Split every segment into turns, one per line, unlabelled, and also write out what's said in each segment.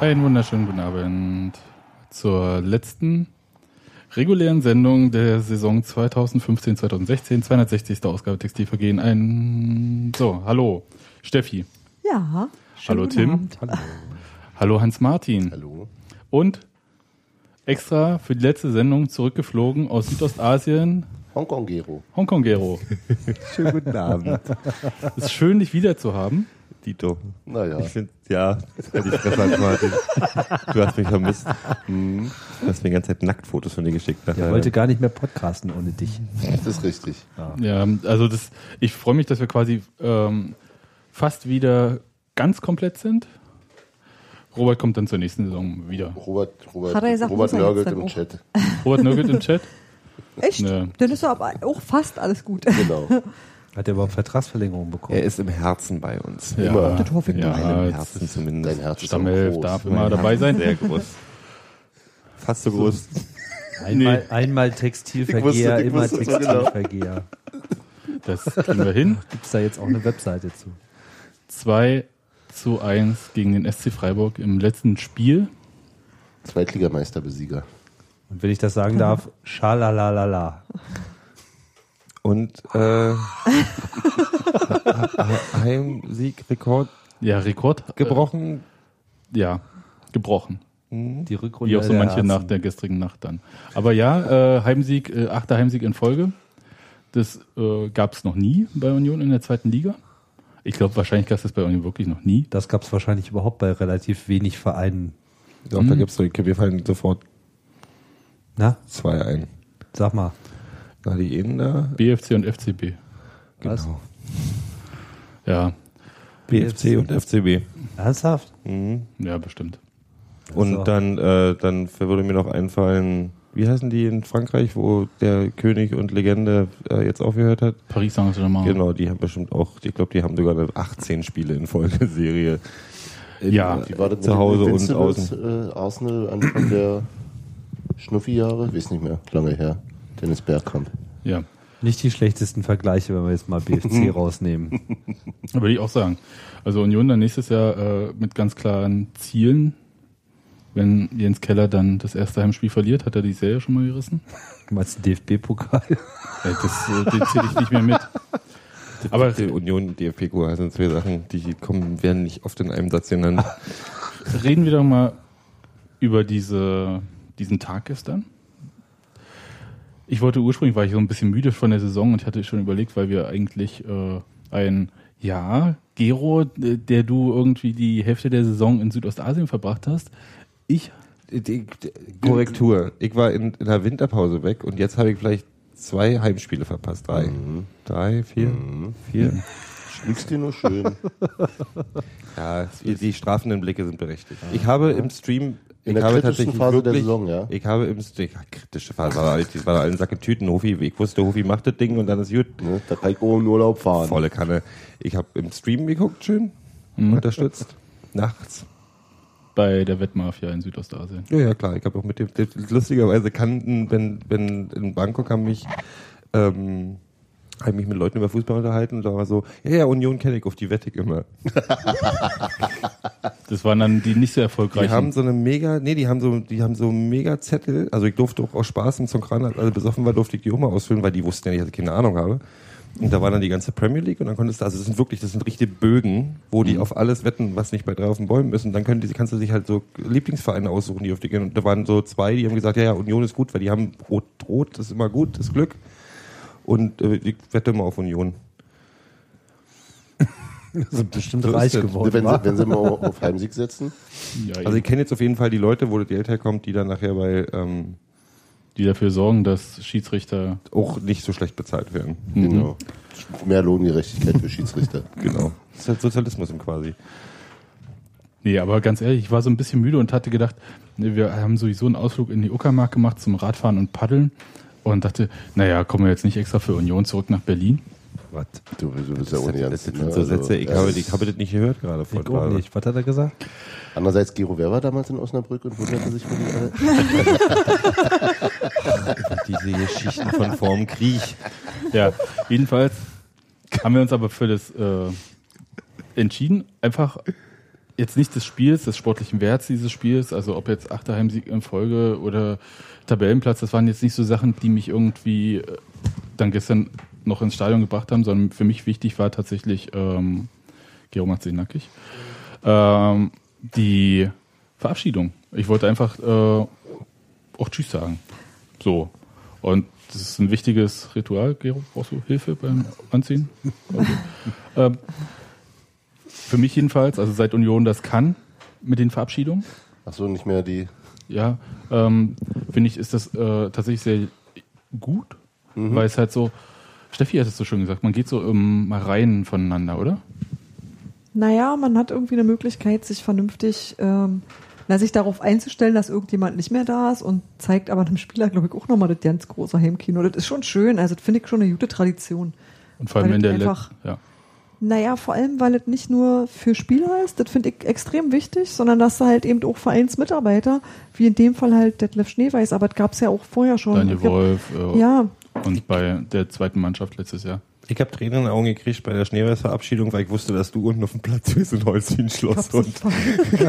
Einen wunderschönen guten Abend zur letzten regulären Sendung der Saison 2015-2016, 260. Ausgabe Textilvergehen. Ein so, hallo Steffi,
Ja.
hallo
guten
Tim,
Abend.
hallo Hans Martin
Hallo.
und extra für die letzte Sendung zurückgeflogen aus Südostasien
Hongkong Gero.
Hongkong Gero.
Schönen guten Abend.
Es ist schön dich wieder zu haben.
Dito.
Naja.
Ich finde, ja, das kann ich besser als Martin. Du hast mich vermisst. Hm. Du hast mir die ganze Zeit Nacktfotos von dir geschickt.
Ich wollte gar nicht mehr podcasten ohne dich.
Das ist richtig.
Ja, also das ich freue mich, dass wir quasi ähm, fast wieder ganz komplett sind. Robert kommt dann zur nächsten Saison wieder.
Robert, Robert,
Hat er gesagt, muss
Robert
er jetzt
nörgelt
dann
im
auch?
Chat.
Robert Nugget im Chat.
Echt?
Nö.
Dann ist aber auch fast alles gut.
Genau.
Hat er überhaupt Vertragsverlängerung bekommen?
Er ist im Herzen bei uns.
Immer.
Das hoffe ich
ja,
Im
jetzt
Herzen
Dein
zumindest.
Herz ist auch
Stammel
groß.
darf immer
Mein
dabei
Herz ist
sein.
Sehr groß. Fast so groß.
einmal,
Nee.
einmal Textilvergeher,
Ich wusste- ich
immer
wusste es so genau.
Textilvergeher.
Das kriegen wir hin.
Gibt es da jetzt auch eine Webseite zu?
2 zu 1 gegen den SC Freiburg im letzten Spiel.
Zweitligameisterbesieger.
Und wenn ich das sagen darf, schalalala.
Und äh, Heimsiegrekord
Ja, Rekord.
gebrochen.
Äh, ja, gebrochen.
Die Rückrunde.
Wie auch so
der
manche
Herzen.
nach der gestrigen Nacht dann. Aber ja, äh, Heimsieg, äh, achter Heimsieg in Folge. Das äh, gab es noch nie bei Union in der zweiten Liga. Ich glaube, wahrscheinlich gab es das bei Union wirklich noch nie.
Das gab es wahrscheinlich überhaupt bei relativ wenig Vereinen.
Doch, da gibt's so, wir fallen sofort
Na,
zwei ein.
sag mal.
Na, die Inder.
BFC und FCB.
Was?
Genau.
Ja,
BFC und FCB.
Ernsthaft?
Mhm.
ja, bestimmt.
Und
So.
dann, äh, dann würde mir noch einfallen, wie heißen die in Frankreich, wo der König und Legende äh, jetzt aufgehört hat?
Paris Saint-Germain.
Genau, die haben bestimmt auch, ich glaube, die haben sogar eine 18 Spiele in Folge Serie. In,
Ja,
Wie war das mit
zu Hause
den
und
Invincibles,
außen.
Äh, Arsenal Anfang der Schnuffi-Jahre? Weiß nicht mehr. Lange her. Dennis Bergkamp.
Ja,
Nicht die schlechtesten Vergleiche, wenn wir jetzt mal
Mhm.
BFC rausnehmen.
würde ich auch sagen. Also Union dann nächstes Jahr äh, mit ganz klaren Zielen. Wenn Jens Keller dann das erste Heimspiel verliert, hat er die Serie schon mal gerissen.
Du meinst den DFB-Pokal?
Äh, das äh, den zähle ich nicht mehr mit. Aber
Die Union und DFB Kuh sind zwei Sachen, die kommen, werden nicht oft in einem Satz genannt.
reden wir doch mal über diese, diesen Tag gestern. Ich wollte ursprünglich, war ich so ein bisschen müde von der Saison und hatte schon überlegt, weil wir eigentlich äh, ein Ja, Gero, äh, der du irgendwie die Hälfte der Saison in Südostasien verbracht hast. Ich,
Die- die- Korrektur. Ich war in, in der Winterpause weg und jetzt habe ich vielleicht zwei Heimspiele verpasst. Drei. Drei, vier, vier.
Lügst dir nur schön.
Ja, die, die strafenden Blicke sind berechtigt. Ich habe im Stream,
In
ich
der
habe
kritischen
tatsächlich
Phase der
wirklich,
Saison, ja.
ich habe im Stream, ja, kritische Phase war alles, die war da allen Sack in Tüten, Hofi, ich wusste, Hofi macht das Ding und dann ist gut.
Ne? Da kann ich auch in Urlaub fahren.
Volle Kanne. Ich habe im Stream geguckt, schön, unterstützt, nachts.
bei der Wettmafia in Südostasien.
Ja, ja, klar. Ich habe auch mit dem, das- lustigerweise kannten, wenn, wenn in Bangkok haben mich, ähm, habe mich mit Leuten über Fußball unterhalten und da war so, ja, ja, Union kenne ich, auf die wette ich immer.
Das waren dann die nicht so
Die haben
erfolgreichen.
so eine mega, nee, die haben so, die haben so mega Zettel. Also ich durfte auch aus Spaß im Zonkran, als alle besoffen war, durfte ich die auch mal ausfüllen, weil die wussten ja nicht, dass ich keine Ahnung habe. Und da war dann die ganze Premier League und dann konntest du, also das sind wirklich, das sind richtige Bögen, wo die auf alles wetten, was nicht bei drei auf den Bäumen ist. Und dann können die, kannst du sich halt so Lieblingsvereine aussuchen, die auf die gehen. Und da waren so zwei, die haben gesagt, ja, ja, Union ist gut, weil die haben Rot, Rot ist immer gut, ist Glück. Und äh, ich wette immer auf Union.
sind bestimmt
So ist
reich
das.
geworden.
Wenn
wa?
sie, wenn sie mal auf Heimsieg setzen.
Ja,
Also
eben.
ich kenne jetzt auf jeden Fall die Leute, wo das Geld herkommt, die dann nachher bei ähm,
die dafür sorgen, dass Schiedsrichter
Auch nicht so schlecht bezahlt werden.
Genau. Mehr Lohngerechtigkeit für Schiedsrichter.
Genau. Das ist halt Sozialismus im quasi.
Nee, aber ganz ehrlich, ich war so ein bisschen müde und hatte gedacht, nee, wir haben sowieso einen Ausflug in die Uckermark gemacht zum Radfahren und Paddeln und dachte, naja, kommen wir jetzt nicht extra für Union zurück nach Berlin.
Was?
Du, du bist ja
Das,
ohne
sind- das
Ernst.
sind
ne?
so Sätze, ich, habe,
also,
ich habe das nicht gehört gerade
Ich
von
auch
gerade.
nicht. Was hat er gesagt?
Andererseits, Gero Wer war damals in Osnabrück und wunderte sich, wo die alle...
Diese Geschichten von vorm Krieg.
Ja, jedenfalls haben wir uns aber für das äh, entschieden, einfach jetzt nicht des Spiels, des sportlichen Werts dieses Spiels, also ob jetzt achter Heimsieg in Folge oder Tabellenplatz, das waren jetzt nicht so Sachen, die mich irgendwie äh, dann gestern noch ins Stadion gebracht haben, sondern für mich wichtig war tatsächlich, ähm, Gero macht sich nackig, ähm, die Verabschiedung. Ich wollte einfach äh, auch Tschüss sagen. So. Und das ist ein wichtiges Ritual. Gero, brauchst du Hilfe beim Anziehen? Okay. ähm, für mich jedenfalls, also seit Union das kann mit den Verabschiedungen,
Ach so, nicht mehr die...
ja, ähm, finde ich, ist das äh, tatsächlich sehr gut, weil es halt so, Steffi hat es so schön gesagt, man geht so ähm, mal rein voneinander, oder?
Naja, man hat irgendwie eine Möglichkeit, sich vernünftig, ähm, na, sich darauf einzustellen, dass irgendjemand nicht mehr da ist und zeigt aber einem Spieler, glaube ich, auch nochmal das ganz große Heimkino. Das ist schon schön, also das finde ich schon eine gute Tradition.
Und vor allem
Weil
in
das
der Let-
einfach-
ja.
Naja, vor allem, weil es nicht nur für Spieler ist, das finde ich extrem wichtig, sondern dass da halt eben auch Vereinsmitarbeiter, wie in dem Fall halt Detlef Schneeweiß, aber das gab es Oh, ja auch vorher schon.
Daniel
Ich hab-
Wolf äh,
Ja,
und bei der zweiten Mannschaft letztes Jahr.
Ich habe Tränen in den Augen gekriegt bei der Schneeweißverabschiedung, weil ich wusste, dass du unten auf dem Platz bist in Holzwien-Schloss.
hab's nicht
Und
ver-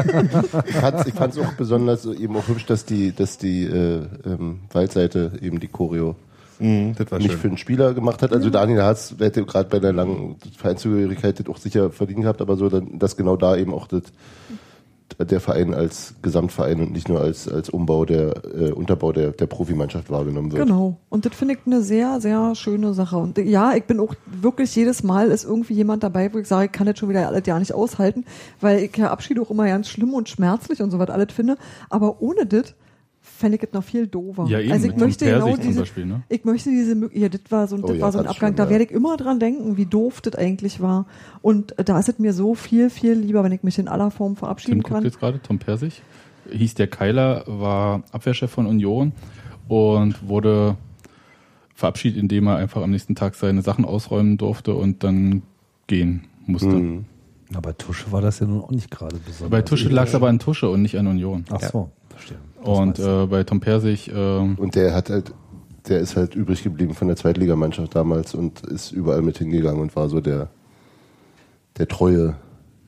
Ich fand's, ich fand's auch besonders so eben auch hübsch, dass die, dass die äh, ähm, Waldseite eben die Choreo
Mhm, das war
nicht für einen Spieler gemacht hat. Also Daniel Harz hätte gerade bei der langen Vereinszugehörigkeit das auch sicher verdient gehabt, aber so, dann, dass genau da eben auch das, der Verein als Gesamtverein und nicht nur als, als Umbau der äh, Unterbau der, der Profimannschaft wahrgenommen wird.
Genau. Und das finde ich eine sehr, sehr schöne Sache. Und ja, ich bin auch wirklich jedes Mal ist irgendwie jemand dabei, wo ich sage, ich kann das schon wieder alles ja nicht aushalten, weil ich ja Abschied auch immer ganz schlimm und schmerzlich und so was alles finde. Aber ohne das fände ich das noch viel doofer.
Ja, eben,
also ich
mit dem
möchte
Persig
genau
zum
diese,
Beispiel, ne?
ich möchte diese, Mö- ja, das war so ein,
Oh
das
ja,
war so ein
ganz
Abgang,
schlimm,
da
ja.
werde ich immer dran denken, wie doof das eigentlich war. Und da ist es mir so viel, viel lieber, wenn ich mich in aller Form verabschieden
Tim guckt
kann.
jetzt gerade, Tom Persig. Hieß der Keiler, war Abwehrchef von Union und wurde verabschiedet, indem er einfach am nächsten Tag seine Sachen ausräumen durfte und dann gehen musste.
Aber Tusche war das ja nun auch nicht gerade besonders.
Bei Tusche lag es aber an Tusche und nicht an Union.
Ach so, verstehe. Ah, Das
und
meinst du.
äh, bei Tom Persig, ähm,
Und der hat halt, der ist halt übrig geblieben von der Zweitligamannschaft damals und ist überall mit hingegangen und war so der, der treue,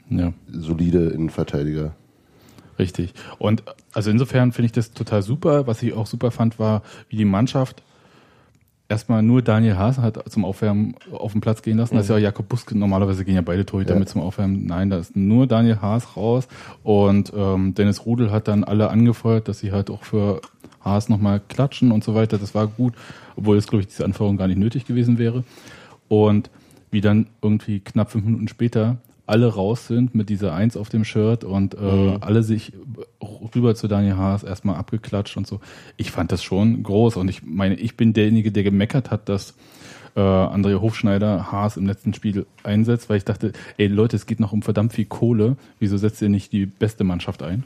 ja,
solide Innenverteidiger.
richtig. Und also insofern finde ich das total super. Was ich auch super fand, war, wie die Mannschaft erstmal nur Daniel Haas hat zum Aufwärmen auf den Platz gehen lassen. Das ist ja auch Jakob Buske. Normalerweise gehen ja beide Torhüter
Ja.
mit zum Aufwärmen. Nein, da ist nur Daniel Haas raus. Und ähm, Dennis Rudel hat dann alle angefeuert, dass sie halt auch für Haas nochmal klatschen und so weiter. Das war gut, obwohl es, glaube ich, diese Anforderung gar nicht nötig gewesen wäre. Und wie dann irgendwie knapp fünf Minuten später alle raus sind mit dieser Eins auf dem Shirt und äh,
Mhm.
alle sich rüber zu Daniel Haas erstmal abgeklatscht und so. Ich fand das schon groß und ich meine, ich bin derjenige, der gemeckert hat, dass äh, Andrea Hofschneider Haas im letzten Spiel einsetzt, weil ich dachte, ey Leute, es geht noch um verdammt viel Kohle, wieso setzt ihr nicht die beste Mannschaft ein?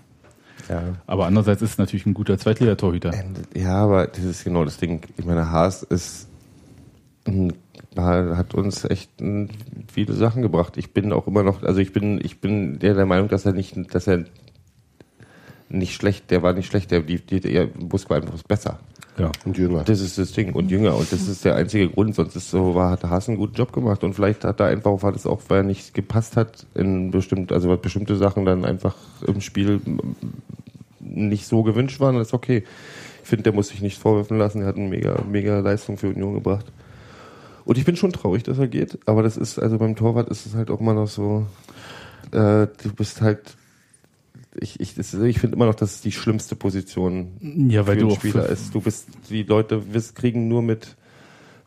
Ja.
Aber andererseits ist es natürlich ein guter Zweitligatorhüter.
Äh, Ähm, Ja, aber das ist genau das Ding. Ich meine, Haas ist, ein- hat uns echt ein- viele Sachen gebracht. Ich bin auch immer noch, also ich bin, ich bin der, der Meinung, dass er nicht, dass er nicht schlecht, der war nicht schlecht, der, die, die, der Busk war einfach besser.
ja.
Und jünger.
Das ist das Ding und jünger und das ist der einzige Grund. Sonst ist so, war, hat Haas einen guten Job gemacht und vielleicht hat er einfach, war das auch, weil er nicht gepasst hat in bestimmt, also weil bestimmte Sachen dann einfach im Spiel nicht so gewünscht waren. Das ist okay. Ich finde, der muss sich nichts vorwerfen lassen. Er hat eine mega, mega Leistung für Union gebracht. Und ich bin schon traurig, dass er geht. Aber das ist, also beim Torwart ist es halt auch immer noch so, äh, du bist halt, ich, ich, das- ich finde immer noch, das ist die schlimmste Position
Ja,
für
weil du
einen
auch
Spieler ist. Du bist, die Leute wiss- kriegen nur mit,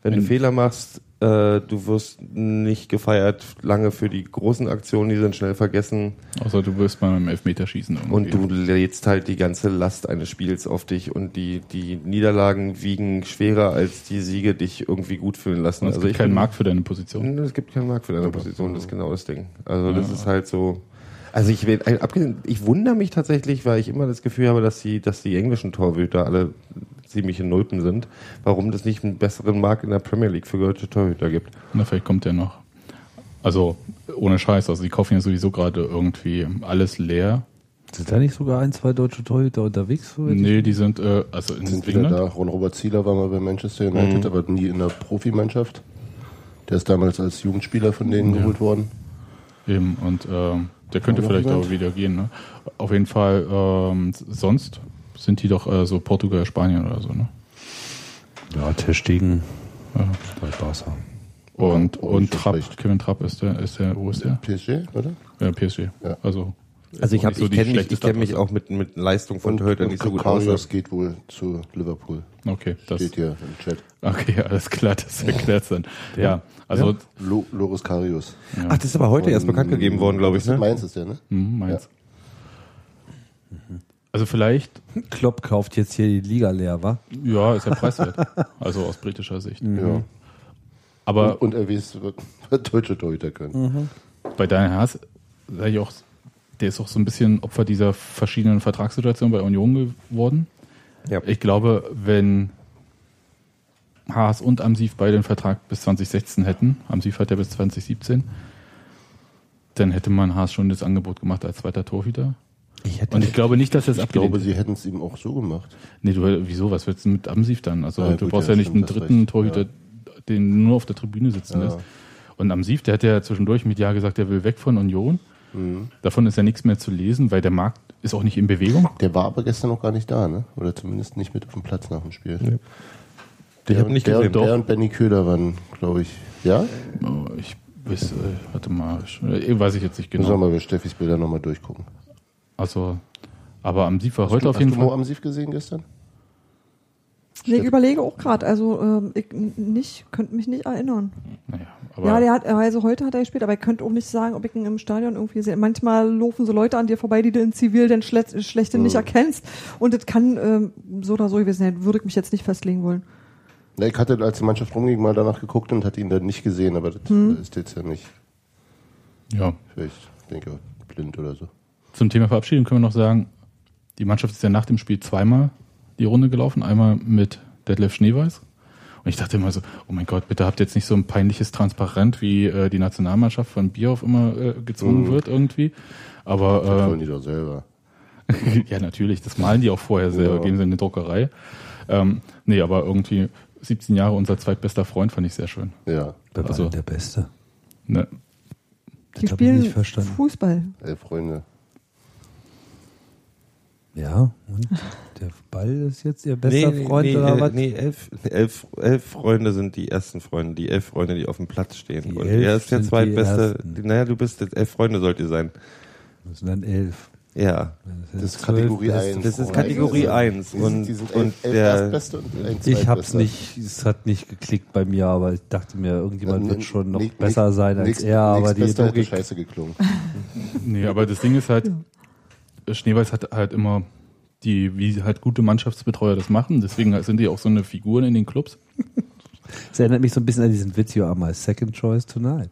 wenn,
Wenn-
du Fehler machst, Äh, du wirst nicht gefeiert lange für die großen Aktionen, die sind schnell vergessen.
Außer du wirst mal im Elfmeterschießen irgendwie.
Und du lädst halt die ganze Last eines Spiels auf dich und die, die Niederlagen wiegen schwerer als die Siege dich irgendwie gut fühlen lassen.
Und
Also
es gibt
ich
keinen
bin-
Markt für deine Position.
Hm, Es gibt keinen Markt für deine Position, das ist genau das Ding. Also das ist halt so. Also ich will, abgesehen, ich wundere mich tatsächlich, weil ich immer das Gefühl habe, dass die, dass die englischen Torhüter alle ziemliche Nulpen sind, warum das nicht einen besseren Markt in der Premier League für deutsche Torhüter gibt.
Na, vielleicht kommt der noch. Also, ohne Scheiß. Also, die kaufen ja sowieso gerade irgendwie alles leer.
Sind da nicht sogar ein, zwei deutsche Torhüter unterwegs? so jetzt?
Nee, die sind, äh, also in
sind wieder
England.
da. Ron Robert Zieler war mal bei Manchester United,
Mhm.
aber nie in der Profimannschaft. Der ist damals als Jugendspieler von denen geholt worden.
Eben, und ähm, der könnte
Oder
vielleicht
Holland.
auch wieder gehen. Ne? Auf jeden Fall, ähm, s- sonst sind die doch äh, so Portugal, Spanien oder so. Ne?
Ja, Ter Stegen
Ja.
bei Barca.
Und,
Oh,
und
nicht so
Trapp,
schlecht.
Kevin Trapp ist der, ist der, wo ist der?
PSG, oder?
Ja, PSG.
Ja.
Also,
Also ich,
auch
hab-
nicht so
ich
die
kenne mich, ich
schlechteste
kenn mich auch mit, mit Leistung von Torhütern nicht so gut aus.
Karius geht wohl zu Liverpool.
Abwehr. Okay, das,
Steht hier im Chat.
okay, alles klar, das erklärt dann. Ja, also
Lo Loris Karius.
Ach, das ist aber heute erst bekannt gegeben worden, glaube ich.
Das ist
Ne?
Mainz ist der, ne?
hm, meins.
Mhm.
Also vielleicht,
Klopp kauft jetzt hier die Liga leer, wa?
ja, ist ja preiswert. also aus britischer Sicht.
Ja.
Aber
Mhm. Und er weiß, was deutsche Torhüter können.
bei Daniel Haas, sage ich auch, der ist auch so ein bisschen Opfer dieser verschiedenen Vertragssituationen bei Union geworden.
Ja.
Ich glaube, wenn Haas und Amsiv beide einen Vertrag bis 2016 hätten, Amsiv hat ja bis 2017, dann hätte man Haas schon das Angebot gemacht als zweiter Torhüter.
Ich hätte
Und ich glaube nicht, dass er es
Ich glaube,
abgelehnt
sie hätten es ihm auch so gemacht.
Nee, du, wieso? Was willst du mit Amsiv dann? Also,
Ja,
du
gut,
brauchst
ja,
ja nicht
stimmt,
einen
hast
dritten
recht.
Torhüter, den nur auf der Tribüne sitzen lässt. Und Amsiv, der hat ja zwischendurch mit Ja gesagt, er will weg von Union.
Mhm.
Davon ist ja nichts mehr zu lesen, weil der Markt ist auch nicht in Bewegung.
Der war aber gestern noch gar nicht da, ne? Oder zumindest nicht mit auf dem Platz nach dem Spiel.
ich hab nicht
der,
gesehen.
der und Benny Köhler waren, glaube ich. Ja?
Oh, ich weiß, äh, warte mal, ich- äh, weiß ich jetzt nicht
Müssen wir
genau.
mal bei Steffis Bilder nochmal durchgucken.
Also, aber Amsiv war
Hast du-
heute auf jeden
hast du Mo
Fall.
am Sief gesehen gestern?
Nee, ich überlege auch gerade. Also ähm, ich n- nicht, könnte mich nicht erinnern.
Naja,
ja,
aber
der hat, also heute hat er gespielt, aber ich könnte auch nicht sagen, ob ich ihn im Stadion irgendwie sehe. Manchmal laufen so Leute an dir vorbei, die du in Zivil denn schle schlechte
Mhm.
nicht erkennst. Und das kann ähm, so oder so gewesen sein. Würde ich mich jetzt nicht festlegen wollen.
Na, ich hatte, als die Mannschaft rumging, mal danach geguckt und hatte ihn dann nicht gesehen, aber das ist jetzt ja nicht.
ja.
Vielleicht, denke ich, blind oder so.
Zum Thema Verabschiedung können wir noch sagen, die Mannschaft ist ja nach dem Spiel zweimal die Runde gelaufen. Einmal mit Detlef Schneeweiß. Und ich dachte immer so, oh mein Gott, bitte habt jetzt nicht so ein peinliches Transparent, wie äh, die Nationalmannschaft von Bierhoff immer äh, gezwungen wird irgendwie.
Das
Aber
wollen die doch selber.
äh, ja, natürlich, das malen die auch vorher selber,
Ja.
geben sie in die Druckerei. Ähm, nee, aber irgendwie 17 Jahre unser zweitbester Freund fand ich sehr schön.
Ja,
Wer war
Also-
denn der Beste?
Ne?
Das
Die
hab ich
spielen
nicht verstanden.
Fußball.
elf Freunde.
Ja, und der Ball ist jetzt ihr bester Freund oder
äh,
was?
Nee, elf, elf, elf Freunde sind die ersten Freunde, die elf Freunde, die auf dem Platz stehen.
Die
und
elf
er ist der
sind die
zweitbeste.
ersten.
Naja, du bist jetzt elf Freunde sollt ihr sein.
Das sind dann elf.
Ja.
Das
sind
ist
zwölf
Kategorie
Beste.
1.
Das ist Kategorie eins.
Die sind, die
Und-
sind
und
elf, elf
der-
Erstbeste und ein
Ich hab's
Zweitbester.
nicht, es hat nicht geklickt bei mir, aber ich dachte mir, irgendjemand
Nee,
wird schon noch
nicht-
besser
nicht-
sein als
nicht-
er, aber die
nächstbester hätte
Logik
scheiße geklungen. ne?
Nee, aber das Ding ist halt, Schneeweiß hat halt immer die, wie halt gute Mannschaftsbetreuer das machen, deswegen sind die auch so eine Figuren in den Clubs.
Das erinnert mich so ein bisschen an diesen Witz, you are my second choice tonight.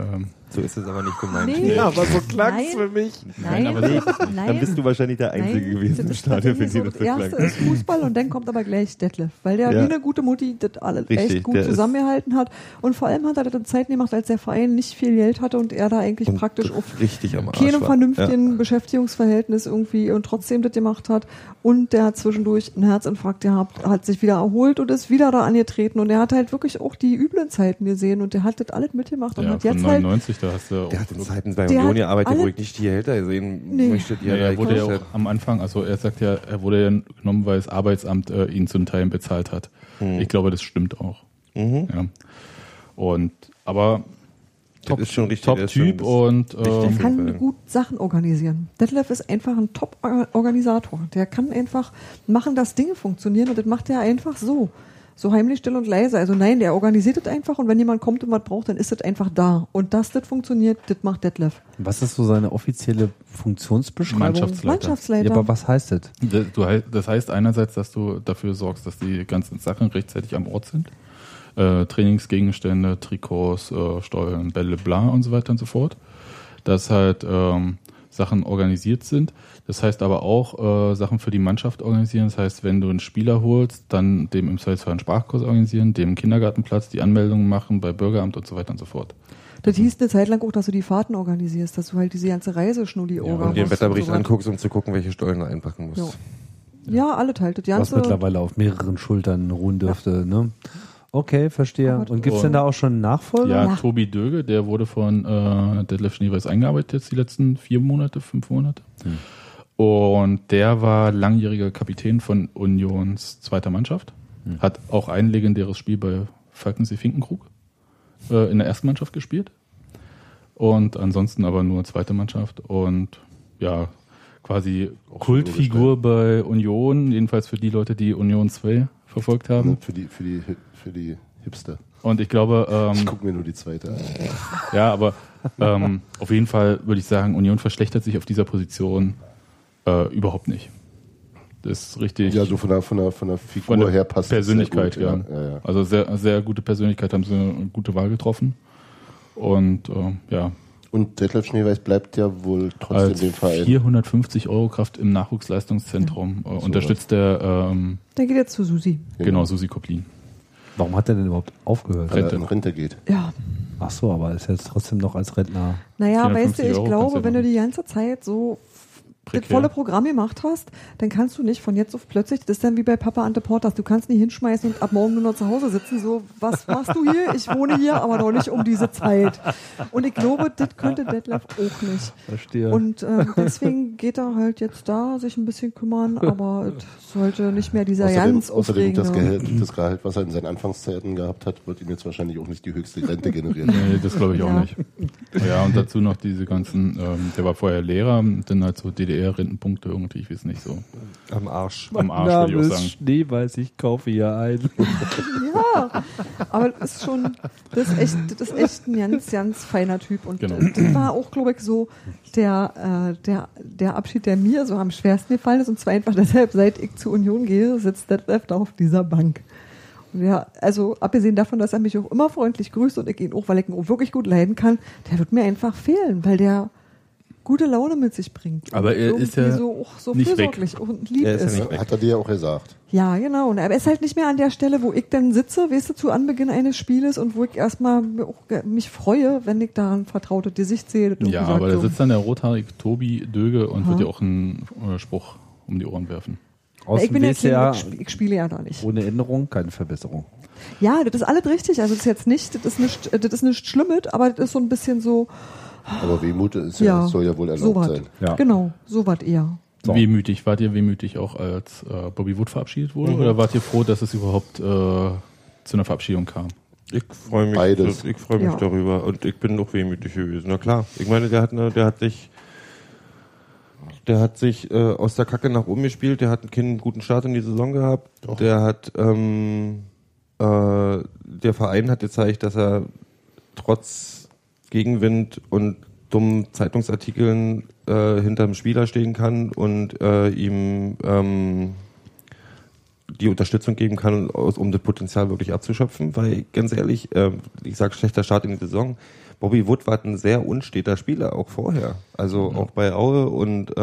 Ähm,
So ist es aber nicht gemeint.
Nee. Ja,
aber so
klang's Nein. für
mich.
Nein, aber das
nein.
Dann bist du wahrscheinlich der Einzige gewesen im Stadion, für
das
den
so
das
Das
so
erste
klang.
ist Fußball und dann kommt aber gleich Detlef, weil der
Ja.
wie eine gute Mutti das alle
Richtig,
echt gut
der ist-
zusammengehalten hat. Und vor allem hat er das in Zeiten gemacht, als der Verein nicht viel Geld hatte und er da eigentlich
Und
praktisch auf
richtig am Arsch
keinem
war.
vernünftigen Beschäftigungsverhältnis irgendwie und trotzdem das gemacht hat. Und der hat zwischendurch einen Herzinfarkt gehabt, hat sich wieder erholt und ist wieder da angetreten. Und er hat halt wirklich auch die üblen Zeiten gesehen und der hat das alles mitgemacht und
ja,
hat
von
jetzt halt
99, da hast du auch,
Der hat in Zeiten bei
Der
Union
hat
gearbeitet, wo
alle-
ich nicht die Hälter sehen
Nee.
möchte, die
ja,
er
er
da
wurde ja
gekauft
auch am Anfang, also er sagt ja, er wurde ja genommen, weil das Arbeitsamt äh, ihn zum Teil bezahlt hat.
Mhm.
Ich glaube, das stimmt auch. Ja. Und, aber
Das ist schon richtig, der ist schon
Top-Typ
ein bisschen
und
richtig.
ähm,
Der kann
Fall.
gut Sachen organisieren. Detlef ist einfach ein Top-Organisator. Der kann einfach machen, dass Dinge funktionieren und das macht er einfach so. so heimlich still und leise. Also nein, der organisiert das einfach und wenn jemand kommt und was braucht, dann ist das einfach da. Und dass das funktioniert, das macht Detlef.
Was ist so seine offizielle Funktionsbeschreibung?
Mannschaftsleiter.
Mannschaftsleiter.
Ja, aber was heißt das?
D- Du, hei- das heißt einerseits, dass du dafür sorgst, dass die ganzen Sachen rechtzeitig am Ort sind. Äh, Trainingsgegenstände, Trikots, äh, Steuern, Bälle, bla und so weiter und so fort. Dass halt ähm, Sachen organisiert sind. Das heißt aber auch äh, Sachen für die Mannschaft organisieren. Das heißt, wenn du einen Spieler holst, dann dem im Zweifelsfall einen Sprachkurs organisieren, dem einen Kindergartenplatz, die Anmeldungen machen bei Bürgeramt und so weiter und so fort.
Das hieß eine Zeit lang auch, dass du die Fahrten organisierst, dass du halt diese ganze Reise schnulli ja,
Und den Wetterbericht anguckst, um zu gucken, welche Steuern du einpacken musst.
Ja. Ja, alle halt. Das
Was
ganze.
mittlerweile auf mehreren Schultern ruhen dürfte, ne? Okay,
Oh
verstehe. Und gibt's denn da auch schon einen Nachfolger?
oh. Ja,
Ja.
Tobi Döge, der wurde von äh, Detlef Schneeweis eingearbeitet jetzt die letzten vier Monate, fünf Monate. Und der war langjähriger Kapitän von Unions zweiter Mannschaft. Hat auch ein legendäres Spiel bei Falkensee Finkenkrug äh, in der ersten Mannschaft gespielt. Und ansonsten aber nur zweite Mannschaft. Und ja, quasi Kultfigur bei Union, jedenfalls für die Leute, die Union 2 verfolgt haben.
Ähm,
Ne, Für die, für die, für die Hipster.
Und ich glaube,
Ich
ähm,
guck mir nur die zweite an.
Ja, aber ähm, auf jeden Fall würde ich sagen, Union verschlechtert sich auf dieser Position äh, überhaupt nicht. Das ist richtig.
Ja, so von der, von der, von der Figur
von der
her passt es sehr
Persönlichkeit,
gut,
ja.
ja, ja, ja.
Also sehr, sehr gute Persönlichkeit, haben sie eine gute Wahl getroffen. Und äh, ja,
Und Detlef Schneeweiß bleibt ja wohl trotzdem
als
dem Verein.
450 Euro Kraft im Nachwuchsleistungszentrum äh, unterstützt der, ähm,
Der geht jetzt zu Susi.
genau. Susi Koplin.
Warum hat er denn überhaupt aufgehört?
Weil
Rente.
er äh, in Rente geht.
Ja.
Ach so, aber ist jetzt trotzdem noch als Rentner.
Naja, weißt du,
450
ich
Euro kannst
glaube,
du
wenn du
machen.
die ganze Zeit so f- das
Prekär.
volle Programm gemacht hast, dann kannst du nicht von jetzt auf plötzlich, das ist dann wie bei Papa Ante Portas, du kannst nie hinschmeißen und ab morgen nur noch zu Hause sitzen, so, was machst du hier? Ich wohne hier, aber noch nicht um diese Zeit. Und ich glaube, das könnte Detlef auch nicht.
Verstehe.
Und ähm, deswegen geht er halt jetzt da, sich ein bisschen kümmern, aber es sollte nicht mehr dieser
Außerdem,
ganz
außerdem das,
aufregende-
Gehalt, das Gehalt, was er in seinen Anfangszeiten gehabt hat, wird ihm jetzt wahrscheinlich auch nicht die höchste Rente generieren.
Nee, das glaube ich
Ja.
auch nicht. Ja, und dazu noch diese ganzen, ähm, der war vorher Lehrer, dann halt so DDR-Rentenpunkte irgendwie, ich weiß nicht so.
Am Arsch.
Am Arsch, würde ich auch sagen.
Schneeweiß, ich kaufe hier ein.
Ja, aber das ist schon, das ist echt, das ist echt ein ganz, ganz feiner Typ. Und
Genau.
das war auch, glaube ich, so der, äh, der, der Abschied, der mir so am schwersten gefallen ist. Und zwar einfach deshalb, seit ich zur Union gehe, sitzt Detlef da auf dieser Bank. Und ja, also abgesehen davon, dass er mich auch immer freundlich grüßt und ich ihn auch, weil ich ihn auch wirklich gut leiden kann, der wird mir einfach fehlen, weil der gute Laune mit sich bringt.
Aber er
Und
ist
irgendwie
ja
so, auch so
nicht weg.
fürsorglich und lieb
Er ist ja
ist.
nicht weg.
Hat er dir ja auch gesagt.
Ja, genau. Und aber er ist halt nicht mehr an der Stelle, wo ich dann sitze, weißt du, zu Anbeginn eines Spieles und wo ich erstmal mir auch ge- mich freue, wenn ich da ein vertrautes Gesicht sehe. das
Ja,
irgendwie
aber da
sagt so,
sitzt dann der rothaarige Tobi Döge und
Aha.
wird dir auch einen äh, Spruch um die Ohren werfen.
na,
Aus
ich
dem
bin ja kein,
WCA
ich sp- ich spiele ja da nicht.
ohne Änderung, keine Verbesserung.
Ja, das ist alles richtig. Also das ist jetzt nicht, das ist nicht, äh, das ist nicht Schlimmes, aber das ist so ein bisschen so,
Aber Wehmut ist ja,
ja,
soll ja wohl
so
erlaubt
was.
sein.
Ja.
Genau, so was eher.
So.
Wehmütig, wart ihr wehmütig auch, als äh, Bobby Wood verabschiedet wurde? Oder wart ihr froh, dass es überhaupt äh, zu einer Verabschiedung kam?
Ich freue mich,
Beides.
Ich freue mich
Ja.
darüber und ich bin auch wehmütig gewesen. Na klar, ich meine, der hat, ne, der hat sich, der hat sich äh, aus der Kacke nach oben gespielt. Der hat keinen guten Start in die Saison gehabt. Der hat, ähm, äh, der Verein hat gezeigt, dass er trotz Gegenwind und dummen Zeitungsartikeln äh, hinterm Spieler stehen kann und äh, ihm ähm, die Unterstützung geben kann, aus, um das Potenzial wirklich abzuschöpfen. Weil ganz ehrlich, äh, ich sage schlechter Start in die Saison. Bobby Wood war ein sehr unsteter Spieler, auch vorher. Also auch bei Aue und äh,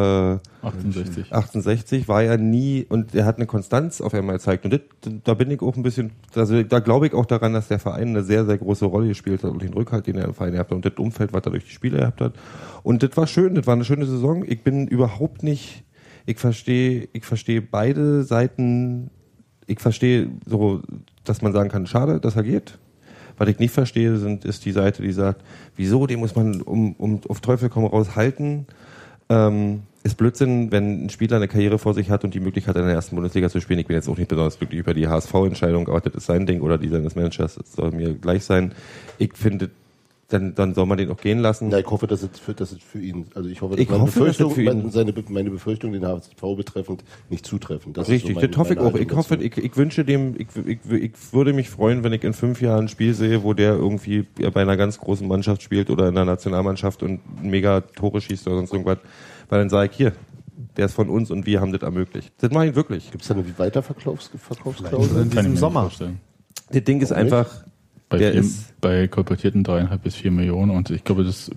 1860.
1860 war ja nie und er hat eine Konstanz auf einmal gezeigt. Und das, da bin ich auch ein bisschen, also da glaube ich auch daran, dass der Verein eine sehr, sehr große Rolle gespielt hat und den Rückhalt, den er im Verein gehabt hat und das Umfeld, was er durch die Spiele gehabt hat. Und das war schön, das war eine schöne Saison. Ich bin überhaupt nicht, ich verstehe, ich verstehe beide Seiten, ich verstehe so, dass man sagen kann, schade, dass er geht. Was ich nicht verstehe, sind, ist die Seite, die sagt, wieso, den muss man um, um auf Teufel komm raus halten ähm, ist Blödsinn, wenn ein Spieler eine Karriere vor sich hat und die Möglichkeit hat, in der ersten Bundesliga zu spielen. Ich bin jetzt auch nicht besonders glücklich über die HSV-Entscheidung, aber das ist sein Ding oder die seines Managers, das soll mir gleich sein. Ich finde, dann, dann soll man den auch gehen lassen.
Ja, ich hoffe, dass es für, dass es für ihn, also ich hoffe, dass
Ich hoffe, dass es für ihn-
meine- seine, Be- meine Befürchtung den HSV betreffend nicht zutreffend. Das ist
Richtig,
so
das hoffe ich
meine
auch. Ich
Haltung
hoffe,
dazu.
ich, ich wünsche dem, ich, ich, ich würde mich freuen, wenn ich in fünf Jahren ein Spiel sehe, wo der irgendwie bei einer ganz großen Mannschaft spielt oder in der Nationalmannschaft und mega Tore schießt oder sonst irgendwas. Weil dann sage ich, hier, der ist von uns und wir haben das ermöglicht. Das mache ich wirklich.
Gibt's da eine
Also
Weiterverkaufsklausel?
in diesem
mir
Sommer.
nicht vorstellen.
Das Ding ist
Warum nicht?
einfach,
Bei,
Der
vier,
ist-
bei kolportierten dreieinhalb bis vier Millionen und ich glaube, das.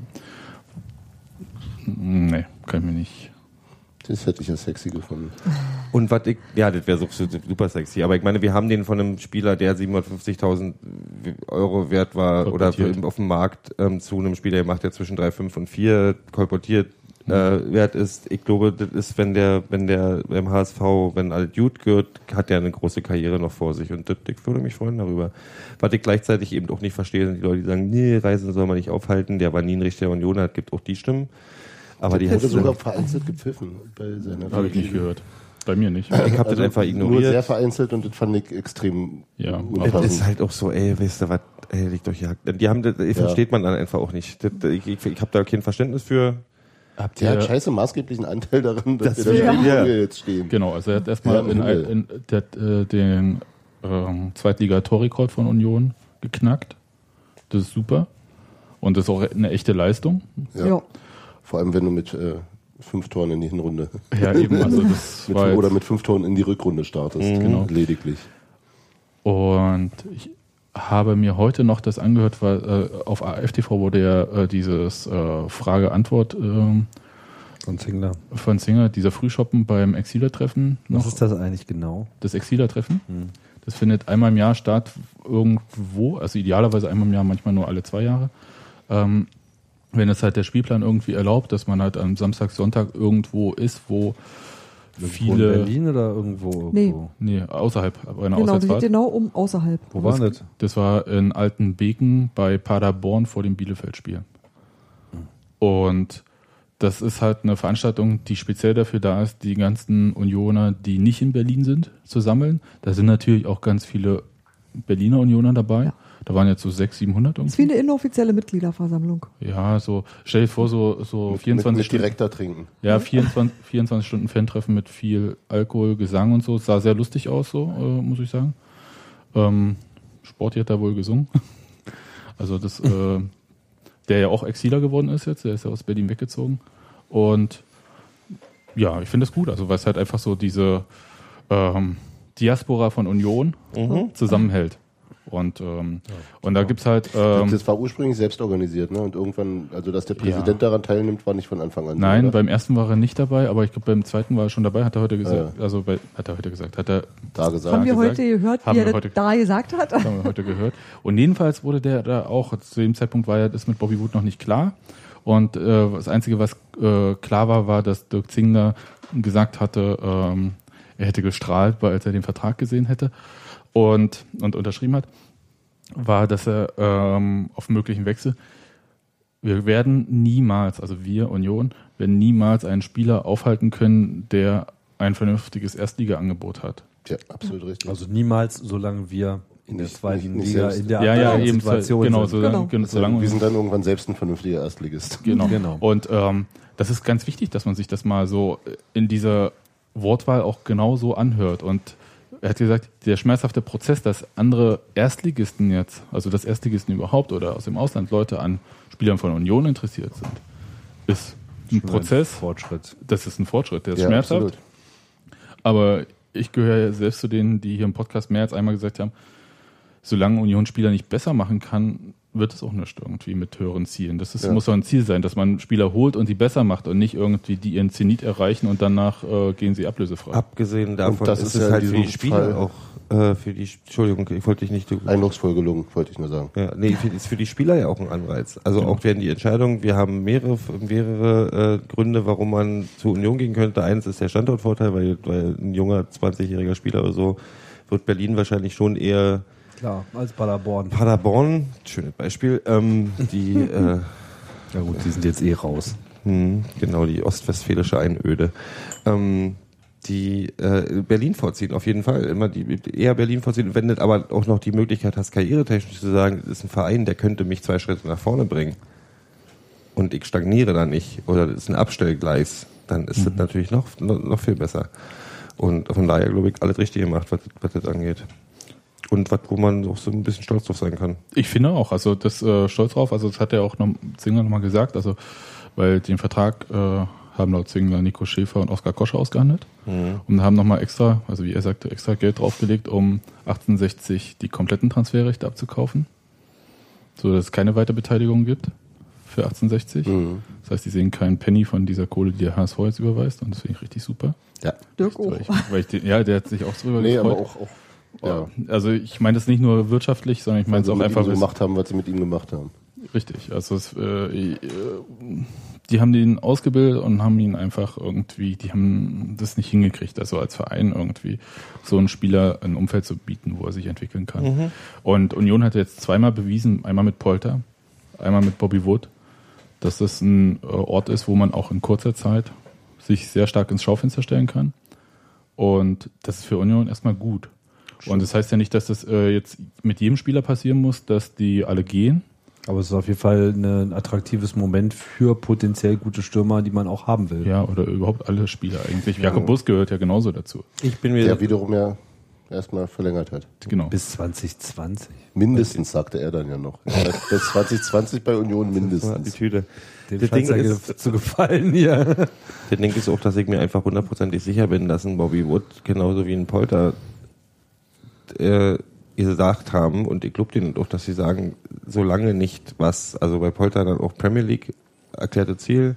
Nee, kann ich mir nicht.
Das hätte ich ja sexy gefunden.
Und was ich, ja, das wäre so- so- super sexy. Aber ich meine, wir haben den von einem Spieler, der 750.000 Euro wert war oder
Kolportiert.
auf dem Markt ähm, zu einem Spieler gemacht, der zwischen 3,5 und 4 kolportiert äh, wert ist. Ich glaube, das ist, wenn der, wenn der beim HSV, wenn alt Jude gehört, hat der eine große Karriere noch vor sich. Und das, ich würde mich freuen darüber. Was ich gleichzeitig eben auch nicht verstehe, sind die Leute, die sagen, nee, Reisen soll man nicht aufhalten. Der war nie ein richtiger Unioner, hat gibt auch die Stimmen. Aber die
Der wurde
hast du-
sogar vereinzelt gepfiffen bei seiner Also
Habe ich nicht gehört. Bei mir nicht.
ich habe das einfach ignoriert.
Nur sehr vereinzelt und das fand ich extrem
Ja,
Das
aber-
ist halt auch so, ey, weißt du was, ey, liegt euch Jagd. Die haben, das das versteht man dann einfach auch nicht. Das, ich ich, ich habe da kein Verständnis für.
Habt
Der hat scheiße maßgeblichen Anteil daran, dass,
Dass
wir
wir-
da stehen,
Ja.
wo wir jetzt stehen.
Genau, also er hat erstmal
Ja,
in,
Himmel.
in, der hat, äh, den ähm, Zweitliga-Torrekord von Union geknackt. Das ist super. Und das ist auch eine echte Leistung.
Ja. Vor allem, wenn du mit äh, fünf Toren in die Hinrunde
Ja, eben. Also das
mit,
war jetzt,
oder mit fünf Toren in die Rückrunde startest.
Genau.
Lediglich.
Und ich habe mir heute noch das angehört, weil äh, auf AFTV wurde ja äh, dieses äh, Frage-Antwort ähm,
Und Zingler.
von Singer, dieser Frühschoppen beim Exiler-Treffen
Was
noch.
ist das eigentlich genau?
das Exiler-Treffen. Das findet einmal im Jahr statt, irgendwo, also idealerweise einmal im Jahr, manchmal nur alle zwei Jahre. Ähm, wenn es halt der Spielplan irgendwie erlaubt, dass man halt am Samstag, Sonntag irgendwo ist, wo
Wo in
viele.
Berlin oder irgendwo?
Nee.
irgendwo?
Nee, außerhalb, aber einer
Genau, die liegt
Auswärtsfahrt.
genau um außerhalb.
Wo war denn
das?
das?
Das war in Altenbeken bei Paderborn vor dem Bielefeld-Spiel. Und das ist halt eine Veranstaltung, die speziell dafür da ist, die ganzen Unioner, die nicht in Berlin sind, zu sammeln. Da sind natürlich auch ganz viele Berliner Unioner dabei.
Ja.
Da waren jetzt so 600, 700
Das ist wie
irgendwie.
eine inoffizielle Mitgliederversammlung.
Ja, so, stell dir vor, so, so 24
mit, mit
Stunden.
direkter Trinken.
Ja, 24, 24 Stunden Fan-Treffen mit viel Alkohol, Gesang und so. Es sah sehr lustig aus, so, äh, muss ich sagen. Ähm, Sporty hat da wohl gesungen. Also das, äh, der ja auch Exiler geworden ist jetzt, der ist ja aus Berlin weggezogen. Und ja, ich finde das gut, also weil es halt einfach so diese ähm, Diaspora von Union zusammenhält. Und, ähm, und da gibt's halt. Ähm,
das war ursprünglich selbst organisiert, ne? Und irgendwann, also dass der Präsident
Ja.
daran teilnimmt, war nicht von Anfang an. so,
Nein,
oder?
beim ersten war er nicht dabei, aber ich glaube, beim zweiten war er schon dabei, hat er heute gesagt.
Ah.
Also bei, hat er heute gesagt, hat er
da
Haben
gesagt.
wir
gesagt.
heute gehört,
Haben
wie er
wir
das
heute-
da gesagt hat?
haben wir heute gehört. Und jedenfalls wurde der da auch, zu dem Zeitpunkt war ja das mit Bobby Wood noch nicht klar. Und äh, das Einzige, was äh, klar war, war, dass Dirk Zingler gesagt hatte, ähm, er hätte gestrahlt, weil- als er den Vertrag gesehen hätte und, und unterschrieben hat, war, dass er ähm, auf möglichen Wechsel, wir werden niemals, also wir Union, werden niemals einen Spieler aufhalten können, der ein vernünftiges Erstliga-Angebot hat.
Ja, absolut richtig.
Also niemals, solange wir in der
Nicht-
zweiten
nicht- nicht
Liga,
selbst.
in der
Ja, ja,
aktuellen
eben.
Situation
Genau,
sind.
so,
Genau.
genau. solange
Also, wir sind dann irgendwann selbst ein vernünftiger Erstligist.
Genau.
Genau.
Und ähm, das ist ganz wichtig, dass man sich das mal so äh, in dieser Wortwahl auch genau so anhört. Und er hat gesagt, der schmerzhafte Prozess, dass andere Erstligisten jetzt, also dass Erstligisten überhaupt oder aus dem Ausland Leute an Spielern von Union interessiert sind, ist ein Prozess.
Fortschritt.
Das ist ein Fortschritt, der ist
Ja,
schmerzhaft.
absolut.
Aber ich gehöre ja selbst zu denen, die hier im Podcast mehr als einmal gesagt haben, solange Union Spieler nicht besser machen kann, wird es auch nicht irgendwie mit höheren Zielen. Das ist,
Ja.
muss doch ein Ziel sein, dass man Spieler holt und sie besser macht und nicht irgendwie die ihren Zenit erreichen und danach äh, gehen sie ablösefrei.
Abgesehen davon
Und das
ist
ist ja
es
in
halt für
diesem
die Spieler
Fall-
auch, äh, für die, Entschuldigung, ich wollte dich nicht,
Eindrucksvoll gelungen, wollte ich nur sagen.
ja, nee, für- ist für die Spieler ja auch ein Anreiz. Also
Genau.
auch werden die Entscheidungen, wir haben mehrere, mehrere äh, Gründe, warum man zur Union gehen könnte. Eins ist der Standortvorteil, weil, weil ein junger 20-jähriger Spieler oder so wird Berlin wahrscheinlich schon eher
Klar, als Paderborn.
Paderborn, schönes Beispiel, ähm, die äh,
Ja gut, die sind jetzt eh raus.
Hm, genau, die ostwestfälische Einöde. Ähm, die äh, Berlin vorziehen, auf jeden Fall. Immer die eher Berlin vorziehen, Und wenn du aber auch noch die Möglichkeit hast, karrieretechnisch zu sagen, das ist ein Verein, der könnte mich zwei Schritte nach vorne bringen und ich stagniere da nicht oder das ist ein Abstellgleis, dann ist das natürlich noch, noch, noch viel besser. Und von daher, glaube ich, alles richtig gemacht, was, was das angeht. Und was, wo man auch so ein bisschen stolz drauf sein kann.
Ich finde auch, also das äh, stolz drauf, also das hat er auch noch, Zingler nochmal gesagt, also weil den Vertrag äh, haben laut Zingler Nico Schäfer und Oskar Kosche ausgehandelt
Mhm.
und haben nochmal extra, also wie er sagte, extra Geld draufgelegt, um 1860 die kompletten Transferrechte abzukaufen, so dass es keine Weiterbeteiligung gibt für 1860.
Mhm.
Das heißt, die sehen keinen Penny von dieser Kohle, die der HSV jetzt überweist und das finde ich richtig super.
Ja.
Dirk auch.
Weil ich, weil ich den, ja, der hat sich auch drüber
Oh. Nee, aber
gefreut.
auch, auch
Ja.
ja.
Also ich meine das nicht nur wirtschaftlich, sondern ich meine es
also
auch
mit
einfach
ihm so
wissen-
gemacht haben, was sie mit ihm gemacht haben.
richtig. Also es, äh, äh, die haben den ausgebildet und haben ihn einfach irgendwie, die haben das nicht hingekriegt, also als Verein irgendwie so einen Spieler ein Umfeld zu bieten, wo er sich entwickeln kann. Und Union hat jetzt zweimal bewiesen, einmal mit Polter, einmal mit Bobby Wood, dass das ein äh, Ort ist, wo man auch in kurzer Zeit sich sehr stark ins Schaufenster stellen kann. Und das ist für Union erstmal gut. Und das heißt ja nicht, dass das äh, jetzt mit jedem Spieler passieren muss, dass die alle gehen.
Aber es ist auf jeden Fall eine- ein attraktives Moment für potenziell gute Stürmer, die man auch haben will.
Ja, oder überhaupt alle Spieler eigentlich. Jakob Bus gehört ja genauso dazu.
Ich bin mir
Der wiederum ja erstmal verlängert hat.
Genau.
Bis 2020.
Mindestens, sagte er dann ja noch. Bis 2020 bei Union mindestens.
Attitüde.
Dem
Das
scheint
Ding
ja
ist-
ge- zu gefallen hier.
Der Ding ist auch, dass ich mir einfach hundertprozentig sicher bin, dass ein Bobby Wood genauso wie ein Polter äh, gesagt haben und ich glaube denen auch, dass sie sagen, solange nicht was, also bei Polter dann auch Premier League erklärte Ziel,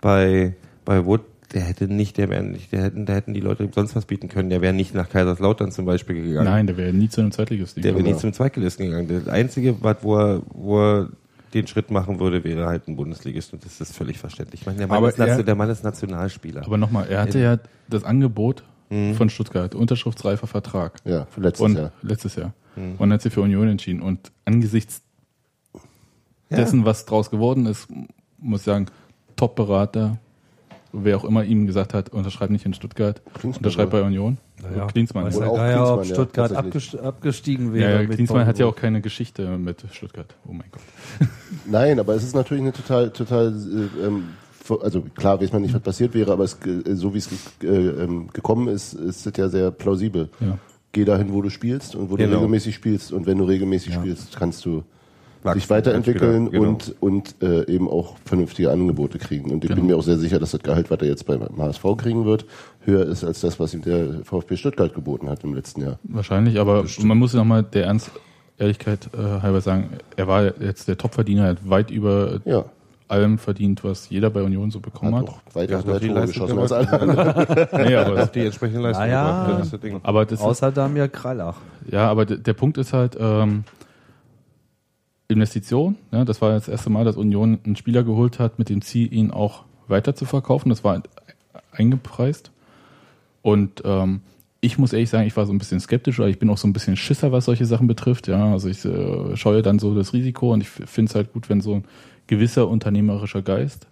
bei, bei Wood, der hätte nicht, der wäre nicht, der hätten, da hätten die Leute sonst was bieten können, der wäre nicht nach Kaiserslautern zum Beispiel gegangen.
Nein, Genau. der wäre nie zu einem Zweitligisten
Der wäre
gekommen.
nicht zum Zweitligisten gegangen. Das Einzige, was, wo, er, wo er den Schritt machen würde, wäre halt ein Bundesligist und das ist völlig verständlich. Ich meine, der Mann,
Aber
ist, Nation-
er-
der Mann ist Nationalspieler.
Aber nochmal, er hatte ja das Angebot von Stuttgart, unterschriftsreifer Vertrag.
Ja, für letztes
und
Jahr.
letztes Jahr. Und hat sich für Union entschieden. Und angesichts dessen, was draus geworden ist, muss ich sagen, Top-Berater, wer auch immer ihm gesagt hat, unterschreib nicht in Stuttgart,
Klinsmann,
unterschreib bei Union. Klinsmann.
Weiß
Oder
ja
auch
gar nicht, ob
Klinsmann, ja,
Stuttgart
tatsächlich.
abgest- abgestiegen
Ja,
wäre.
ja,
mit
Klinsmann hat ja auch
Pauli.
keine Geschichte mit Stuttgart. Oh mein Gott.
Nein, aber es ist natürlich eine total, total, äh, ähm, ver- also klar weiß man nicht, was passiert wäre, aber es, ge- äh, so wie es ge- äh, ähm, gekommen ist, ist es ja sehr plausibel.
Ja.
Geh dahin, wo du spielst und wo du
Genau.
regelmäßig spielst und wenn du regelmäßig spielst, kannst du
Wachsen
dich weiterentwickeln
als Spieler, genau.
und, und äh, eben auch vernünftige Angebote kriegen. Und ich
Genau.
bin mir auch sehr sicher, dass das Gehalt, was er jetzt beim HSV kriegen wird, höher ist als das, was ihm der VfB Stuttgart geboten hat im letzten Jahr.
Wahrscheinlich, aber man muss nochmal der Ernst, Ehrlichkeit äh, halber sagen, er war jetzt der Topverdiener, er hat weit über
Ja.
allem verdient, was jeder bei Union so bekommen
Hat
hat.
auch weitaus
Ja,
mehr
hat die
Tore
Leistung
geschossen als
gemacht.
alle anderen.
Nee, aber,
die entsprechende Leistung
Naja.
gebracht. ne, Das ist das Ding.
aber das ist,
Außer Damir Krallach.
ja, aber d- der Punkt ist halt, ähm, Investition, ne, das war das erste Mal, dass Union einen Spieler geholt hat, mit dem Ziel, ihn auch weiter zu verkaufen. Das war eingepreist. Und ähm, ich muss ehrlich sagen, ich war so ein bisschen skeptisch, oder ich bin auch so ein bisschen Schisser, was solche Sachen betrifft. Ja, also ich äh, scheue dann so das Risiko und ich finde es halt gut, wenn so ein gewisser unternehmerischer Geist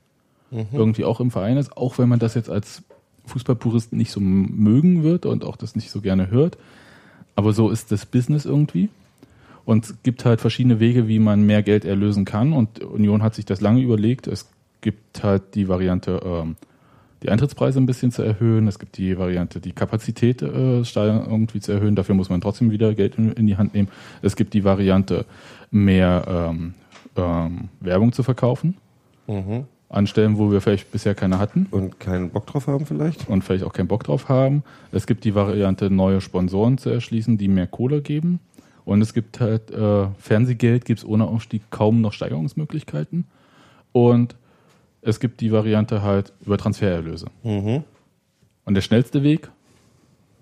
irgendwie auch im Verein ist, auch wenn man das jetzt als Fußballpurist nicht so m- mögen wird und auch das nicht so gerne hört. Aber so ist das Business irgendwie. Und es gibt halt verschiedene Wege, wie man mehr Geld erlösen kann. Und Union hat sich das lange überlegt. Es gibt halt die Variante, ähm, die Eintrittspreise ein bisschen zu erhöhen. Es gibt die Variante, die Kapazität äh, steigern irgendwie zu erhöhen. Dafür muss man trotzdem wieder Geld in, in die Hand nehmen. Es gibt die Variante, mehr ähm, ähm, Werbung zu verkaufen. An Stellen, wo wir vielleicht bisher keine hatten
Und keinen Bock drauf haben vielleicht?
und vielleicht auch keinen Bock drauf haben. Es gibt die Variante, neue Sponsoren zu erschließen, die mehr Kohle geben. Und es gibt halt äh, Fernsehgeld, gibt es ohne Aufstieg kaum noch Steigerungsmöglichkeiten. Und es gibt die Variante halt über Transfererlöse.
Mhm.
Und der schnellste Weg,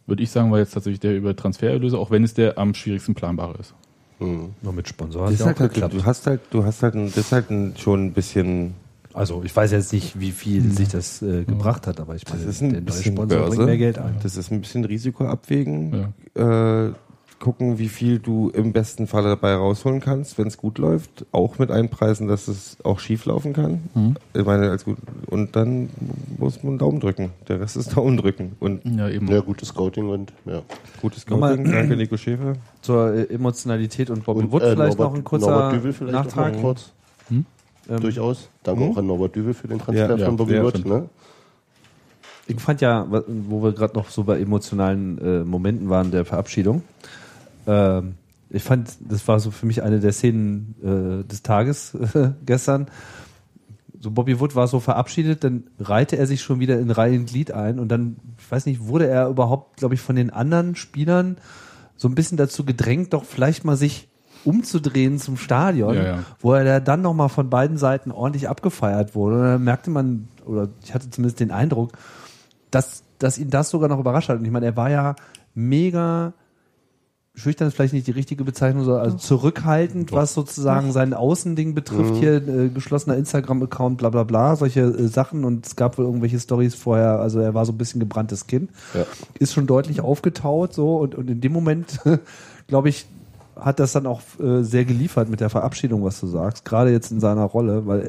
würde ich sagen, war jetzt tatsächlich der über Transfererlöse, auch wenn es der am schwierigsten planbare ist.
Nur mit Sponsor hat
Das
es
ist
ja
halt,
auch
halt,
geklappt.
du hast halt, du hast halt, ein, das ist halt ein, schon ein bisschen,
Also ich weiß jetzt nicht, wie viel sich das äh, gebracht hat, aber ich meine,
das ist ein
der neue
bisschen
Sponsor
Börse.
bringt mehr Geld ein.
Das ist ein bisschen Risiko abwägen. Äh, gucken, wie viel du im besten Falle dabei rausholen kannst, wenn es gut läuft. Auch mit einpreisen, dass es auch schief laufen kann.
Mhm.
Ich meine, als gut. Und dann muss man Daumen drücken. Der Rest ist Daumen drücken. Und
Ja, eben.
Ja, gutes Scouting und ja.
gutes
Mhm. Nochmal-
Coaching. Danke, Nico Schäfer.
Zur äh, Emotionalität und Bob
und,
Wood
äh,
vielleicht
Norbert-
noch ein kurzer
Norbert Düvel vielleicht
Nachtrag.
Noch mal kurz.
Ähm,
Durchaus. Danke auch an Norbert Düvel für den Transfer
Ja,
ja,
von Bobby
ja,
Wood.
stimmt.
Ne?
Ich fand ja, wa- wo wir gerade noch so bei emotionalen äh, Momenten waren der Verabschiedung, ähm, ich fand, das war so für mich eine der Szenen äh, des Tages äh, gestern. So Bobby Wood war so verabschiedet, dann reihte er sich schon wieder in Reihenglied ein und dann, ich weiß nicht, wurde er überhaupt, glaube ich, von den anderen Spielern so ein bisschen dazu gedrängt, doch vielleicht mal sich umzudrehen zum Stadion,
Ja, ja.
wo er da dann nochmal von beiden Seiten ordentlich abgefeiert wurde. Und dann merkte man, oder ich hatte zumindest den Eindruck, dass, dass ihn das sogar noch überrascht hat. Und ich meine, er war ja mega schüchtern ist vielleicht nicht die richtige Bezeichnung, sondern also zurückhaltend, was sozusagen sein Außending betrifft, hier äh, geschlossener Instagram-Account, bla bla bla, solche äh, Sachen und es gab wohl irgendwelche Stories vorher, also er war so ein bisschen gebranntes Kind, ist schon deutlich aufgetaut so und, und in dem Moment, glaube ich, hat das dann auch äh, sehr geliefert mit der Verabschiedung, was du sagst, gerade jetzt in seiner Rolle, weil,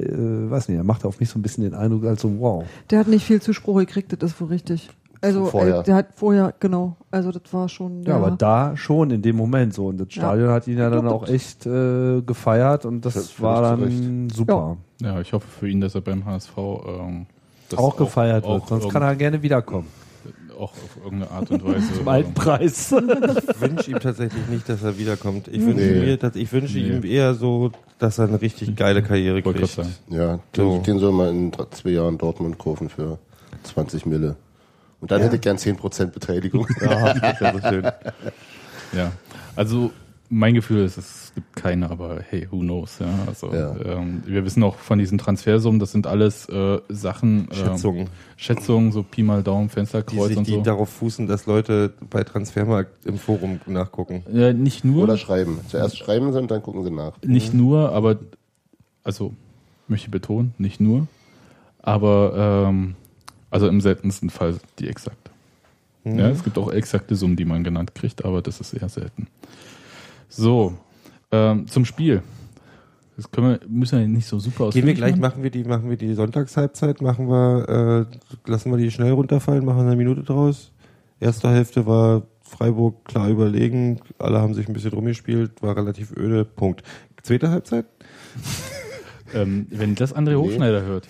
äh, weiß nicht, er macht auf mich so ein bisschen den Eindruck, als so, wow.
Der hat nicht viel Zuspruch gekriegt, das ist wohl richtig. Also
Vorher.
Äh, der hat vorher, genau. Also das war schon.
Ja, aber da schon in dem Moment so. Und das
Ja.
Stadion hat ihn ja dann auch echt äh, gefeiert und das
Völlig
war dann
zurecht.
super.
Ja, ich hoffe für ihn, dass er beim HSV ähm, das
Auch gefeiert
auch ähm,
wird. Sonst
irgend-
kann er gerne wiederkommen.
auch auf irgendeine Art und Weise.
Zum alten Preis.
Ich wünsche ihm tatsächlich nicht, dass er wiederkommt. Ich wünsche,
Nee.
mir, dass, ich wünsche
Nee.
ihm eher so, dass er eine richtig geile Karriere
Wollte
kriegt.
grad sagen.
Ja,
So.
den, den soll man in dr- zwei Jahren Dortmund kaufen für 20 Mille. Und dann hätte ich gern 10% Beteiligung.
Ja, das wäre so schön.
Ja, also mein Gefühl ist, es gibt keine, aber hey, who knows? Ja, also
Ja.
Ähm, wir wissen auch von diesen Transfersummen, das sind alles äh, Sachen, Ähm,
Schätzungen.
Schätzungen, so Pi mal Daumen,
die
Fensterkreuz
sich
und
die
so.
darauf fußen, dass Leute bei Transfermarkt im Forum nachgucken.
Äh, nicht nur,
Oder schreiben. Zuerst schreiben sie und dann gucken sie nach.
nicht nur, aber also möchte ich betonen, nicht nur, aber ähm, also im seltensten Fall die exakte.
Mhm.
Ja, es gibt auch exakte Summen, die man genannt kriegt, aber das ist eher selten. So, ähm, zum Spiel. Das können wir, müssen wir nicht so super
Gehen wir
ausführlich
gleich,
machen.
machen wir die, machen wir die Sonntagshalbzeit, machen wir, äh, lassen wir die schnell runterfallen, machen eine Minute draus. Erste Hälfte war Freiburg klar überlegen, alle haben sich ein bisschen rumgespielt, war relativ öde, Punkt. Zweite Halbzeit?
Ähm, wenn das André Hochschneider hört.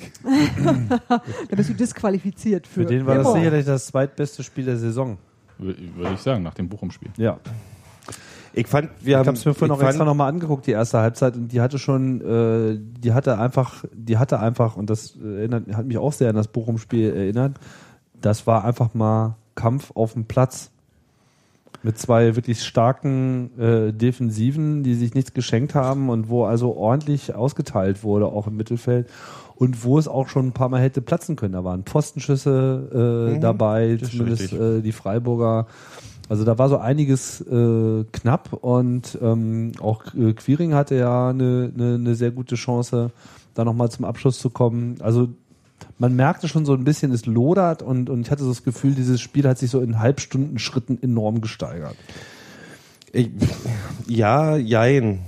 Da bist du disqualifiert für.
Für den war das
Jawohl.
sicherlich das zweitbeste Spiel der Saison.
Wür- Würde ich sagen, nach dem Bochum-Spiel.
Ja.
Ich fand, wir
Ich
haben,
habe es mir vorhin
ich
auch extra
fand-
nochmal angeguckt, die erste Halbzeit, und die hatte schon, äh, die hatte einfach, die hatte einfach, und das äh, erinnert, hat mich auch sehr an das Bochum-Spiel erinnert, das war einfach mal Kampf auf dem Platz. Mit zwei wirklich starken äh, Defensiven, die sich nichts geschenkt haben und wo also ordentlich ausgeteilt wurde, auch im Mittelfeld. Und wo es auch schon ein paar Mal hätte platzen können. Da waren Postenschüsse
Mhm.
äh, dabei,
ist
zumindest
richtig.
äh, die Freiburger. Also da war so einiges äh, knapp und ähm, auch äh, Quiring hatte ja eine, eine, eine sehr gute Chance, da nochmal zum Abschluss zu kommen. Also man merkte schon so ein bisschen, es lodert und, und ich hatte so das Gefühl, dieses Spiel hat sich so in Halbstundenschritten enorm gesteigert.
Ich, ja, jein.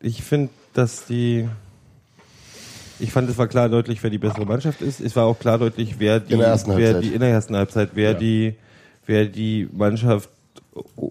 Ich finde, dass die. Ich fand, es war klar deutlich, wer die bessere Mannschaft ist. Es war auch klar deutlich, wer die
In der ersten
wer
Halbzeit.
die in der ersten Halbzeit, wer
Ja.
die wer die Mannschaft o-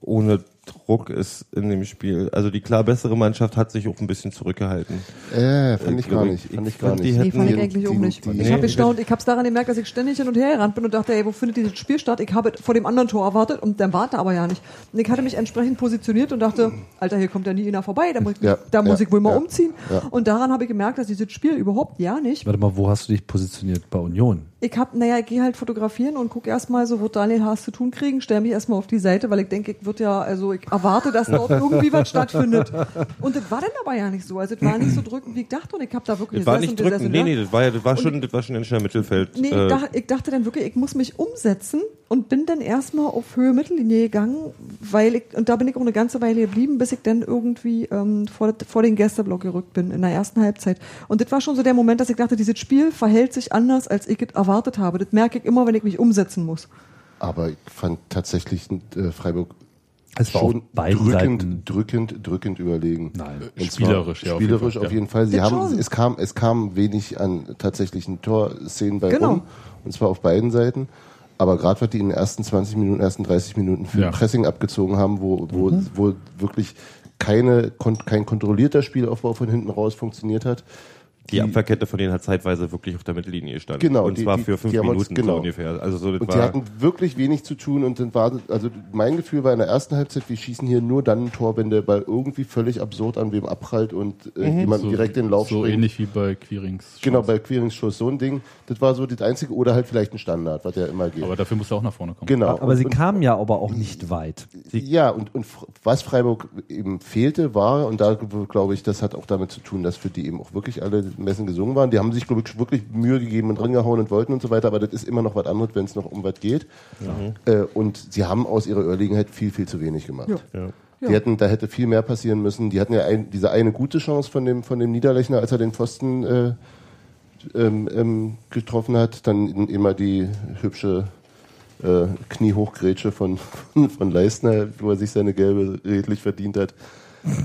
ohne Druck ist in dem Spiel. Also die klar bessere Mannschaft hat sich auch ein bisschen zurückgehalten.
Äh, fand ich
Ich
gar
glaub,
nicht.
ich
Fand ich gar
fand die
nicht.
Nee,
hätten
fand ich
die-
eigentlich auch
die-
nicht.
die-
ich
nee,
habe gestaunt,
das-
ich habe es daran gemerkt, dass ich ständig hin und her gerannt bin und dachte, ey, wo findet dieses Spiel statt? Ich habe vor dem anderen Tor erwartet und dann war er aber ja nicht. Und ich hatte mich entsprechend positioniert und dachte, Alter, hier kommt ja nie einer vorbei, da muss, ich-
Ja,
da muss
ja,
ich wohl mal
ja,
umziehen.
ja.
Und daran habe ich gemerkt, dass dieses Spiel überhaupt ja nicht.
Warte mal, wo hast du dich positioniert? Bei Union.
Ich hab, naja, ich gehe halt fotografieren und guck erstmal, so wird Daniel Haas zu tun kriegen, stell mich erstmal auf die Seite, weil ich denke, ich wird ja, also ich erwarte, dass dort irgendwie was stattfindet. Und das war dann aber ja nicht so. Also das war nicht so drückend, wie ich dachte und ich habe da wirklich
Das war
gesessen
nicht
und
drücken.
gesessen,
Nee,
ja.
nee, das war ja, das war schon, das war schon ein schöner Mittelfeld.
Nee,
äh,
ich, dach, ich dachte dann wirklich, ich muss mich umsetzen und bin dann erstmal auf Höhe Mittellinie gegangen, weil ich, und da bin ich auch eine ganze Weile geblieben, bis ich dann irgendwie ähm, vor, vor den Gästeblock gerückt bin in der ersten Halbzeit. Und das war schon so der Moment, dass ich dachte, dieses Spiel verhält sich anders, als ich es erwartet habe. Das merke ich immer, wenn ich mich umsetzen muss.
Aber ich fand tatsächlich äh, Freiburg
Es war auf
schon
beiden
drückend,
Seiten.
drückend, drückend überlegen.
Nein.
Und
Spielerisch,
zwar,
ja, auf jeden
Spielerisch
Fall,
auf
ja.
jeden Fall. Sie
Ja,
haben,
schon.
es, kam, es kam wenig an tatsächlichen Torszenen bei
Genau.
rum. Und zwar auf beiden Seiten. Aber gerade was die in den ersten 20 Minuten, ersten 30 Minuten für
Ja.
Pressing abgezogen haben, wo, wo,
Mhm.
wo wirklich keine, kon kein kontrollierter Spielaufbau von hinten raus funktioniert hat.
Die Abwehrkette von denen hat zeitweise wirklich auf der Mittellinie gestanden.
Genau,
Und
die-
zwar
die-
für fünf
die haben uns-
Minuten
genau.
so ungefähr. Also so das
Und die
war,
hatten wirklich wenig zu tun und dann war, also mein Gefühl war in der ersten Halbzeit, wir schießen hier nur dann ein Tor, wenn der Ball irgendwie völlig absurd an wem abprallt und äh, jemand direkt in den Lauf
Mhm. So
springt.
ähnlich wie bei Queerings.
Genau, bei Queerings-Schuss, so ein Ding. Das war so das einzige oder halt vielleicht ein Standard, was ja immer geht.
Aber dafür musst du auch nach vorne kommen.
genau.
Aber sie
und,
kamen ja aber auch nicht weit.
und, ja, und, und Fr- was Freiburg eben fehlte, war, und da glaube ich, das hat auch damit zu tun, dass für die eben auch wirklich alle Messen gesungen waren. Die haben sich, glaube ich, wirklich Mühe gegeben und reingehauen und wollten und so weiter, aber das ist immer noch was anderes, wenn es noch um was geht. Äh, und sie haben aus ihrer Überlegenheit viel, viel zu wenig gemacht.
Ja.
ja.
Ja.
Die hätten, da hätte viel mehr passieren müssen. Die hatten ja ein, diese eine gute Chance von dem, von dem Niederlechner, als er den Pfosten äh, ähm, ähm, getroffen hat. Dann immer die hübsche äh, Kniehochgrätsche von, von, von Leistner, wo er sich seine gelbe redlich verdient hat.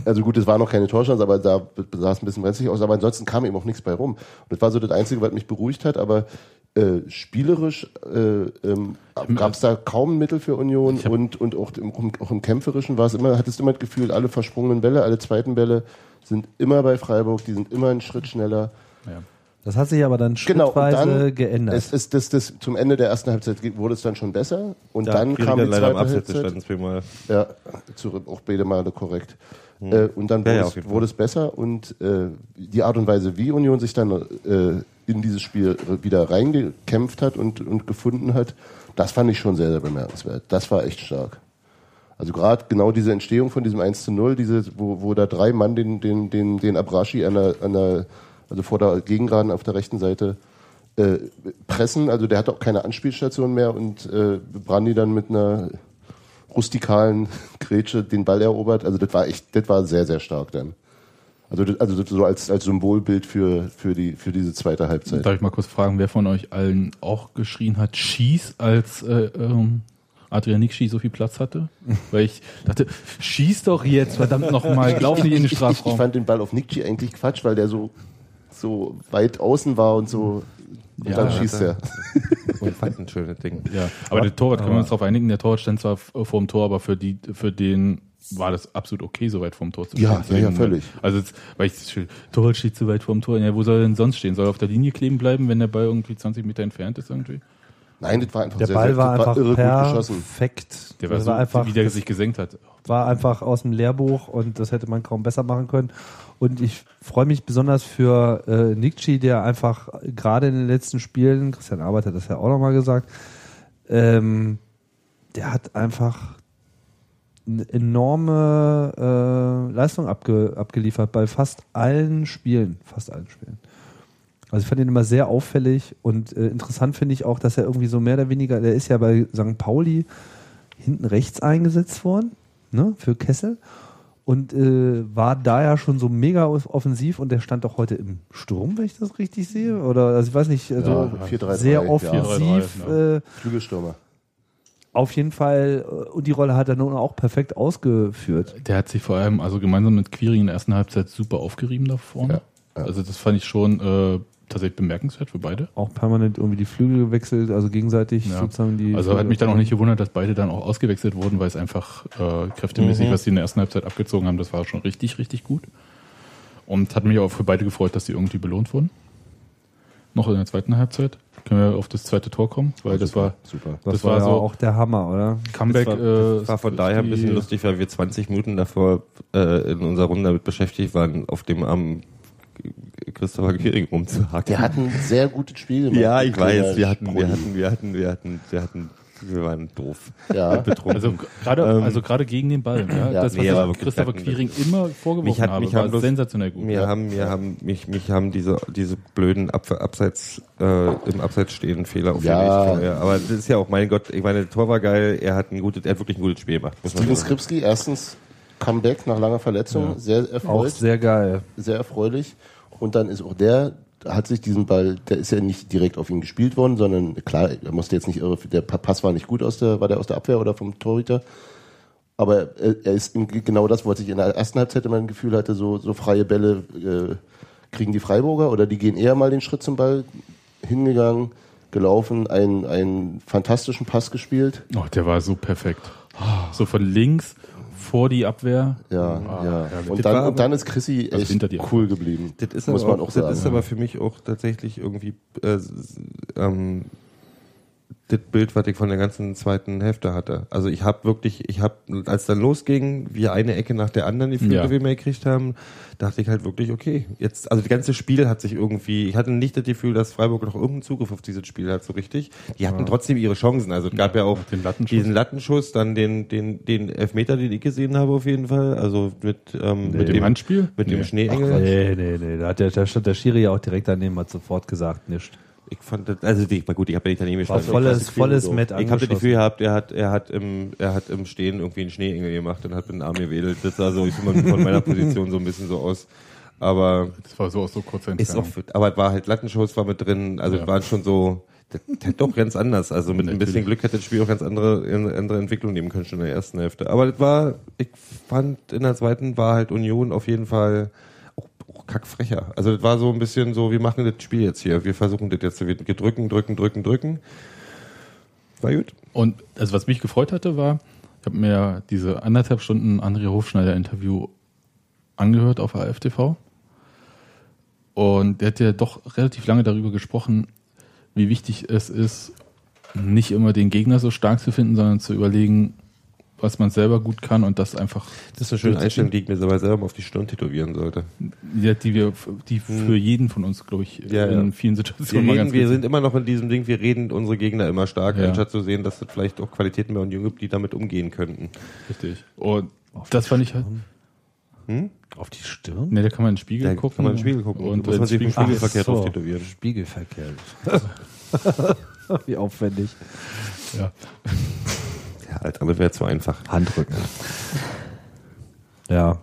Also gut, es war noch keine Torchance, aber da sah es ein bisschen brenzlig aus. Aber ansonsten kam eben auch nichts bei rum. Und das war so das Einzige, was mich beruhigt hat. Aber äh, spielerisch äh, ähm, gab es da kaum Mittel für Union
hab-
und, und auch, im, um, auch im Kämpferischen war es immer, hattest immer das Gefühl, alle versprungenen Bälle, alle zweiten Bälle sind immer bei Freiburg, die sind immer einen Schritt schneller.
Ja.
Das hat sich aber dann
Genau, und
schrittweise
dann
geändert.
Es ist das, das, zum Ende der ersten Halbzeit ge- wurde es dann schon besser und dann
Quirin
kam die
leider
zweite
am Abseits
Halbzeit.
gestanden zweimal.
Ja, zurück, auch beide Male korrekt. Äh, und dann
Hm.
wurde,
Ja, ja, auf
es,
jeden
wurde es besser und äh, die Art und Weise, wie Union sich dann äh, in dieses Spiel äh, wieder reingekämpft hat und, und gefunden hat, das fand ich schon sehr, sehr bemerkenswert. Das war echt stark. Also gerade genau diese Entstehung von diesem 1 zu 0, diese, wo, wo da drei Mann den, den, den, den Abrashi an der, an der, also vor der Gegengraden auf der rechten Seite äh, pressen. Also der hat auch keine Anspielstation mehr und äh, Brandi dann mit einer rustikalen Grätsche den Ball erobert. Also das war echt, das war sehr, sehr stark dann. Also, das, also das so als, als Symbolbild für, für, die, für diese zweite Halbzeit.
Darf ich mal kurz fragen, wer von euch allen auch geschrien hat, schieß, als äh, ähm, Adrian Nixi so viel Platz hatte? Weil ich dachte, schieß doch jetzt, verdammt nochmal, lauf nicht in den
Ich, ich, ich
Strafraum.
fand den Ball auf Nikci eigentlich Quatsch, weil der so, so weit außen war und so. Und
Ja,
dann
ja,
schießt er.
Und fand ein schönes Ding.
Ja, aber der Torwart, können wir uns darauf einigen, der Torwart stand zwar f- vor dem Tor, aber für, die, für den war das absolut okay, so weit vorm Tor zu stehen.
Ja, ja, ja, völlig.
Also, jetzt, weil ich das Schild- Torwart steht zu weit vorm Tor. Ja, wo soll er denn sonst stehen? Soll er auf der Linie kleben bleiben, wenn der Ball irgendwie 20 Meter entfernt ist irgendwie?
Nein, das war einfach
der
sehr,
Ball
sehr,
war
das
einfach
irre gut geschossen.
perfekt.
Der war,
Das
so,
war einfach,
wie der sich gesenkt hat.
war einfach aus dem Lehrbuch und das hätte man kaum besser machen können. Und ich freue mich besonders für äh, Nikci, der einfach gerade in den letzten Spielen, Christian Arbeit hat das ja auch nochmal gesagt, ähm, der hat einfach eine enorme äh, Leistung abge abgeliefert bei fast allen Spielen. Fast allen Spielen. Also ich fand ihn immer sehr auffällig und äh, interessant finde ich auch, dass er irgendwie so mehr oder weniger, der ist ja bei St. Pauli hinten rechts eingesetzt worden, ne, für Kessel. Und äh, war da ja schon so mega offensiv und der stand auch heute im Sturm, wenn ich das richtig sehe. Oder also ich weiß nicht, also
Ja, 4-3-3,
sehr
ja.
offensiv.
4-3-3, ja.
Äh,
Flügelstürmer.
auf jeden Fall, äh, und die Rolle hat er nun auch perfekt ausgeführt.
Der hat sich vor allem, also gemeinsam mit Queering in der ersten Halbzeit super aufgerieben da vorne. Also das fand ich schon äh, tatsächlich bemerkenswert für beide.
Auch permanent irgendwie die Flügel gewechselt, also gegenseitig
Ja.
sozusagen die.
Also hat mich dann auch nicht gewundert, dass beide dann auch ausgewechselt wurden, weil es einfach äh,
Mhm.
kräftemäßig, was sie in der ersten Halbzeit abgezogen haben, das war schon richtig, richtig gut. Und hat mich auch für beide gefreut, dass sie irgendwie belohnt wurden. Noch in der zweiten Halbzeit. Können wir auf das zweite Tor kommen? Weil das war
Super.
Das,
das
war,
war
ja
so-
auch der Hammer, oder?
Comeback.
Das Also war,
äh,
das war von daher ein bisschen
die-
lustig, weil wir 20 Minuten davor äh, in unserer Runde damit beschäftigt waren, auf dem am Christopher Kiering rumzuhacken.
Der hat ein sehr gutes Spiel gemacht.
ja, ich
Kleiner
weiß, wir hatten, wir
Brudi.
hatten, wir hatten, wir hatten, wir hatten, wir waren doof.
Ja.
Betrunken. Ähm,
Also gerade also gerade gegen den Ball. Ja?
Ja,
das, was
nee, aber
ich
wirklich,
Christopher
wir hatten-
Quiring immer vorgeworfen
Mich hat-
habe,
mich haben
war
bloß-
sensationell gut.
Mir haben, mir haben, mich, mich haben diese, diese blöden Ab Abseits, äh, im Abseits stehenden Fehler auf
Ja.
Aber das ist ja auch, mein Gott, ich meine, das Tor war geil, er hat ein gutes, er hat wirklich ein gutes Spiel gemacht. muss man
Steven
sagen.
Skripski, erstens Comeback nach langer Verletzung, sehr
Auch
erfreut, sehr,
sehr geil.
erfreulich. Und dann ist auch der, hat sich diesen Ball, der ist ja nicht direkt auf ihn gespielt worden, sondern klar, er musste jetzt nicht irre, der Pa- Pass war nicht gut aus der, war der aus der Abwehr oder vom Torhüter. Aber er, er ist im- genau das, was ich in der ersten Halbzeit immer ein Gefühl hatte, so, so freie Bälle äh, kriegen die Freiburger oder die gehen eher mal den Schritt zum Ball hingegangen, gelaufen, einen, einen fantastischen Pass gespielt.
Oh, der war so perfekt. So von links vor die Abwehr.
Ja, ja. Und
war
dann,
aber-
und dann ist Chrissy
Also hinter
echt
dir.
cool geblieben.
Das ist
muss
aber
man auch sagen.
Das ist aber für mich auch tatsächlich irgendwie äh, s- ähm, das Bild, was ich von der ganzen zweiten Hälfte hatte. Also ich habe wirklich, ich habe, als dann losging, wir eine Ecke nach der anderen die Flügel
Ja.
wir mehr gekriegt haben, dachte ich halt wirklich, okay, jetzt, also das ganze Spiel hat sich irgendwie, ich hatte nicht das Gefühl, dass Freiburg noch irgendeinen Zugriff auf dieses Spiel hat, so richtig. Die hatten trotzdem ihre Chancen. Also es gab ja, auch
den Lattenschuss.
diesen Lattenschuss, dann den, den, den Elfmeter, den ich gesehen habe auf jeden Fall. Also mit, ähm, mit
dem Handspiel?
Mit dem
Nee.
Schneeengel.
Nee, nee, nee. Da hat der, der, der Schiri ja auch direkt daneben hat sofort gesagt, nichts.
Ich fand das, also die, gut, ich habe ja Italienisch
Also
War volles, volles Met
Ich habe das
angeschossen.
Gefühl gehabt, er hat, er hat im, er hat im Stehen irgendwie einen Schneeengel gemacht und hat mit dem Arm gewedelt. Das sah so ich immer von meiner Position so ein bisschen so aus. Aber
Das war so aus so kurzer
ist auch,
Entfernung.
aber es war halt Lattenschuss war mit drin. Also es waren schon so, das, das doch ganz anders. Also mit ein bisschen
Natürlich.
Glück hätte das Spiel auch ganz andere, andere Entwicklung nehmen können schon in der ersten Hälfte. Aber das war, ich fand in der zweiten war halt Union auf jeden Fall auch, auch kackfrecher. Also das war so ein bisschen so, wir machen das Spiel jetzt hier. Wir versuchen das jetzt. Wir drücken, drücken, drücken, drücken. War gut.
Und also was mich gefreut hatte, war, ich habe mir diese anderthalb Stunden Andrea Hofschneider-Interview angehört auf AFTV. Und der hat ja doch relativ lange darüber gesprochen, wie wichtig es ist, nicht immer den Gegner so stark zu finden, sondern zu überlegen, was man selber gut kann und das einfach,
Das ist eine schöne Einstellung, die ich mir dabei selber mal auf die Stirn tätowieren sollte.
ja, die wir, die für jeden von uns, glaube ich,
Mhm. Ja,
in
ja.
vielen
Wir,
Situationen
reden, wir
gut
sind immer noch in diesem Ding, wir reden unsere Gegner immer stark,
Ja.
anstatt zu sehen, dass es vielleicht auch Qualitäten bei Union gibt, die damit umgehen könnten.
richtig. Und das fand ich halt,
Auf die Stirn?
ne, da kann man in den Spiegel
Da
gucken.
kann man in den Spiegel gucken.
Und
Muss man
äh,
sich im
Spiegel-
Spiegelverkehrt drauf tätowieren.
Spiegelverkehrt. Wie aufwendig.
ja.
Ja, Alter, das wäre zu einfach.
Handrücken. Ja.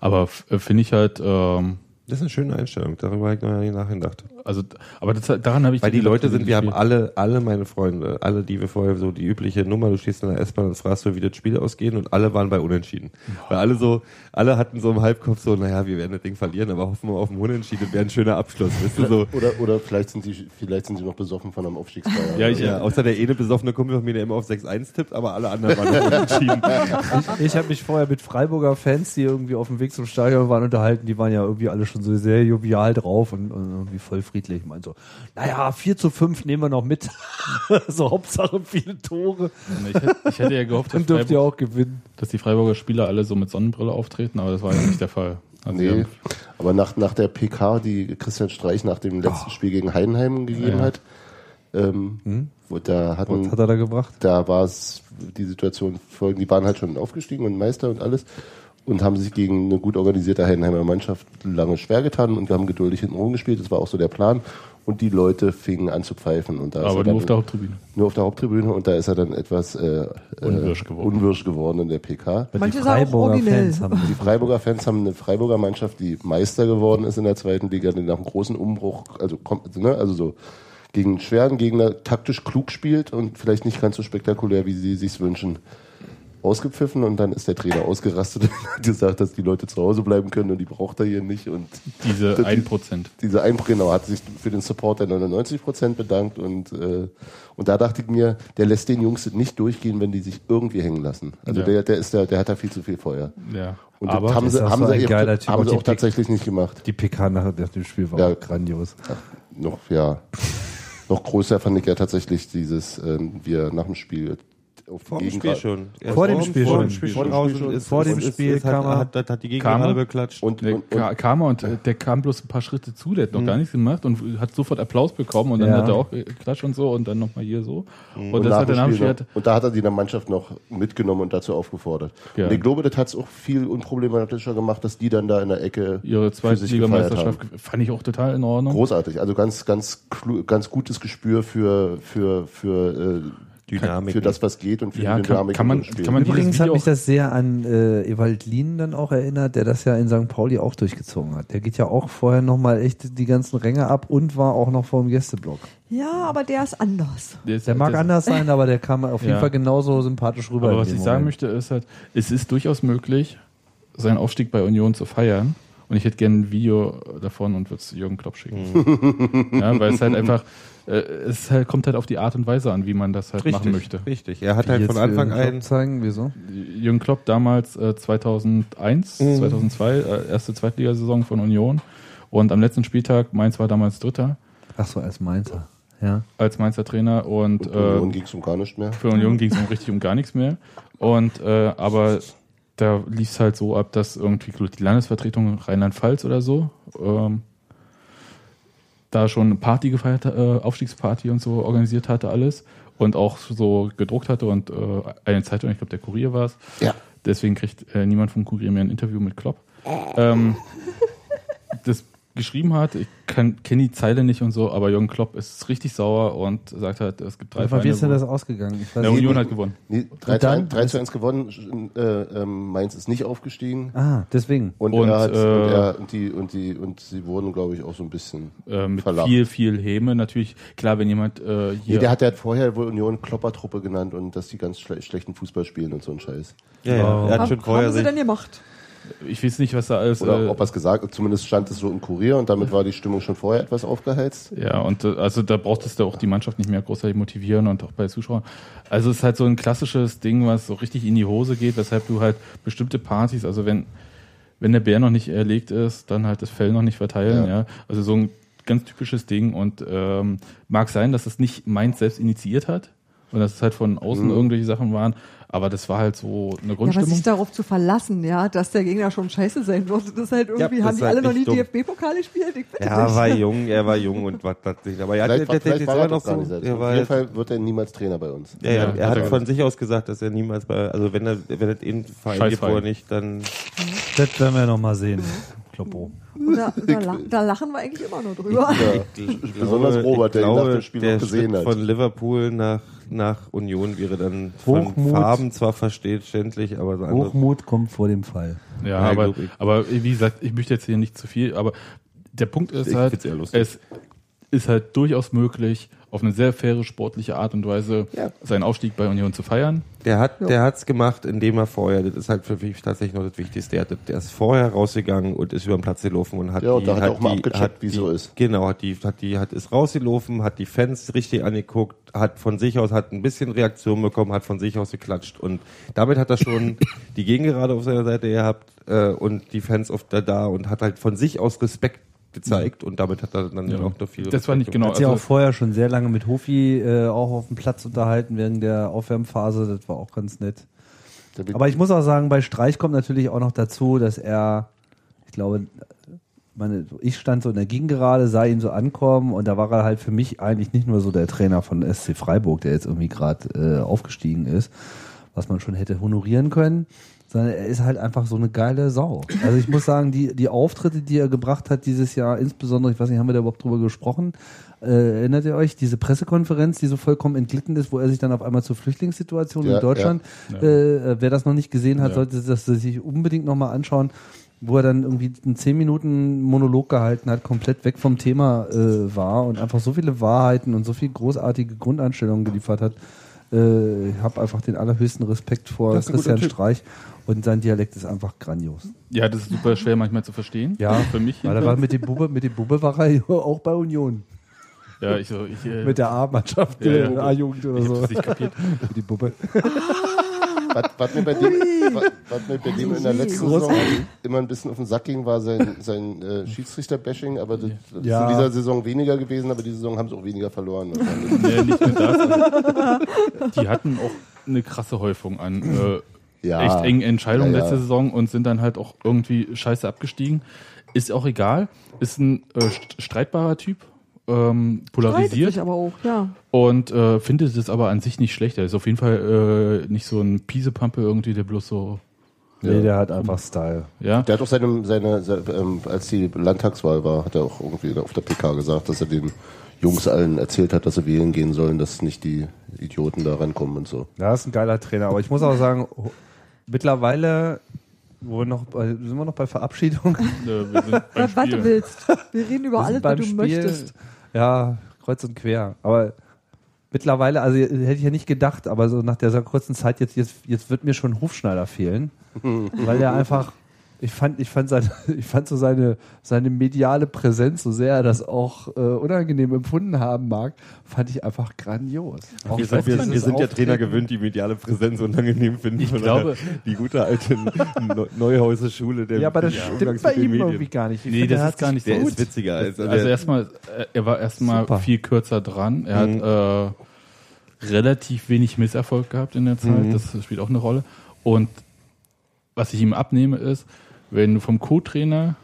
Aber f- äh, finde ich halt, ähm,
Das ist eine schöne Einstellung, darüber habe ich noch nie nachgedacht.
also, d- aber das, daran habe ich.
Weil die
gedacht,
Leute sind, wir haben
Spiel-
alle, alle meine Freunde, alle, die wir vorher so die übliche Nummer, du stehst in der S-Bahn und fragst so, wie das Spiel ausgeht und alle waren bei Unentschieden. Weil alle so, alle hatten so im Halbkopf so, naja, wir werden das Ding verlieren, aber hoffen wir auf ein Unentschieden, wäre ein schöner Abschluss, weißt du so.
Oder, oder vielleicht, sind sie, vielleicht sind sie noch besoffen von einem Aufstiegsfeier.
Ja, ich,
Ja, außer der eine besoffene Kumpel von mir, der immer auf 6-1 tippt, aber alle anderen waren auf Unentschieden.
Ich, ich habe mich vorher mit Freiburger Fans, die irgendwie auf dem Weg zum Stadion waren, unterhalten. Die waren ja irgendwie alle schon so sehr jovial drauf und, und irgendwie voll friedlich. Ich meine so, naja, 4 zu 5 nehmen wir noch mit. so Hauptsache viele Tore.
ich, hätte, ich hätte ja gehofft, dass,
Dann dürft ihr
Freiburg,
auch gewinnen.
dass die Freiburger Spieler alle so mit Sonnenbrille auftreten, aber das war ja nicht der Fall. Also
Nee,
ja,
aber nach, nach der PK, die Christian Streich nach dem letzten Spiel gegen Heidenheim gegeben
Ja.
hat, ähm,
Hm?
wo, da hatten,
Mhm.
Was hat er da gebracht?
da war es die Situation folgend, die waren halt schon aufgestiegen und Meister und alles und haben sich gegen eine gut organisierte Heidenheimer Mannschaft lange schwer getan und haben geduldig hinten rumgespielt, das war auch so der Plan und die Leute fingen an zu pfeifen und Also da ist
aber
er dann
nur auf der Haupttribüne.
nur auf der Haupttribüne und da ist er dann etwas äh,
Unwirsch
äh,
geworden.
unwirsch geworden in der PK.
Manche sagen auch originell.
Fans haben
Die Freiburger Fans haben eine Freiburger Mannschaft, die Meister geworden ist in der zweiten Liga, die nach einem großen Umbruch, also kommt, ne, also so gegen einen schweren Gegner taktisch klug spielt und vielleicht nicht ganz so spektakulär, wie sie sich's wünschen, ausgepfiffen und dann ist der Trainer ausgerastet und hat gesagt, dass die Leute zu Hause bleiben können und die braucht er hier nicht und
Diese
Das-
1%.
diese Einbrenner hat sich für den Support der 99 Prozent bedankt und äh, und da dachte ich mir, der lässt den Jungs das nicht durchgehen, wenn die sich irgendwie hängen lassen. Also
Ja.
der, der ist der, der hat da viel zu viel Feuer.
Ja. Ah,
Und
aber
das haben
ist
sie,
auch
haben
so
sie,
ein
eben,
geiler Typ.
haben
Und
sie
die
auch tatsächlich nicht gemacht.
Die PK nach, nach dem Spiel war
Ja.
auch grandios.
Noch, ja. Noch größer fand ich ja tatsächlich dieses, ähm, wir nach dem Spiel auf
Vor
die
dem Spiel
Gegengrad-
schon.
Vor dem Spiel
Vor
schon.
dem Spiel schon.
Vor dem Spiel
Draußen ist-
Vor dem
ist-
Spiel
ist- hat-
kam er-
Hat, hat, hat die Gegner
Kam er?
gerade beklatscht.
Und,
Der
und, und Mhm.
ka- kam er und äh, der kam bloß ein paar Schritte zu, der hat noch gar nichts gemacht und hat sofort Applaus bekommen und dann
Ja.
hat er auch äh, Klatsch und so und dann nochmal hier so. Und,
Mhm. Und,
das
nach
hat
dem
der Name
Spiel
schon
noch, und da hat er die Mannschaft noch mitgenommen und dazu aufgefordert.
Ja.
Und ich glaube, das hat es auch viel unproblematischer gemacht, dass die dann da in der Ecke
ihre
für
zweite
sich gefeiert
Ligameisterschaft
haben.
ge- fand ich auch total in Ordnung.
Großartig, also ganz, ganz, klu- ganz gutes Gespür für, für, für äh,
Dynamik.
für das, was geht und für
Ja,
die
kann-
Dynamik
kann man-
im Spiel.
kann man- dieses
Übrigens hat
Video
mich
auch-
das sehr an äh, Ewald Lien dann auch erinnert, der das ja in St. Pauli auch durchgezogen hat. Der geht ja auch vorher nochmal echt die ganzen Ränge ab und war auch noch vor dem Gästeblock.
Ja, aber der ist anders.
ist- halt
Der mag
das-
anders sein, aber der kam auf jeden
Ja.
Fall genauso sympathisch rüber.
Aber
in
was ich
dem
sagen
Moment.
möchte, ist halt, es ist durchaus möglich, seinen Aufstieg bei Union zu feiern. Und ich hätte gerne ein Video davon und würde es Jürgen Klopp schicken. ja, weil es halt einfach, äh, es halt, kommt halt auf die Art und Weise an, wie man das halt machen möchte.
Richtig. Er hat
Wie
halt
jetzt
von Anfang
Jürgen Klopp
an
zeigen, wieso?
Jürgen Klopp damals äh, 2001, 2002, äh, erste Zweitligasaison von Union. Und am letzten Spieltag, Mainz war damals Dritter
Ach so, als Mainzer. Ja.
als Mainzer Trainer und,
Und
äh,
Union ging es um gar nicht mehr.
Für Union ging es um richtig um gar nichts mehr. Und äh, aber da lief es halt so ab, dass irgendwie glaub ich, die Landesvertretung Rheinland-Pfalz oder so ähm, da schon eine Party gefeiert, äh, Aufstiegsparty und so organisiert hatte alles und auch so gedruckt hatte und äh, eine Zeitung, ich glaube der Kurier war es.
Ja.
Deswegen kriegt äh, niemand vom Kurier mehr ein Interview mit Klopp. Ähm, das geschrieben hat, ich kenne die Zeile nicht und so, aber Jürgen Klopp ist richtig sauer und sagt halt, es gibt drei
Wie ist denn
wo-
das ausgegangen? Ich weiß
Na,
nicht.
Union hat gewonnen.
Nee, 3, zu
dann?
1, 3 zu 1 gewonnen, äh, ähm, Mainz ist nicht aufgestiegen.
ah, deswegen.
Und,
Und,
er hat,
äh,
und, er, und, die, und, die, und sie wurden, glaube ich, auch so ein bisschen
Äh, mit
verlacht.
viel, viel Häme. Natürlich, klar, wenn jemand äh,
Nee,
hier.
der hat der hat vorher wohl Union Kloppertruppe genannt und dass die ganz schle schlechten Fußball spielen und so ein Scheiß.
Ja, ja. Er hat
Hab-
schon
haben
vorher
sie
sich
denn gemacht?
ich weiß nicht, was da alles.
Oder
äh,
ob er es gesagt hat, zumindest stand es so im Kurier und damit war die Stimmung schon vorher etwas aufgeheizt.
ja, und äh, also da braucht es da auch die Mannschaft nicht mehr großartig motivieren und auch bei Zuschauern. Also es ist halt so ein klassisches Ding, was so richtig in die Hose geht, weshalb du halt bestimmte Partys, also wenn, wenn der Bär noch nicht erlegt ist, dann halt das Fell noch nicht verteilen, ja.
Ja.
Also so ein ganz typisches Ding und ähm, mag sein, dass es nicht Mainz selbst initiiert hat und dass es halt von außen
Mhm.
irgendwelche Sachen waren, aber das war halt so eine
Ja, aber
Grundstimmung.
sich darauf zu verlassen, ja, dass der Gegner schon scheiße sein wird, das ist halt irgendwie,
das
haben
ist
die
halt
alle noch nie
echt dumm.
DFB-Pokal gespielt? Ich bitte
Ja,
dich.
war jung, er war jung und was das nicht. Aber er hat
Vielleicht, war-
er- er-
vielleicht war
er
er
noch
doch gar
so-
nicht selbst.
er
Auf
war
jeden Fall wird er niemals Trainer bei uns.
Ja, ja,
Ja,
er
hat er
hat von sich aus gesagt, dass er niemals bei, also wenn er, wenn er den Verein
Scheiß
gibt, wo
Verein.
er nicht, dann
Das werden wir nochmal sehen. Kloppo.
Und da, da, la- da lachen wir eigentlich immer nur drüber.
Ja.
Ich
Besonders Robert, der ihn nach dem Spiel
der
noch gesehen
Schritt
hat.
von Liverpool nach, nach Union wäre dann von
Hochmut.
Farben zwar verständlich, aber
Also-
so andere
Hochmut kommt vor dem Fall.
Ja,
Ja,
aber,
glaub ich.
aber wie gesagt, ich möchte jetzt hier nicht zu viel, aber der Punkt ist
Ich
halt,
find's eher lustig.
es ist halt durchaus möglich, auf eine sehr faire sportliche Art und Weise
Ja.
seinen Aufstieg bei Union zu feiern.
Der hat, der hat's gemacht, indem er vorher, das ist halt für mich tatsächlich noch das Wichtigste, der, hat, der ist vorher rausgegangen und ist über den Platz gelaufen und hat
Ja, und
die,
da hat er auch mal
die,
abgecheckt,
hat
wie
die,
so ist.
Genau, hat die, hat die, hat ist rausgelaufen, hat die Fans richtig angeguckt, hat von sich aus, hat ein bisschen Reaktion bekommen, hat von sich aus geklatscht und damit hat er schon die Gegengerade auf seiner Seite gehabt, äh, und die Fans auf der da und hat halt von sich aus Respekt
Mhm.
gezeigt und damit hat er dann ja. auch noch viel.
Das war nicht genau.
Hat sich auch
Also,
vorher schon sehr lange mit Hofi äh, auch auf dem Platz unterhalten während der Aufwärmphase. Das war auch ganz nett.
Der wird-
Aber ich muss auch sagen, bei Streich kommt natürlich auch noch dazu, dass er, ich glaube, meine, ich stand so in der Gegengerade, sah ihn so ankommen und da war er halt für mich eigentlich nicht nur so der Trainer von SC Freiburg, der jetzt irgendwie gerade äh, aufgestiegen ist, was man schon hätte honorieren können, sondern er ist halt einfach so eine geile Sau. Also ich muss sagen, die, die Auftritte, die er gebracht hat dieses Jahr, insbesondere, ich weiß nicht, haben wir da überhaupt drüber gesprochen, äh, erinnert ihr euch, diese Pressekonferenz, die so vollkommen entglitten ist, wo er sich dann auf einmal zur Flüchtlingssituation
Ja,
in
ja.
Deutschland äh, wer das noch nicht gesehen hat,
Ja.
sollte das sich unbedingt nochmal anschauen, wo er dann irgendwie einen 10 Minuten Monolog gehalten hat, komplett weg vom Thema äh, war und einfach so viele Wahrheiten und so viel großartige Grundeinstellungen geliefert hat. Äh, ich habe einfach den allerhöchsten Respekt vor
Das ist ein guter
Christian
Typ.
Streich und sein Dialekt ist einfach grandios.
ja, das ist super schwer manchmal zu verstehen. für mich.
Weil er war mit dem Bube, mit dem Bube war er ja auch bei Union.
ja, ich, so, ich, äh,
Mit der A-Mannschaft,
Ja, ja.
der A-Jugend oder
ich hab
so.
das nicht kapiert.
Mit dem Bube.
Was, was mir bei dem, was, was mir bei dem in der letzten Saison immer ein bisschen auf den Sack ging, war sein, sein äh, Schiedsrichter-Bashing, aber das, das
Ja.
ist in dieser Saison weniger gewesen, aber die Saison haben sie auch weniger verloren. wahrscheinlich.
Nee, nicht nur das. Also, Die hatten auch eine krasse Häufung an äh,
Ja.
echt engen Entscheidungen
Ja, ja.
letzte Saison und sind dann halt auch irgendwie scheiße abgestiegen. Ist auch egal. Ist ein äh, st- streitbarer Typ. Ähm,
Streitet
polarisiert.
sich aber auch, ja.
Und äh, findet es aber an sich nicht schlecht. Er ist auf jeden Fall äh, nicht so ein Piesepampe irgendwie, der bloß so,
Nee, der hat einfach Style.
ja.
Der hat auch seine, seine, se- ähm, als die Landtagswahl war, hat er auch irgendwie auf der PK gesagt, dass er den Jungs allen erzählt hat, dass sie wählen gehen sollen, dass nicht die Idioten da rankommen und so.
Ja, ist ein geiler Trainer. Aber ich muss auch sagen, oh, mittlerweile wo wir noch bei, sind wir noch bei Verabschiedung.
Äh, wir sind beim
Was, was du
Spiel.
willst. Wir reden über
Wir sind
alles, was du möchtest.
Ja, kreuz und quer. Aber mittlerweile, also hätte ich ja nicht gedacht, aber so nach dieser kurzen Zeit, jetzt, jetzt, jetzt wird mir schon Hufschneider fehlen. weil der einfach, ich fand, ich fand, seine, ich fand so seine, seine mediale Präsenz, so sehr er das auch äh, unangenehm empfunden haben mag, fand ich einfach grandios. Auch
Wir sind, wir,
dieses
wir sind ja
Auftreten.
Trainer gewöhnt, die mediale Präsenz unangenehm finden.
Ich
Von
glaube-
daher die gute alte Neu- Neuhäuser Schule. Der
Ja, aber das
des
stimmt
Umgangs
bei
mit den
ihm
Medien.
irgendwie gar nicht. Ich
Nee,
finde,
das
er
ist
hat
gar
sich
nicht
Der
so.
ist witziger als
Also
der-
erstmal, äh, er war erstmal
Super.
viel kürzer dran. Er hat äh, relativ wenig Misserfolg gehabt in der Zeit. Das spielt auch eine Rolle. Und was ich ihm abnehme ist, wenn du vom Co-Trainer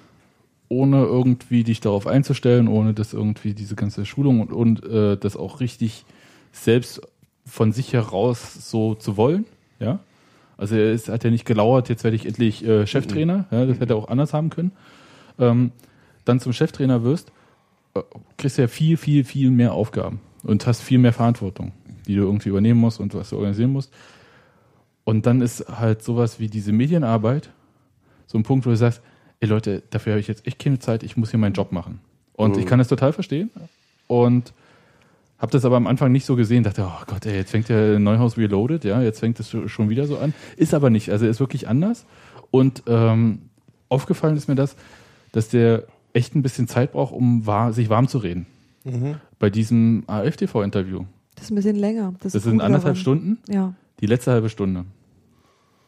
ohne irgendwie dich darauf einzustellen, ohne dass irgendwie diese ganze Schulung und, und äh, das auch richtig selbst von sich heraus so zu wollen, ja. Also er ist, hat ja nicht gelauert, jetzt werde ich endlich äh, Cheftrainer, ja, das hätte er auch anders haben können. Ähm, dann zum Cheftrainer wirst, äh, kriegst du ja viel, viel, viel mehr Aufgaben und hast viel mehr Verantwortung, die du irgendwie übernehmen musst und was du organisieren musst. Und dann ist halt sowas wie diese Medienarbeit so ein Punkt, wo du sagst, ey Leute, dafür habe ich jetzt echt keine Zeit, ich muss hier meinen Job machen. Und ich kann das total verstehen und habe das aber am Anfang nicht so gesehen, dachte, oh Gott, ey, jetzt fängt der Neuhaus Reloaded, ja, jetzt fängt das so- schon wieder so an. Ist aber nicht, also ist wirklich anders. Und ähm, aufgefallen ist mir das, dass der echt ein bisschen Zeit braucht, um war, sich warm zu reden. Bei diesem AfTV-Interview.
Das ist ein bisschen länger. Das,
Das
ist
sind
gut
anderthalb
daran.
Stunden.
Ja.
Die letzte halbe Stunde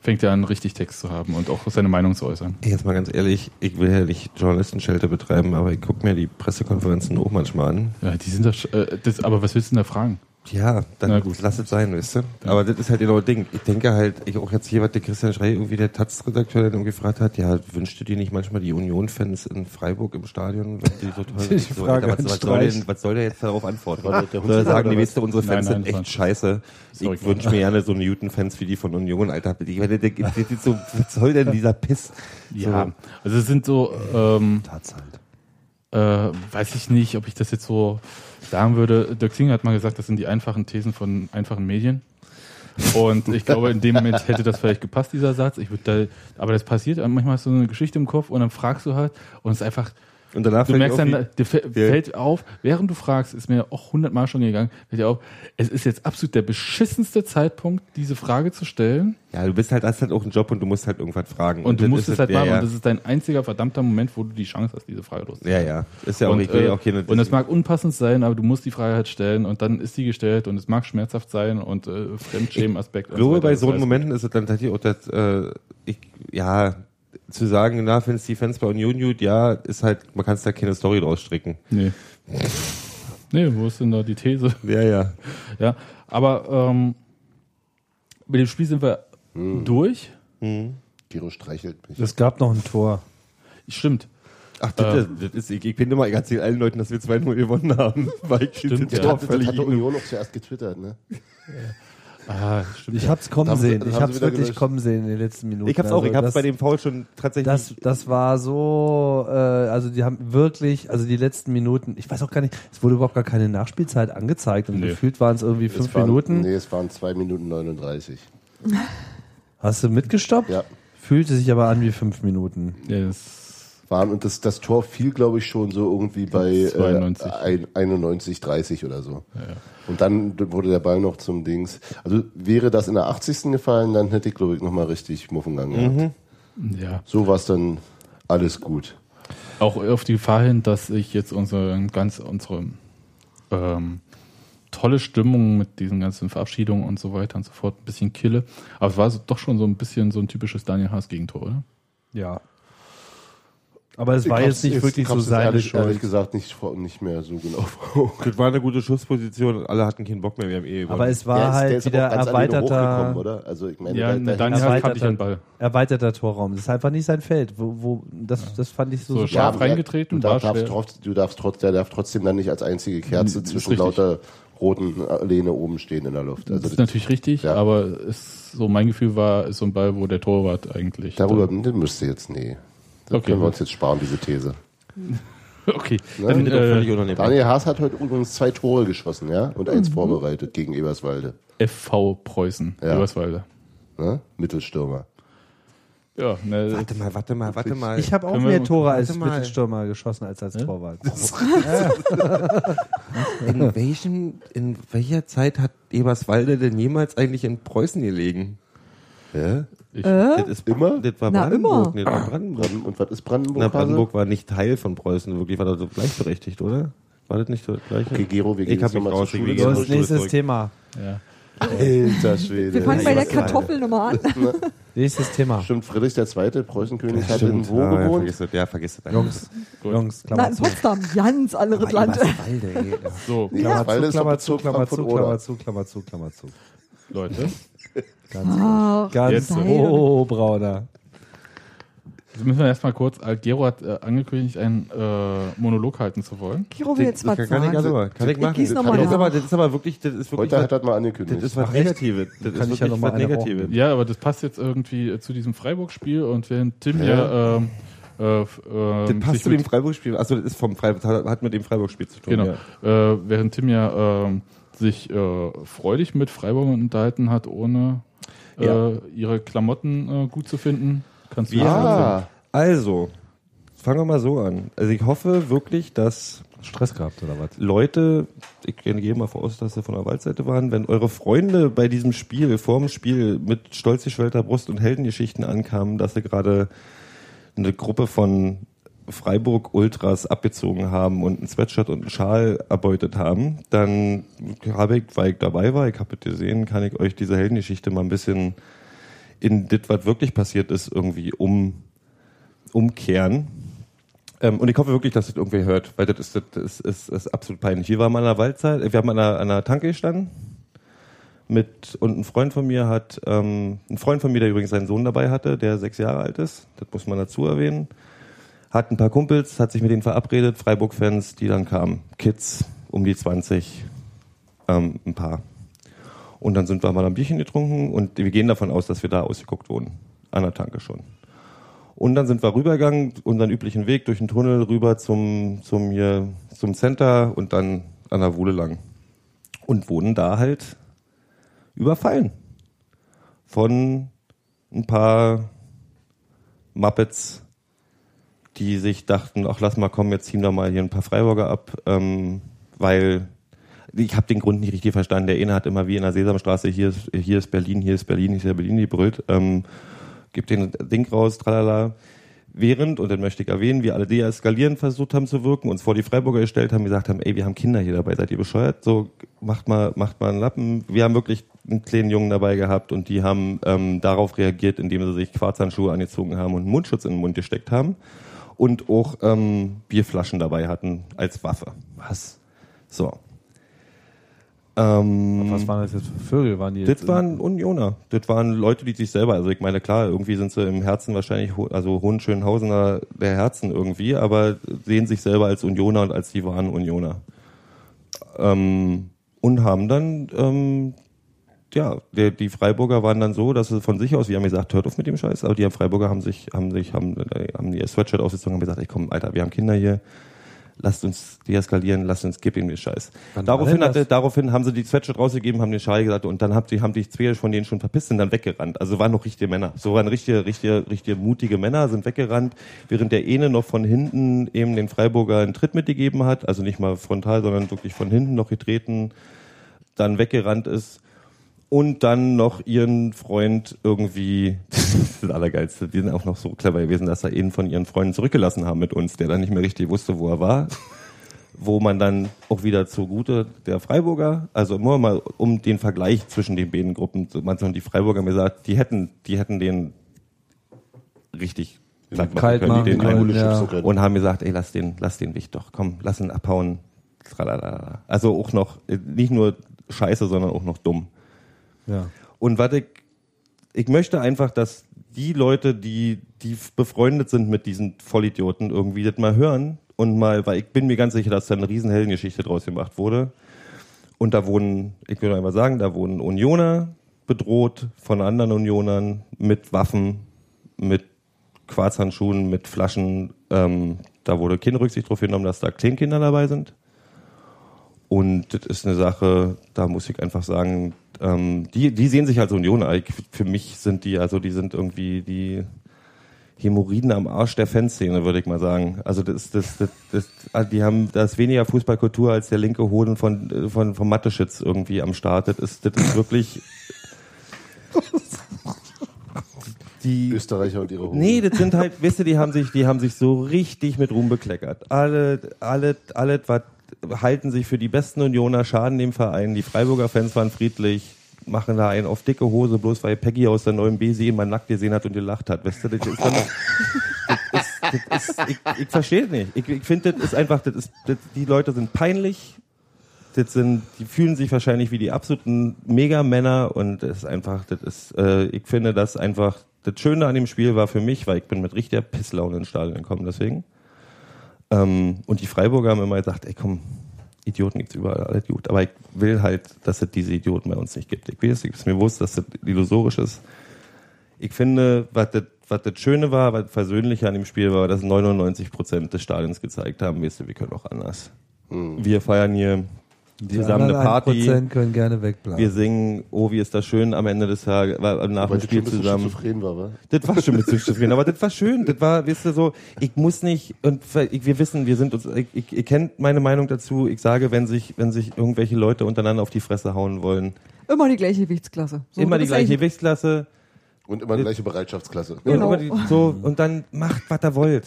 fängt er an, richtig Text zu haben und auch seine Meinung zu äußern.
Ey, Jetzt mal ganz ehrlich, ich will ja nicht Journalistenschelte betreiben, aber ich gucke mir die Pressekonferenzen auch manchmal an.
Ja, die sind doch, sch- äh, das, aber was willst du denn da fragen?
Ja,
Na
dann
gut.
lass es sein, weißt du? Aber das ist halt genau das Ding. Ich denke halt, ich auch jetzt hier, was der Christian Schrey irgendwie der Taz-Redakteur dann irgendwie gefragt hat, ja, wünschst du dir nicht manchmal die Union-Fans in Freiburg im Stadion, wenn die so toll sind?
Die
So, Alter,
Frage an
was, was, soll
Streich.
denn, was soll der jetzt darauf antworten?
War das der
Soll er
Hunziker
sagen,
oder was?
die weißt du, unsere
Nein,
Fans
nein,
sind
das war-
echt scheiße.
Sorry,
ich wünsche mir gerne so einen Newton-Fans wie die von Union, Alter. Ich werde, der, der, der, der, so, was soll denn dieser Piss?
Ja, also es sind so, ähm,
Tat's
äh,
halt.
weiß ich nicht, ob ich das jetzt so sagen würde. Dirk Singer hat mal gesagt, das sind die einfachen Thesen von einfachen Medien. Und ich glaube, in dem Moment hätte das vielleicht gepasst, dieser Satz. Ich würde da, aber das passiert. äh, Manchmal hast du so eine Geschichte im Kopf und dann fragst du halt und es ist einfach,
So. Und danach
Du
fällt
merkst
auch die-
dann, äh, dir fä-
Ja.
fällt auf, während du fragst, ist mir auch hundertmal schon gegangen, fällt dir auf, es ist jetzt absolut der beschissenste Zeitpunkt, diese Frage zu stellen.
Ja, du bist halt, hast halt auch einen Job und du musst halt irgendwas fragen.
äh, Und, du
das
musst
ist
es halt
ja,
machen.
Ja,
Und das ist dein einziger verdammter Moment, wo du die Chance hast, diese Frage loszuwerden.
ja, ja. Ist ja auch,
und,
ich will
äh,
ja auch keine,
und es mag unpassend sein, aber du musst die Frage halt stellen und dann ist sie gestellt und es mag schmerzhaft sein und äh, Fremdschämen-Aspekt. also
Ich
und so
glaube,
weiter.
bei
Das
so
heißt,
Momenten ist es dann tatsächlich auch das, äh, ich, ja, zu sagen, na, wenn es die Fans bei Union gut, ja, ist halt, man kann es da keine Story draus stricken.
Nee. Nee, wo ist denn da die These?
Ja, ja.
Ja, aber ähm, mit dem Spiel sind wir
Hm.
durch.
Giro streichelt mich.
Es gab noch ein Tor.
Stimmt.
Ach, das, das ist, ich, ich bin immer, ich erzähle allen Leuten, dass wir 2-0 gewonnen haben, weil ich
Stimmt,
das
ja.
Tor
Das
völlig
hat die Union auch zuerst getwittert, ne?
Ah, stimmt.
Ich hab's kommen
Da haben sie-
sehen.
da
Ich
haben
hab's
sie wieder
wirklich
gelöscht.
kommen sehen in den letzten Minuten.
Ich hab's auch,
Also
ich hab's
das-
bei dem Foul schon tatsächlich.
Das, das war so, äh, also die haben wirklich, also die letzten Minuten, ich weiß auch gar nicht, es wurde überhaupt gar keine Nachspielzeit angezeigt und
Nee.
gefühlt waren es irgendwie
Es
fünf
waren,
Minuten.
Nee, es waren 2 Minuten 39.
Hast du mitgestoppt?
Ja.
Fühlte sich aber an wie fünf Minuten.
Ja, das,
Waren, und das, das Tor fiel, glaube ich, schon so irgendwie bei äh,
92.
ein- 91, 30 oder so. Und dann wurde der Ball noch zum Dings. Also wäre das in der 80. gefallen, dann hätte ich, glaube ich, nochmal richtig Muffen gegangen. gehabt.
ja.
So war es dann alles gut.
Auch auf die Gefahr hin, dass ich jetzt unsere ganz unsere ähm, tolle Stimmung mit diesen ganzen Verabschiedungen und so weiter und so fort ein bisschen kille. Aber es war so, doch schon so ein bisschen so ein typisches Daniel Haas Gegentor, oder?
Ja. Aber es war
Ich
jetzt
hab's-
nicht
ich
wirklich so
hab's
seine
ehrlich,
Schuld.
ehrlich gesagt nicht, vor- nicht mehr so genau vor Augen.
das war eine gute Schussposition und alle hatten keinen Bock mehr, wir haben eh
aber es war
Der ist-
halt
der ist aber
wieder
auch ganz alleine hochgekommen,
erweiterter,
oder? Also ich meine,
Ja,
da, da,
Daniel Haas kam nicht an den Ball.
erweiterter Torraum. Das ist einfach nicht sein Feld. Wo, wo, das, das fand ich
So
so, super.
scharf reingetreten,
Du darfst,
war
darfst,
schwer.
trotz- du darfst trotz, der darf trotzdem dann nicht als einzige Kerze
ist
zwischen
richtig.
lauter roten äh, Lehne oben stehen in der Luft. Also
Das ist natürlich richtig,
Ja.
aber ist, so mein Gefühl war, ist so ein Ball, wo der Torwart eigentlich.
darüber das müsste jetzt nee. Das
Okay,
können wir
gut.
uns jetzt sparen, diese These.
Okay.
Ne?
Dann,
Finde ich doch völlig
äh,
unannehmbar.
Daniel Haas hat heute übrigens zwei Tore geschossen, ja? Und
Mhm.
eins vorbereitet gegen Eberswalde.
FV Preußen,
Ja.
Eberswalde.
Ne? Mittelstürmer.
Ja, ne,
Warte mal, warte mal, warte mal.
Ich habe auch
Können wir-
mehr Tore als
Warte mal.
Mittelstürmer geschossen als als Torwart.
in, welchen, in welcher Zeit hat Eberswalde denn jemals eigentlich in Preußen gelegen? Hä?
ich,
Das ist
Immer?
Oh. Das war
Na, immer.
Brandenburg. Nee, das war Brandenburg.
Brandenburg. Und was ist Brandenburg?
Na, Brandenburg war nicht Teil von Preußen, wirklich war das so gleichberechtigt, oder? War das nicht so gleich?
Okay, Gero, wir gehen
ich hab
jetzt noch
mich
mal zur
raus,
Schule
wir gehen
So,
zurück.
jetzt
das nächstes
zurück.
Thema.
ja.
Alter Schwede.
Wir fangen bei der
weiß gar nicht.
Kartoffel nochmal an.
Nächstes Thema.
Stimmt, Friedrich II., Preußenkönig, hat in
Stimmt.
wo
Ah, ja,
gewohnt?
vergiss das. Ja, vergiss das.
Jungs, Jungs,
Na,
Klammer
in
zu.
Potsdam, ganz anderes
Aber
Land.
Eberswalde, ey.
So,
Klammer
Weil
zu,
es doch
Klammer zu,
Bezug
Klammer zu,
Frankfurt-Oder.
Klammer zu, Klammer zu, Klammer zu.
Leute,
Ach,
Ganz
Jetzt.
oh, oh, oh, Brauner.
jetzt müssen wir erstmal kurz, äh, Gero hat äh, angekündigt, einen äh, Monolog halten zu wollen.
Kiro will jetzt was
Das kann, kann ich
sagen.
also mal. Kann ich
Ich
machen.
gieß noch
kann
mal
das, ist
nach.
aber, das ist aber wirklich, das ist wirklich
Heute hat
was,
er mal
das
angekündigt.
ist was Negatives. Das
Kann
ist
ich ja
wirklich
noch mal
was
eine
Negatives.
Ja, aber das passt jetzt irgendwie äh, zu diesem Freiburg-Spiel und während Tim ja, ähm, äh, f- ähm,
Das passt
sich
zu
mit-
dem Freiburg-Spiel. Achso, das ist vom Freiburg, hat hat mit dem Freiburg-Spiel zu tun.
Genau.
Ja.
Äh, während Tim ja ähm, sich äh, freudig mit Freiburg unterhalten hat, ohne äh,
Ja.
ihre Klamotten äh, gut zu finden, kannst du
Wir-
das erzählen?
ah,
Also, fangen wir mal so an. Also ich hoffe wirklich, dass
Stress gehabt oder was?
Leute, ich gehe mal voraus, dass sie von der Waldseite waren, wenn eure Freunde bei diesem Spiel, vorm Spiel, mit stolz geschwellter Brust und Heldengeschichten ankamen, dass sie gerade eine Gruppe von Freiburg Ultras abgezogen haben und ein Sweatshirt und einen Schal erbeutet haben, dann habe ich, weil ich dabei war, ich habe es gesehen, kann ich euch diese Heldengeschichte mal ein bisschen in das, was wirklich passiert ist, irgendwie um, umkehren. Ähm, und ich hoffe wirklich, dass das irgendwer hört, weil das ist, das ist, ist, ist absolut peinlich. Wir waren an der Waldzeit, äh, wir haben an einer, an einer Tanke gestanden mit, und ein Freund von mir hat, ähm, ein Freund von mir, der übrigens seinen Sohn dabei hatte, der sechs Jahre alt ist, das muss man dazu erwähnen, hat ein paar Kumpels, hat sich mit denen verabredet, Freiburg-Fans, die dann kamen, Kids um die 20, ähm, ein paar. Und dann sind wir mal ein Bierchen getrunken und wir gehen davon aus, dass wir da ausgeguckt wurden, an der Tanke schon. Und dann sind wir rübergegangen, unseren üblichen Weg durch den Tunnel rüber zum, zum, hier, zum Center und dann an der Wuhle lang. Und wurden da halt überfallen. Von ein paar Muppets, die sich dachten, ach lass mal kommen, jetzt ziehen wir mal hier ein paar Freiburger ab, ähm, weil ich habe den Grund nicht richtig verstanden. Der eine hat immer wie in der Sesamstraße, hier ist, hier ist Berlin, hier ist Berlin, hier ist ja Berlin gebrüllt. Ähm, gibt den Ding raus, tralala. Während, und dann möchte ich erwähnen, wir alle deeskalieren versucht haben zu wirken, uns vor die Freiburger gestellt haben, gesagt haben, ey, wir haben Kinder hier dabei, seid ihr bescheuert? So, macht mal, macht mal einen Lappen. Wir haben wirklich einen kleinen Jungen dabei gehabt und die haben ähm, darauf reagiert, indem sie sich Quarzhandschuhe angezogen haben und einen Mundschutz in den Mund gesteckt haben und auch ähm, Bierflaschen dabei hatten als Waffe.
Was?
So. Ähm,
Was waren das jetzt für Vögel? Waren die jetzt
das waren Unioner. Das waren Leute, die sich selber, also ich meine, klar, irgendwie sind sie im Herzen wahrscheinlich, Ho- also Hohenschönhausener der Herzen irgendwie, aber sehen sich selber als Unioner und als die wahren Unioner. Ähm, und haben dann, ähm, ja, der, die Freiburger waren dann so, dass sie von sich aus, wir haben gesagt, hört auf mit dem Scheiß, aber die Freiburger haben sich, haben sich, haben, äh, haben die Sweatshirt ausgezogen, haben gesagt, ey komm, Alter, wir haben Kinder hier, lasst uns deeskalieren, lasst uns, gib ihm den Scheiß.
Wann war
Daraufhin,
denn das?
hatte, daraufhin haben sie die Sweatshirt rausgegeben, haben den Schal gesagt und dann haben die, haben die zwei von denen schon verpisst und dann weggerannt. Also waren noch richtige Männer. So waren richtige, richtige, richtige mutige Männer, sind weggerannt, während der Ene noch von hinten eben den Freiburger einen Tritt mitgegeben hat, also nicht mal frontal, sondern wirklich von hinten noch getreten, dann weggerannt ist und dann noch ihren Freund irgendwie, das ist das Allergeilste, die sind auch noch so clever gewesen, dass er ihn von ihren Freunden zurückgelassen haben mit uns, der dann nicht mehr richtig wusste, wo er war. Wo man dann auch wieder zugute der Freiburger, also nur mal um den Vergleich zwischen den beiden Gruppen, so manchmal haben die Freiburger mir gesagt, die hätten, die hätten den richtig platt machen
Kalt
können,
machen
die den
können,
einen-
Kohle
Ja.
schubsen können.
und haben gesagt, ey, lass den, lass den Weg doch, komm, lass ihn abhauen. Tralalala. Also auch noch, äh, nicht nur scheiße, sondern auch noch dumm.
Ja.
Und was ich, ich möchte einfach, dass die Leute, die, die befreundet sind mit diesen Vollidioten, irgendwie das mal hören und mal, weil ich bin mir ganz sicher, dass da eine riesen Heldengeschichte draus gemacht wurde. Und da wurden, ich würde einfach sagen, da wurden Unioner bedroht von anderen Unionern mit Waffen, mit Quarzhandschuhen, mit Flaschen. Ähm, Da wurde keine Rücksicht darauf genommen, dass da Kleinkinder dabei sind. Und das ist eine Sache, da muss ich einfach sagen, ähm, die, die sehen sich als Union. Ich- Für mich sind die, also die sind irgendwie die Hämorrhoiden am Arsch der Fanszene, würde ich mal sagen. Also das, das, das, das, also die haben das weniger Fußballkultur als der linke Hoden von, äh, von, von Matteschitz irgendwie am Start. Das ist, das ist wirklich.
Die Österreicher und ihre Hunde.
Nee, das sind halt, wisst ihr, die haben sich, die haben sich so richtig mit Ruhm bekleckert. Alle, alle, alle, was halten sich für die besten Unioner, schaden dem Verein. Die Freiburger Fans waren friedlich, machen da einen auf dicke Hose, bloß weil Peggy aus der neuen BC ihn mal nackt gesehen hat und gelacht hat. Weißt du, das ist dann, das ist, das ist, ich, ich verstehe es nicht. Ich, ich finde, das ist einfach, das ist, das, die Leute sind peinlich. Das sind, die fühlen sich wahrscheinlich wie die absoluten Mega-Männer und es ist einfach, das ist, äh, ich finde das einfach, das Schöne an dem Spiel war für mich, weil ich bin mit richtiger Pisslaune ins Stadion gekommen, deswegen. Ähm, und die Freiburger haben immer gesagt, ey komm, Idioten gibt's überall, alles gut. Aber ich will halt, dass es diese Idioten bei uns nicht gibt. Ich weiß, ich bin mir bewusst, dass das illusorisch ist. Ich finde, was das, was das Schöne war, was versöhnliche an dem Spiel war, dass 99 Prozent des Stadions gezeigt haben, weißt du, wir können auch anders.
Hm.
Wir feiern hier zusammen eine Party.
1% können gerne wegbleiben.
Wir singen, oh, wie ist das schön am Ende des Tages, äh, nach
Weil
dem
das
Spiel
schon ein bisschen
zusammen.
schizophren war, wa?
Das war schon mit zufrieden, aber das war schön. Das war, wisst ihr, so, ich muss nicht, und ich, wir wissen, wir sind uns, ich, ich, ihr kennt meine Meinung dazu. Ich sage, wenn sich, wenn sich irgendwelche Leute untereinander auf die Fresse hauen wollen,
Immer die gleiche Gewichtsklasse. So,
immer
das
die
ist
gleiche
eigentlich-
Gewichtsklasse,
Und immer gleiche Bereitschaftsklasse.
Genau.
und, immer die, so, und dann macht, was ihr wollt.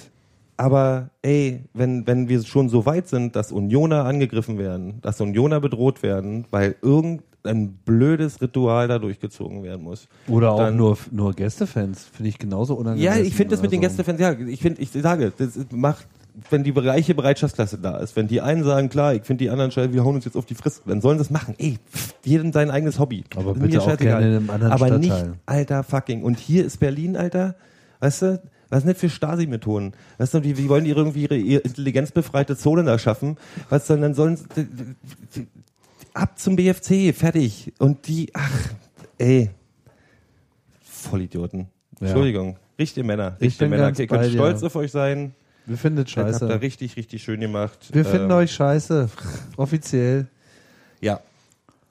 Aber ey, wenn, wenn wir schon so weit sind, dass Unioner angegriffen werden, dass Unioner bedroht werden, weil irgendein blödes Ritual da durchgezogen werden muss,
Oder auch
Dann-
nur, nur Gästefans, finde ich genauso unangenehm.
Ja, ich finde das mit den
Also,
Gästefans, ja, ich finde, ich sage, das ist- macht, wenn die gleiche Bereitschaftsklasse da ist, wenn die einen sagen, klar, ich finde die anderen scheiße, wir hauen uns jetzt auf die Fresse, dann sollen sie es machen. Ey, pff, jedem sein eigenes Hobby.
Aber
Ist
bitte
mir
auch
scheißegal.
gerne in einem anderen
Aber
Stadtteil.
nicht, alter fucking, und hier ist Berlin, alter, weißt du, was sind das für Stasi-Methoden? Weißt du, die, die wollen ihre irgendwie ihre, ihre intelligenzbefreite Zone da schaffen, was dann, dann sollen sie, ab zum BFC, fertig. Und die, ach, ey, Vollidioten.
Ja.
Entschuldigung. Richtige Männer.
Ich
Richtige
bin
Männer.
ganz
Ihr könnt
bei dir.
stolz auf euch sein.
Wir finden es
Das habt ihr
scheiße.
richtig, richtig schön gemacht.
Wir finden
Ähm,
euch scheiße. Offiziell.
Ja.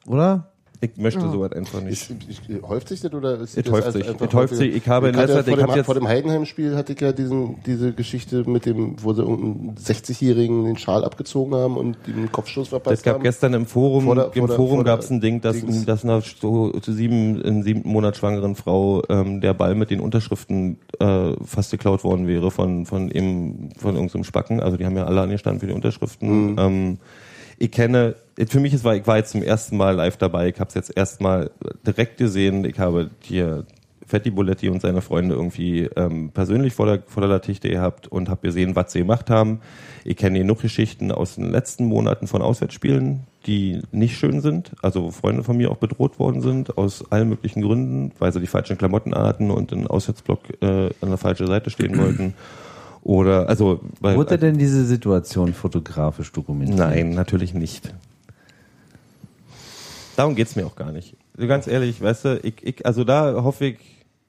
Oder?
Ich möchte sowas einfach
Ist,
nicht.
ist, häuft sich das oder ist
Es
das
häuft
also
sich.
einfach
Es häuft
häufiger?
sich. Ich habe in
hatte
letzter
ja
Zeit-
vor,
ich hab
dem,
jetzt-
vor dem Heidenheim-Spiel hatte ich ja diesen, diese Geschichte mit dem, wo sie irgendeinen 60-Jährigen den Schal abgezogen haben und ihm einen Kopfschuss
Das
verpasst
gab
haben.
gestern im Forum,
Vor der-
im
vor der-
Forum
vor der
gab es ein Ding, dass,
Dings.
dass einer so, zu sieben, im siebten Monat schwangeren Frau ähm, der Ball mit den Unterschriften äh, fast geklaut worden wäre von, von, eben, von irgendeinem Spacken. Also die haben ja alle angestanden für die
Mhm.
Unterschriften. Ähm, ich kenne, für mich ist, war, ich war jetzt zum ersten Mal live dabei, ich habe es jetzt erstmal direkt gesehen, ich habe hier Fetti Boletti und seine Freunde irgendwie ähm, persönlich vor der, vor der Latichte gehabt und habe gesehen, was sie gemacht haben. Ich kenne genug Geschichten aus den letzten Monaten von Auswärtsspielen, die nicht schön sind, also wo Freunde von mir auch bedroht worden sind, aus allen möglichen Gründen, weil sie die falschen Klamotten hatten und den Auswärtsblock äh, an der falschen Seite stehen wollten. Oder, also, weil,
Wurde denn diese Situation fotografisch dokumentiert?
Nein, natürlich nicht. Darum geht's mir auch gar nicht. So Ganz ehrlich, weißt du, ich, ich, also da hoffe ich,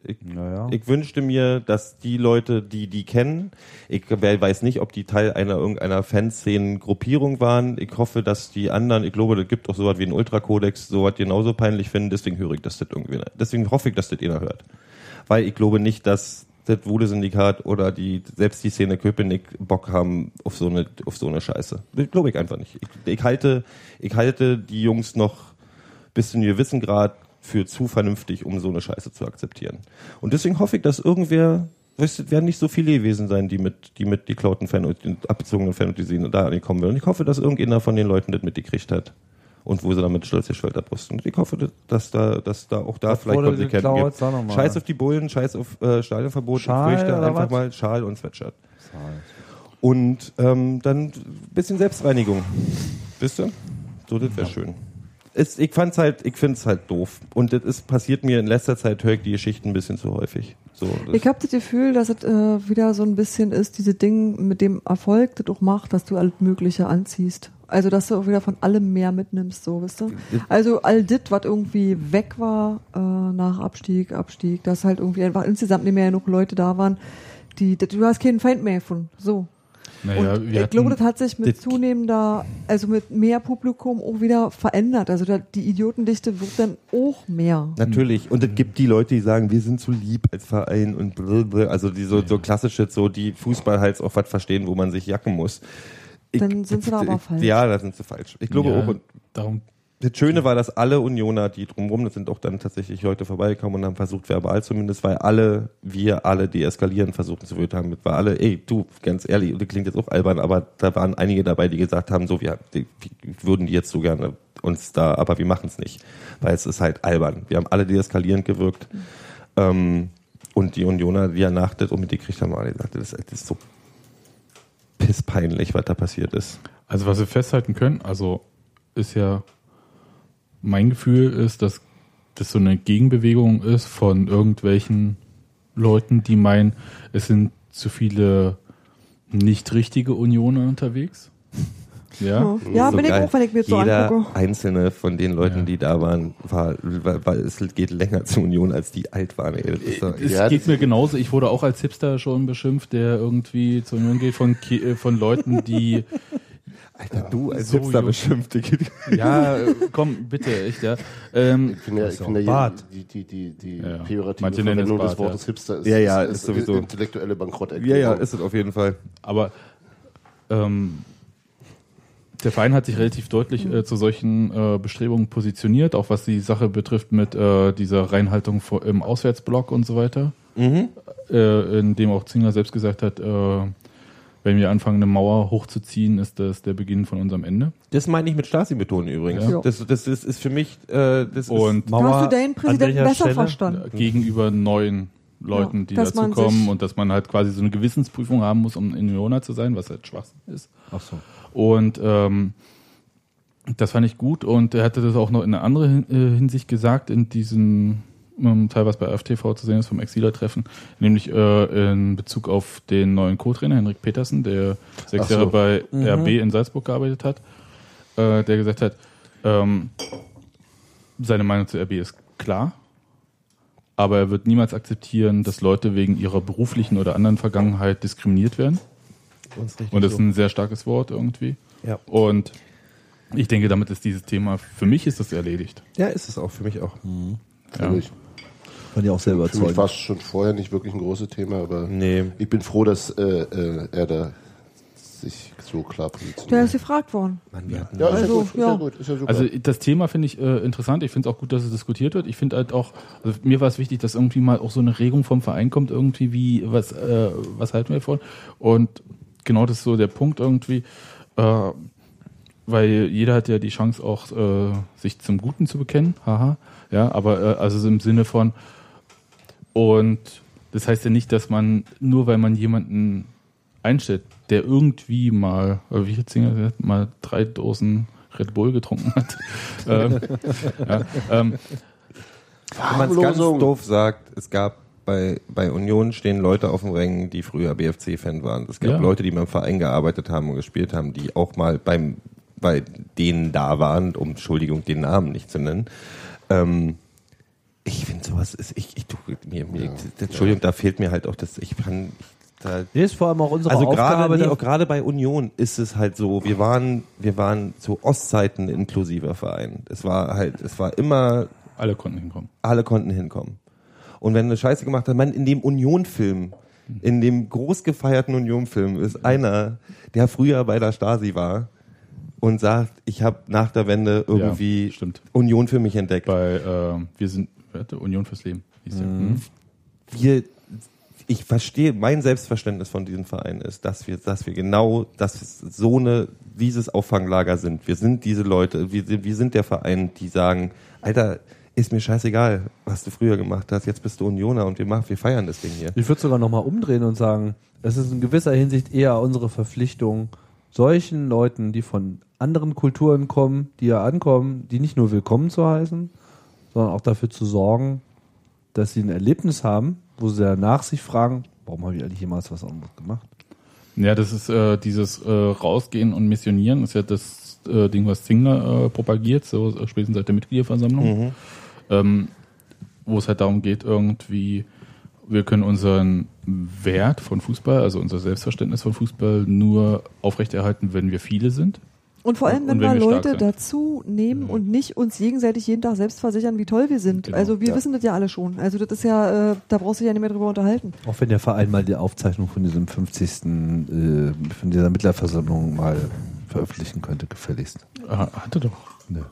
ich,
Naja.
ich wünschte mir, dass die Leute, die die kennen, ich we- weiß nicht, ob die Teil einer irgendeiner Fanszenen-Gruppierung waren. Ich hoffe, dass die anderen, ich glaube, das gibt auch sowas wie einen Ultrakodex, sowas genauso peinlich finden. Deswegen höre ich, dass das irgendwie, deswegen hoffe ich, dass das jeder hört weil ich glaube nicht, dass das Wude-Syndikat oder die, selbst die Szene Köpenick Bock haben auf so eine, auf so eine Scheiße. Das glaube ich einfach nicht. Ich, ich halte, ich halte die Jungs noch bis zu einem gewissen Grad für zu vernünftig, um so eine Scheiße zu akzeptieren. Und deswegen hoffe ich, dass irgendwer, weißt du, es werden nicht so viele gewesen sein, die mit, die mit geklauten Fan und den abgezogenen Fan und die Szene da angekommen werden. Und ich hoffe, dass irgendeiner von den Leuten das mitgekriegt hat. Und wo sie damit stolz ihr Schwert abbrüsten. Ich hoffe, dass- dass da, dass da auch da
Was
vielleicht
wurde
Konsequenzen
geklaut?
gibt.
Sag noch mal.
Scheiß auf die Bullen, scheiß auf äh, Stadionverbot,
Schal
ich fürchte
oder
einfach
was?
mal Schal und Sweatshirt. Und ähm, dann ein bisschen Selbstreinigung. Wisst ihr? So, das wäre schön. Ist, ich fand's halt, ich find's halt doof. Und das ist, passiert mir in letzter Zeit, höre ich die Geschichten ein bisschen zu häufig. So, das-
Ich habe das Gefühl, dass es äh, wieder so ein bisschen ist, diese Ding mit dem Erfolg, das auch macht, dass du alles Mögliche anziehst. Also, dass du auch wieder von allem mehr mitnimmst, so, wisst ihr? Also, all das, was irgendwie weg war äh, nach Abstieg, Abstieg, dass halt irgendwie einfach insgesamt nicht mehr genug Leute da waren, die, das- du hast keinen Feind mehr gefunden, so.
Naja,
und
wir
ich
hatten-
glaube, das hat sich mit
das-
zunehmender, also mit mehr Publikum auch wieder verändert. Also da, die Idiotendichte wird dann auch mehr.
Natürlich. Und es gibt die Leute, die sagen, wir sind zu lieb als Verein und blablabla. also die so, so klassische, so die Fußball halt auch was verstehen, wo man sich jacken muss. Ich-
Dann sind sie da aber falsch.
Ja, da sind sie falsch. Ich glaube
ja,
auch. Und
Darum,
das Schöne war, dass alle Unioner, die drumherum, das sind auch dann tatsächlich Leute vorbeigekommen und haben versucht, verbal zumindest, weil alle, wir alle deeskalieren versuchen zu würden, haben, war alle, ey, du, ganz ehrlich, und das klingt jetzt auch albern, aber da waren einige dabei, die gesagt haben, so, wir die, die würden die jetzt so gerne uns da, aber wir machen es nicht, weil es ist halt albern. Wir haben alle deeskalierend gewirkt. Ähm, und die Unioner, die danach das mitgekriegt haben, alle gesagt, das, das ist so pisspeinlich, was da passiert ist.
also was wir festhalten können, also ist ja mein Gefühl ist, dass das so eine Gegenbewegung ist von irgendwelchen Leuten, die meinen, es sind zu viele nicht richtige Unioner unterwegs. Ja.
Ja, ja
So
bin ich
geil.
auch, wenn ich mir das so
Jeder
angucke.
einzelne von den Leuten,
Ja.
die da waren, war, war, war, es geht länger zur Union, als die alt waren. Ey. Äh, Das ist doch-
Es
Ja,
geht
das-
mir genauso. Ich wurde auch als Hipster schon beschimpft, der irgendwie zur Union geht von, Ki- äh, von Leuten, die
Alter, du als
So
Hipster
jung.
beschimpft. die geht-
ja, äh, komm, bitte, echt, ja. Ähm,
Ich finde ja, ich
auch
finde ja
Bart.
die, die, die, die
Ja, ja.
pejorative
Manche nennen es
Verwendung des
Bart, ja.
Wortes Hipster ist,
Ja, ja,
ist,
ist sowieso.
intellektuelle
Ja,
Bankrotterklärung.
ja, ist es auf jeden Fall.
aber ähm, der Verein hat sich relativ deutlich äh, zu solchen äh, Bestrebungen positioniert, auch was die Sache betrifft mit äh, dieser Reinhaltung vor, im Auswärtsblock und so weiter. Äh, in dem auch Zinger selbst gesagt hat, äh, wenn wir anfangen, eine Mauer hochzuziehen, ist das der Beginn von unserem Ende.
Das meine ich mit Stasi-Betonen übrigens.
Ja.
Das, das ist, ist für mich, äh, das
Und
Da
Mauer,
hast du deinen
an
Präsidenten
welcher
besser
Stelle?
verstanden.
Äh, gegenüber neuen Leuten,
Ja,
die
dass
dazu
man
kommen
sich-
und dass man halt quasi so eine Gewissensprüfung haben muss, um Unioner zu sein, was halt Schwachsinn ist.
Ach so.
Und ähm, das fand ich gut und er hatte das auch noch in einer anderen Hin- äh, Hinsicht gesagt, in diesem ähm, Teil, was bei AfTV zu sehen ist, vom Exiler-Treffen, nämlich äh, in Bezug auf den neuen Co-Trainer Henrik Petersen, der sechs
Ach so. Mhm.
Jahre bei RB in Salzburg gearbeitet hat, äh, der gesagt hat, ähm, seine Meinung zu RB ist klar, aber er wird niemals akzeptieren, dass Leute wegen ihrer beruflichen oder anderen Vergangenheit diskriminiert werden. Und das ist ein sehr starkes Wort irgendwie.
Ja.
Und ich denke, damit ist dieses Thema, für mich ist das erledigt.
ja, ist es auch, für mich auch.
Ja.
Natürlich.
Fand ich auch sehr
Für mich war
überzeugend.
es schon vorher nicht wirklich ein großes Thema, aber
Nee.
ich bin froh, dass äh, äh, er da sich so klar
Der
positioniert.
ist gefragt worden.
Mann, wir hatten
Ja, ist
Also,
ja gut, ist
ja.
ja, gut, ist ja super.
Also das Thema finde ich äh, interessant. Ich finde es auch gut, dass es diskutiert wird. Ich finde halt auch, also mir war es wichtig, dass irgendwie mal auch so eine Regung vom Verein kommt, irgendwie wie, was, äh, was halten wir davon? Und genau das ist so der Punkt irgendwie, äh, weil jeder hat ja die Chance auch, äh, sich zum Guten zu bekennen. Haha. Ja, aber äh, also so im Sinne von, und das heißt ja nicht, dass man, nur weil man jemanden einstellt, der irgendwie mal, äh, wie hat Singer gesagt, mal drei Dosen Red Bull getrunken hat. ähm, ja, ähm,
Wenn man es ganz
Verharmlosung.
doof sagt, es gab bei, bei Union stehen Leute auf dem Rängen, die früher BFC-Fan waren. Es gab
Ja.
Leute, die beim Verein gearbeitet haben und gespielt haben, die auch mal beim, bei denen da waren, um, Entschuldigung, den Namen nicht zu nennen. Ähm, ich finde sowas, ist, ich, ich, du, mir, mir, Entschuldigung, da fehlt mir halt auch das, ich kann, ich, da,
Nee, ist vor allem auch unsere
also gerade
Aufgabe.
nee,
da-
auch gerade bei Union ist es halt so, wir waren, wir waren zu Ostzeiten ein inklusiver Verein. Es war halt, es war immer
alle konnten hinkommen.
alle konnten hinkommen. Und wenn eine Scheiße gemacht hat, man in dem Union-Film, in dem groß gefeierten Union-Film ist einer, der früher bei der Stasi war und sagt, ich habe nach der Wende irgendwie
Ja, stimmt.
Union für mich entdeckt.
Bei äh, wir sind wer hatte? Union fürs Leben. hieß der. Mhm.
Wir, ich verstehe, mein Selbstverständnis von diesem Verein ist, dass wir, dass wir genau dass es so eine, dieses Auffanglager sind. Wir sind diese Leute, wir, sind- wir sind der Verein, die sagen, Alter, ist mir scheißegal, was du früher gemacht hast, jetzt bist du Unioner und wir machen, wir feiern das Ding hier.
Ich würde sogar nochmal umdrehen und sagen, es ist in gewisser Hinsicht eher unsere Verpflichtung, solchen Leuten, die von anderen Kulturen kommen, die hier ankommen, die nicht nur willkommen zu heißen, sondern auch dafür zu sorgen, dass sie ein Erlebnis haben, wo sie danach sich fragen, warum habe ich eigentlich jemals was anderes gemacht?
Ja, das ist äh, dieses äh, Rausgehen und Missionieren, ist ja das äh, Ding, was Zingler äh, propagiert, so äh, spätestens seit der Mitgliederversammlung. Ähm, wo es halt darum geht, irgendwie wir können unseren Wert von Fußball, also unser Selbstverständnis von Fußball nur aufrechterhalten, wenn wir viele sind.
Und vor allem,
Und wenn
wenn, wir
wir stark
Leute
sind.
dazu nehmen und nicht uns gegenseitig jeden Tag selbst versichern, wie toll wir sind.
Genau,
also wir
ja.
wissen das ja alle schon. Also das ist ja, äh, da brauchst du dich ja nicht mehr drüber unterhalten.
Auch wenn der Verein mal die Aufzeichnung von diesem 50. Äh, von dieser Mittlerversammlung mal veröffentlichen könnte, gefälligst.
Ah, Hatte doch.
Ne.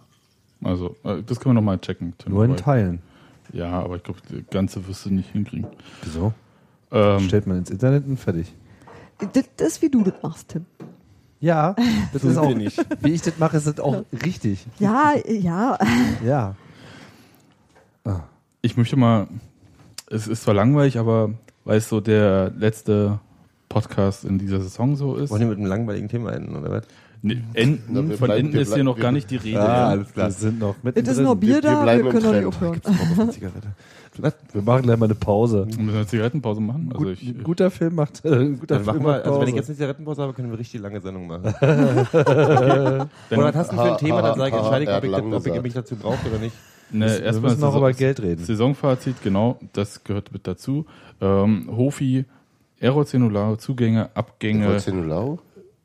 Also, äh, das können wir nochmal checken. Tim.
Nur in
Weil-
Teilen.
Ja, aber ich glaube, das Ganze wirst du nicht hinkriegen.
Wieso?
Ähm,
Stellt man ins Internet und fertig.
Das ist, wie du das machst, Tim.
Ja, das ist auch,
wir nicht.
wie ich das mache, ist das auch richtig.
Ja, äh, ja.
Ja.
ich möchte mal, es ist zwar langweilig, aber weißt du, der letzte Podcast in dieser Saison so ist.
Wollen wir mit einem langweiligen Thema enden, oder was?
Ne, Enten,
Na, wir
von
bleiben-
Enten
wir
ist hier
bleiben-
noch
wir-
gar nicht die Rede.
alles
Wir sind noch
Es ist
mittendrin.
nur Bier
wir
da, wir,
bleiben im
können doch nicht
Trend.
aufhören.
Zigarette.
Wir machen gleich mal eine Pause.
Müssen wir eine Zigarettenpause machen? Also ich,
Gut, guter Film macht, äh, guter
Dann machen
Film
wir,
macht
also wenn ich
Pause.
jetzt eine Zigarettenpause habe, können wir richtig lange Sendung machen.
dann,
Oder was hast du für ein
Ha-
Thema? Dann
ha-
sage ich,
ha-
entscheide ich,
er
ob ich,
hat
das,
lang
ob ich
gesagt.
mich dazu brauche oder nicht.
ne,
wir
erstmal
müssen noch
Saison-
über Geld reden.
Saisonfazit, genau, das gehört mit dazu. Ähm, Hofi, Aerocellulare, Zugänge, Abgänge.
Bolsonaro?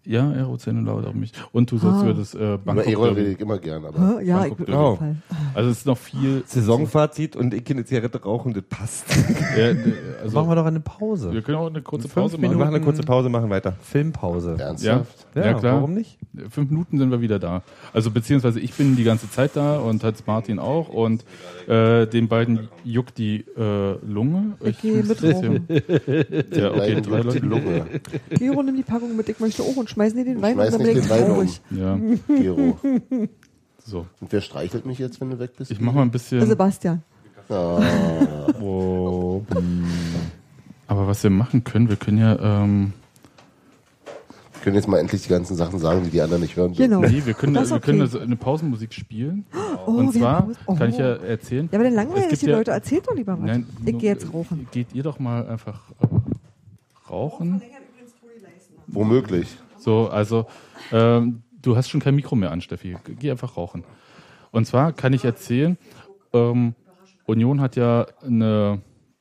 Ja, Aerocellulare, darum nicht. Und du sollst
Ah.
über das äh,
Über Erol rede
Bangkok.
ich immer gern, aber.
Hä? Ja, ich
Bangkok
bin
Dürre.
auf jeden Fall.
Also es ist noch viel.
Saisonfazit und ich eine Zigarette rauchen, das passt.
Äh, äh, also
Machen wir doch eine
wir
Pause.
können auch eine kurze
Fünf
Pause machen.
Wir
Minuten.
machen eine kurze Pause, machen weiter.
Filmpause.
Ja,
Ernsthaft?
ja, klar.
Warum nicht?
Fünf Minuten sind wir wieder da. Also beziehungsweise ich bin die ganze Zeit da und Hans Martin auch und äh, den beiden juckt die äh, Lunge.
Ich gehe mit
rauchen. Ja, okay,
Nein,
drei
die
Leute.
Lunge.
Gero, nimm die Packung mit, ich möchte auch und schmeißen dir den Wein
Schmeiß
um,
nicht den
dann bin
Wein
ich
um.
traurig.
Ja,
Gero.
so.
Und wer streichelt mich jetzt, wenn du weg bist?
Ich mach mal ein bisschen.
Sebastian.
Ah,
Oh. Aber was wir machen können, wir können ja. Ähm,
wir können jetzt mal endlich die ganzen Sachen sagen, die die anderen nicht hören.
Genau.
nee, wir können,
Das ist
wir können
okay.
also eine Pausenmusik spielen.
Oh,
und
wir
zwar
haben Pause.
kann ich ja
Oh.
erzählen.
Ja, aber dann
Es
langweilig
gibt
die
ja-
Leute. Erzähl doch lieber was.
Nein,
ich
nur-
gehe jetzt rauchen.
Geht ihr doch mal einfach äh, rauchen.
Womöglich.
So, also ähm, du hast schon kein Mikro mehr an, Steffi. G- Geh einfach rauchen. Und zwar kann ich erzählen, ähm, Union hat ja eine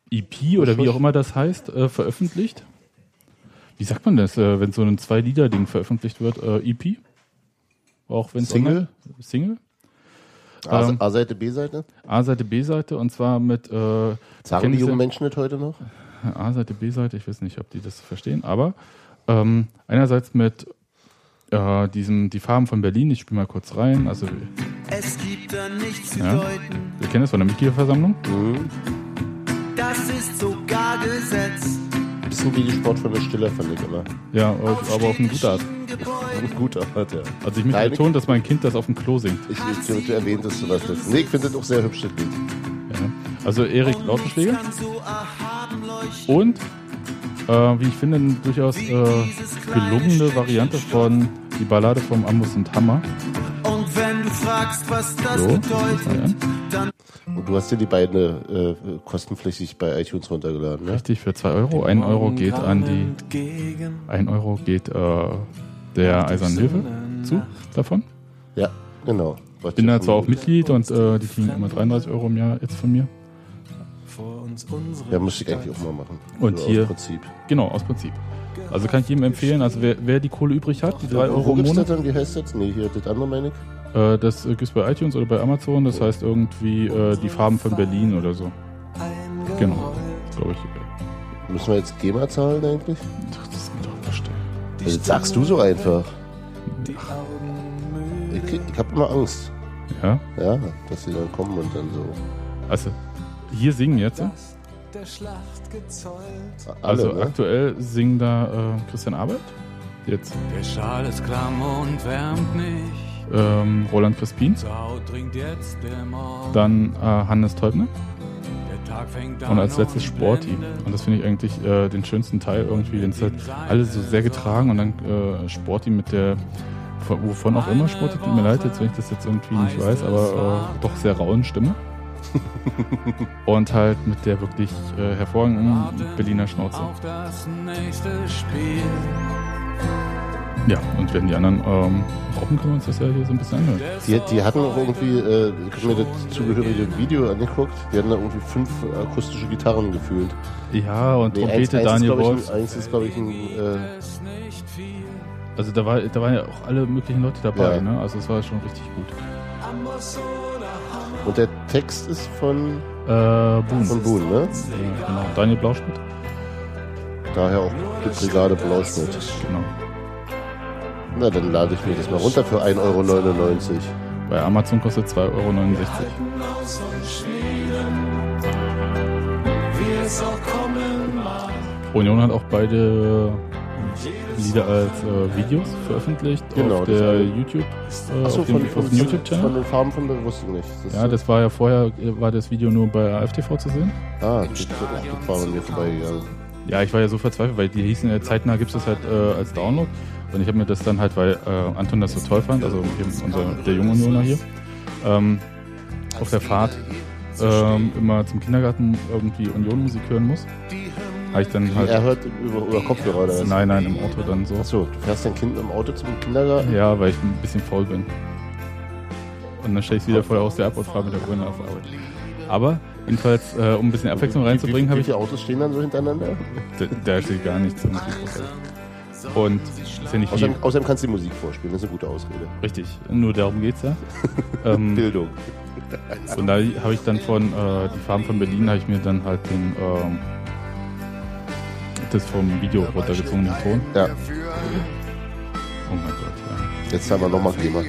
EP oder wie auch immer das heißt, äh, veröffentlicht. Wie sagt man das, äh, wenn so ein Zwei-Lieder-Ding veröffentlicht wird? Äh, EP? Auch wenn
Single?
Single?
A-
Ähm.
A-Seite, B-Seite?
A-Seite, B-Seite und zwar mit äh,
Sagen
Kennst
die
du-
jungen Menschen das heute noch?
A-Seite, B-Seite, ich weiß nicht, ob die das verstehen, aber ähm, einerseits mit äh, diesem, die Farben von Berlin, ich spiele mal kurz rein, also
Es gibt da nichts zu
Ja.
deuten,
wir kennen das von der Mitgliederversammlung.
das ist sogar Gesetz.
Ein bisschen wie die Sport von der Stille, fand ich immer.
Ja, auf- aber auf eine gute Art.
Gut, gut, aber ja.
Also ich möchte
Nein,
betonen, dass mein Kind das auf dem Klo singt.
Ich, ich, du, du erwähntest sowas letztens. Nee, ich finde das auch sehr hübsch, das Lied.
Ja. Also Erik Lautenschläger
Kann so erhaben leuchten.
und äh, wie ich finde, eine durchaus äh, gelungene Variante von die Ballade vom Ambus und Hammer.
Und wenn du fragst, was das
So.
bedeutet, dann
Und du hast dir die beiden äh, kostenpflichtig bei iTunes runtergeladen, ne?
Richtig, für 2 Euro. 1 Euro geht an die
Entgegen
1 Euro geht äh, der Eisernen Hilfe zu davon.
Ja, genau.
Ich bin da zwar auch Mitglied und äh, die kriegen immer 33 Euro im Jahr jetzt von mir.
vor uns unsere
Ja, muss ich eigentlich auch mal machen.
Und
So
hier-
Aus Prinzip.
Genau, aus Prinzip. Also kann ich jedem empfehlen, also wer, wer die Kohle übrig hat, die 3
Wo
Euro im
gibt's das
Monat,
dann? Wie heißt das? Nee, hier, das andere meine ich.
äh, das äh, gibt's bei iTunes oder bei Amazon, das heißt irgendwie äh, die Farben von Berlin oder so. Genau, glaube ich.
Müssen wir jetzt GEMA zahlen eigentlich?
Ach, das ist mir doch verstehen.
Also, das sagst du so einfach. Ich, ich hab immer Angst.
Ja,
Ja, dass sie dann kommen und dann so.
also hier singen jetzt.
der Schlacht gezollt.
Alle,
Also
ne?
aktuell singen da äh, Christian Arbeit, jetzt
Der Schal ist klamm und wärmt nicht.
ähm, Roland Crispin,
Zur Haut dringt jetzt der Morgen.
dann äh, Hannes Teubner.
Der Tag fängt
Und als letztes Sporty. Und das finde ich eigentlich äh, den schönsten Teil irgendwie, wenn es halt alle so sehr getragen und dann äh, Sporty mit der, von- wovon auch immer Sporty, tut mir leid, jetzt, wenn ich das jetzt irgendwie nicht weiß, aber äh, doch sehr rauen Stimme. und halt mit der wirklich äh, hervorragenden Berliner Schnauze.
Auf das nächste Spiel.
Ja, und werden die anderen ähm, brauchen, können wir uns das ja hier so ein bisschen anhören.
Die, die hatten auch irgendwie, äh, ich hab mir das zugehörige Video angeguckt, die hatten da irgendwie fünf akustische Gitarren gefühlt.
Ja, und
Nee,
Trompete Daniel
ist, glaub
Wolf.
ich, ein- eins ist, glaube ich, ein, äh,
Also da, war, da waren ja auch alle möglichen Leute dabei,
Ja.
ne? Also es war schon richtig gut.
und der Text ist von,
Äh, Boom.
von Boon, ne?
Ja, genau. Daniel Blauschmidt.
Daher auch die Brigade Blauschmidt.
Genau.
Na, dann lade ich mir das mal runter für 1,99 Euro.
Bei Amazon kostet 2,69 Euro. Union hat auch beide Lieder als äh, Videos veröffentlicht
Genau,
auf
das
der
eine-
YouTube, äh,
Achso,
auf dem,
von,
auf
von,
dem
von
YouTube-Channel.
den Farben von der wusste ich nicht. Das
Ja, das war ja vorher, äh, war das Video nur bei AfTV zu sehen.
ah, das, das war bei mir vorbeigegangen.
Ja, ich war ja so verzweifelt, weil die hießen, äh, zeitnah gibt es das halt äh, als Download. Und ich habe mir das dann halt, weil äh, Anton das so toll fand, also eben unser, der junge Unioner hier, ähm, auf der Fahrt ähm, immer zum Kindergarten irgendwie Union-Musik hören muss. Habe ich dann
Er
halt,
hört über, über Kopfhörer oder was?
nein, nein, im Auto dann so.
Achso, du fährst dein Kind im Auto zum Kindergarten?
Ja, weil ich ein bisschen faul bin. Und dann stelle ich wieder voll aus der ab und fahre mit der Brille auf Arbeit. Aber jedenfalls, äh, um ein bisschen Abwechslung reinzubringen, habe
Wie
ich
viele Autos stehen dann so hintereinander?
Da, da steht gar nichts. irgendwie großartig. Und ist ja nicht wie,
Außerdem, außerdem kannst du die Musik vorspielen, das ist eine gute Ausrede.
richtig, nur darum geht's ja. ähm,
Bildung.
und da habe ich dann von äh, die Farben von Berlin habe ich mir dann halt den ähm, das vom Video runtergezogen den Ton.
Ja,
Oh mein Gott, ja.
jetzt haben wir nochmal Thema.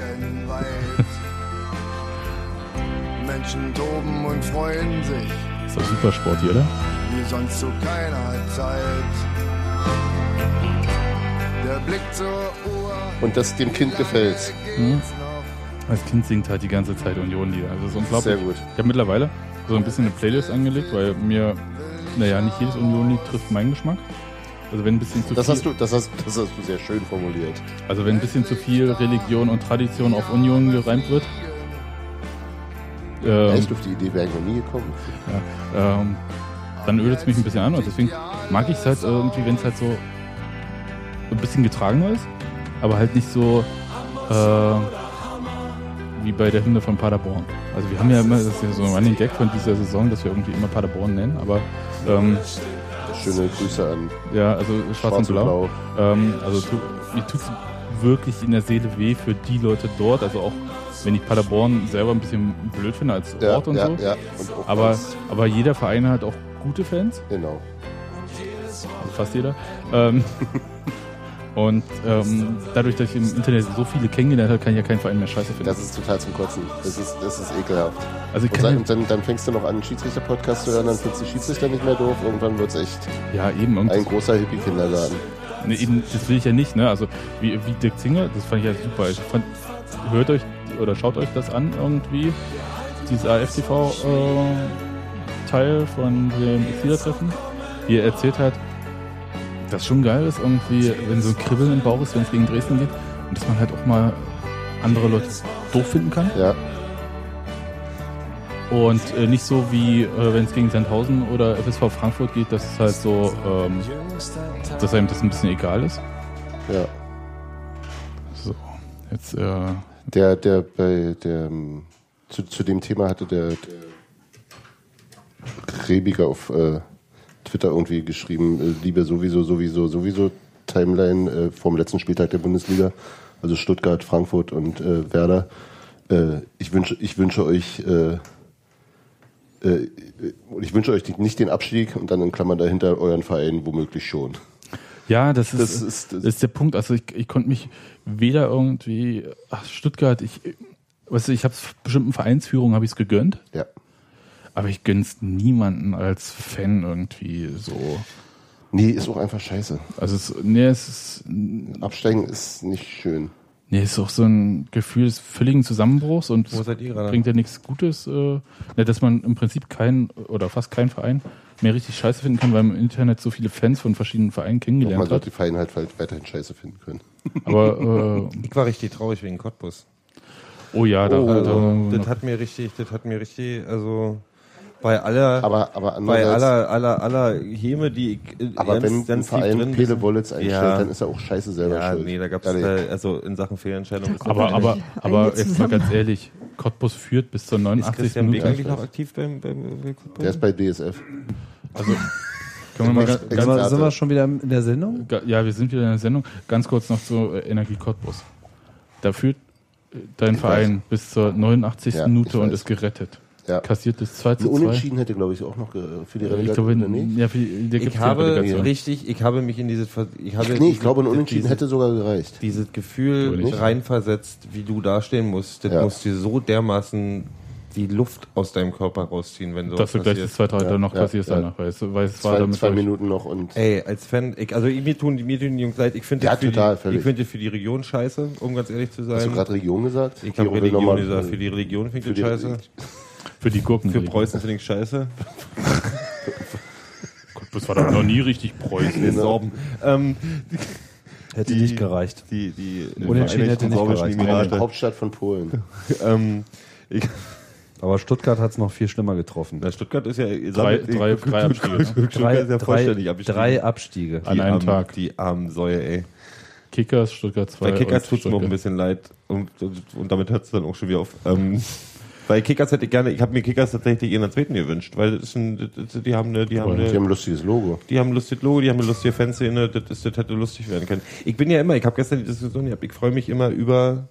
Menschen toben und freuen sich,
Ist doch super Sport hier, oder?
wie sonst zu keiner Zeit. Der Blick zur Uhr.
Und das dem Kind gefällt.
Hm?
geht's noch.
Das Kind singt halt die ganze Zeit Union-Lieder. Also es ist unglaublich.
Sehr gut.
Ich habe mittlerweile so ein bisschen eine Playlist angelegt, weil mir, naja, nicht jedes Union-Lied trifft meinen Geschmack. Also wenn ein bisschen zu
Das
viel,
hast du, das hast, das hast du sehr schön formuliert.
also wenn ein bisschen zu viel Religion und Tradition auf Union gereimt wird, ähm,
Echt auf die Idee wäre ich noch nie gekommen.
ähm, dann ödet es mich ein bisschen an und deswegen mag ich es halt irgendwie, wenn es halt so ein bisschen getragener ist, aber halt nicht so äh, wie bei der Hymne von Paderborn. Also wir haben ja immer, das ist ja so ein Running Gag von dieser Saison, dass wir irgendwie immer Paderborn nennen, aber ähm,
Schöne Grüße an
ja, also schwarz, und blau.
Blau.
Ähm, also tu, mir tut wirklich in der Seele weh für die Leute dort, also auch wenn ich Paderborn selber ein bisschen blöd finde als
Ja,
Ort und
ja,
so.
ja. Und auch
Aber,
das-
aber jeder Verein hat auch gute Fans,
Genau.
also fast jeder. Ähm, und ähm, dadurch, dass ich im Internet so viele kennengelernt habe, kann ich ja keinen Verein mehr scheiße finden.
Das ist total zum Kotzen. Das ist, das ist ekelhaft.
also ich
Und dann,
kann
und dann, dann fängst du noch an, einen Schiedsrichter-Podcast zu hören, dann findest du die Schiedsrichter nicht mehr doof. Irgendwann wird's echt
ja, ja eben, und
ein großer Hippie-Kindergarten.
Nee, eben, das will ich ja nicht, ne? Also wie, wie Dirk Zinger, das fand ich ja super. Also, Ich fand, hört euch oder schaut euch das an irgendwie, dieses AFTV-Teil äh, von dem Exiler-Treffen, wie er erzählt hat, dass schon geil ist irgendwie, wenn so ein Kribbeln im Bauch ist, wenn es gegen Dresden geht und dass man halt auch mal andere Leute doof finden kann
Ja,
und äh, nicht so wie äh, wenn es gegen Sandhausen oder FSV Frankfurt geht, dass es halt so, ähm, dass einem das ein bisschen egal ist.
ja.
So, jetzt, äh,
Der, der, bei der, ähm, zu, zu dem Thema hatte der, der Rebiger auf äh, Twitter irgendwie geschrieben, äh, liebe sowieso, sowieso, sowieso Timeline äh, vom letzten Spieltag der Bundesliga, also Stuttgart, Frankfurt und äh, Werder. Äh, ich wünsche, ich wünsche euch, äh, äh, ich wünsche euch die- nicht den Abstieg und dann in Klammern dahinter euren Verein womöglich schon.
ja, das ist,
Das
das
ist-
ist,
das-
der Punkt. Also ich, ich konnte mich weder irgendwie, ach, Stuttgart, ich, weißt du, ich habe bestimmten Vereinsführungen habe ich es gegönnt,
Ja.
aber ich gönn's niemanden als Fan irgendwie so.
Nee, ist auch einfach scheiße.
Also es, nee, es ist, nee,
Absteigen ist nicht schön.
es ist auch so ein Gefühl des völligen Zusammenbruchs und
Wo
es
seid ihr gerade?
bringt ja nichts Gutes, äh, ne, dass man im Prinzip keinen oder fast keinen Verein mehr richtig scheiße finden kann, weil im Internet so viele Fans von verschiedenen Vereinen
Man
kennengelernt
sollte
hat.
die Vereine halt weiterhin scheiße finden können.
Aber äh,
Ich war richtig traurig wegen Cottbus.
oh ja, da,
Also,
da,
das hat mir richtig, das hat mir richtig, also bei aller,
Aber, aber
bei
andererseits,
aller, aller, aller Heme, die ich äh,
aber wenn ein
tief
Verein
bin-
Pele Wollitz einstellt,
Ja.
dann ist er auch scheiße selber
Ja,
schuld.
nee, da gab es,
Ehrlich.
also in Sachen Fehlentscheidung ist,
Aber, aber, aber
Eigentlich
jetzt mal ganz ehrlich, Cottbus führt bis zur
ist
89.
Christian Beek
Minute.
eigentlich noch aktiv beim, beim, beim
Der ist bei DSF.
Also, Können wir mal ganz,
Ganz
Sind wir, sind
Experte.
wir schon wieder in der Sendung?
Ga- Ja, wir sind wieder in der Sendung. Ganz kurz noch zur äh, Energie Cottbus. Da führt äh, dein
Ich
Verein bis zur 89.
Ja, ich
Minute und
weiß.
ist gerettet.
Ja.
Kassiert das 2
Ein
zu 2.
Unentschieden hätte, glaube ich, auch noch ge- für die
Ich glaube,
Relegation. oder nee?
ja, für, die- da gibt's
Ich
die
habe
Relegation.
richtig, ich habe mich in dieses, Ver- ich habe
nee, ich
diese-
glaube, ein Unentschieden
dieses-
hätte sogar gereicht.
dieses
Oder
Gefühl
nicht?
reinversetzt, wie du dastehen musst, das
Ja.
muss dir so dermaßen die Luft aus deinem Körper rausziehen, wenn so
dass du gleich das 2 3
Ja,
noch
ja,
kassierst
ja.
danach, weißt du, weil es war
Zwei,
damit
zwei
glaub ich,
Minuten noch und
Ey, als Fan, ich, also mir tun, die- mir tun die Jungs leid, ich finde
Ja,
das für
total,
die,
völlig.
ich finde das für die Region scheiße, um ganz ehrlich zu
hast du
sein.
gerade Region gesagt?
Ich
Die
habe
Runde
Religion
nochmal-
gesagt, für die Religion finde ich
Für
das
die-
scheiße.
für die Gurken.
Für Preußen finde ich scheiße.
Cottbus war doch noch nie richtig Preußen.
Nee,
Genau.
Sorben. Ähm,
Hätte
Die-
nicht gereicht.
die, die
Unentschieden hätte
Vereinigten
nicht
Sorbischen
gereicht.
Emirate.
Hauptstadt von Polen.
Ähm,
Aber Stuttgart hat es noch viel schlimmer getroffen.
na, Stuttgart ist ja
Drei, drei, drei Abstiege. ne?
Stuttgart ist ja vollständig
drei,
abgestiegen.
drei Abstiege.
an einem
armen,
Tag.
Die armen Säue, ey.
Kickers, Stuttgart 2.
Bei Kickers
und
tut es mir auch ein
Stuttgart.
bisschen leid. Und, und, und damit hört es dann auch schon wieder auf. Ähm, bei Kickers hätte ich gerne, ich habe mir Kickers tatsächlich in der zweiten gewünscht, weil das ist ein, das, das- die haben eine, die haben
Wollen
eine,
Die haben ein lustiges Logo.
die haben ein lustiges Logo, die haben eine lustige Fanszene, das, ist, das hätte lustig werden können. Ich bin ja immer, ich habe gestern die Diskussion gehabt, ich freue mich immer über,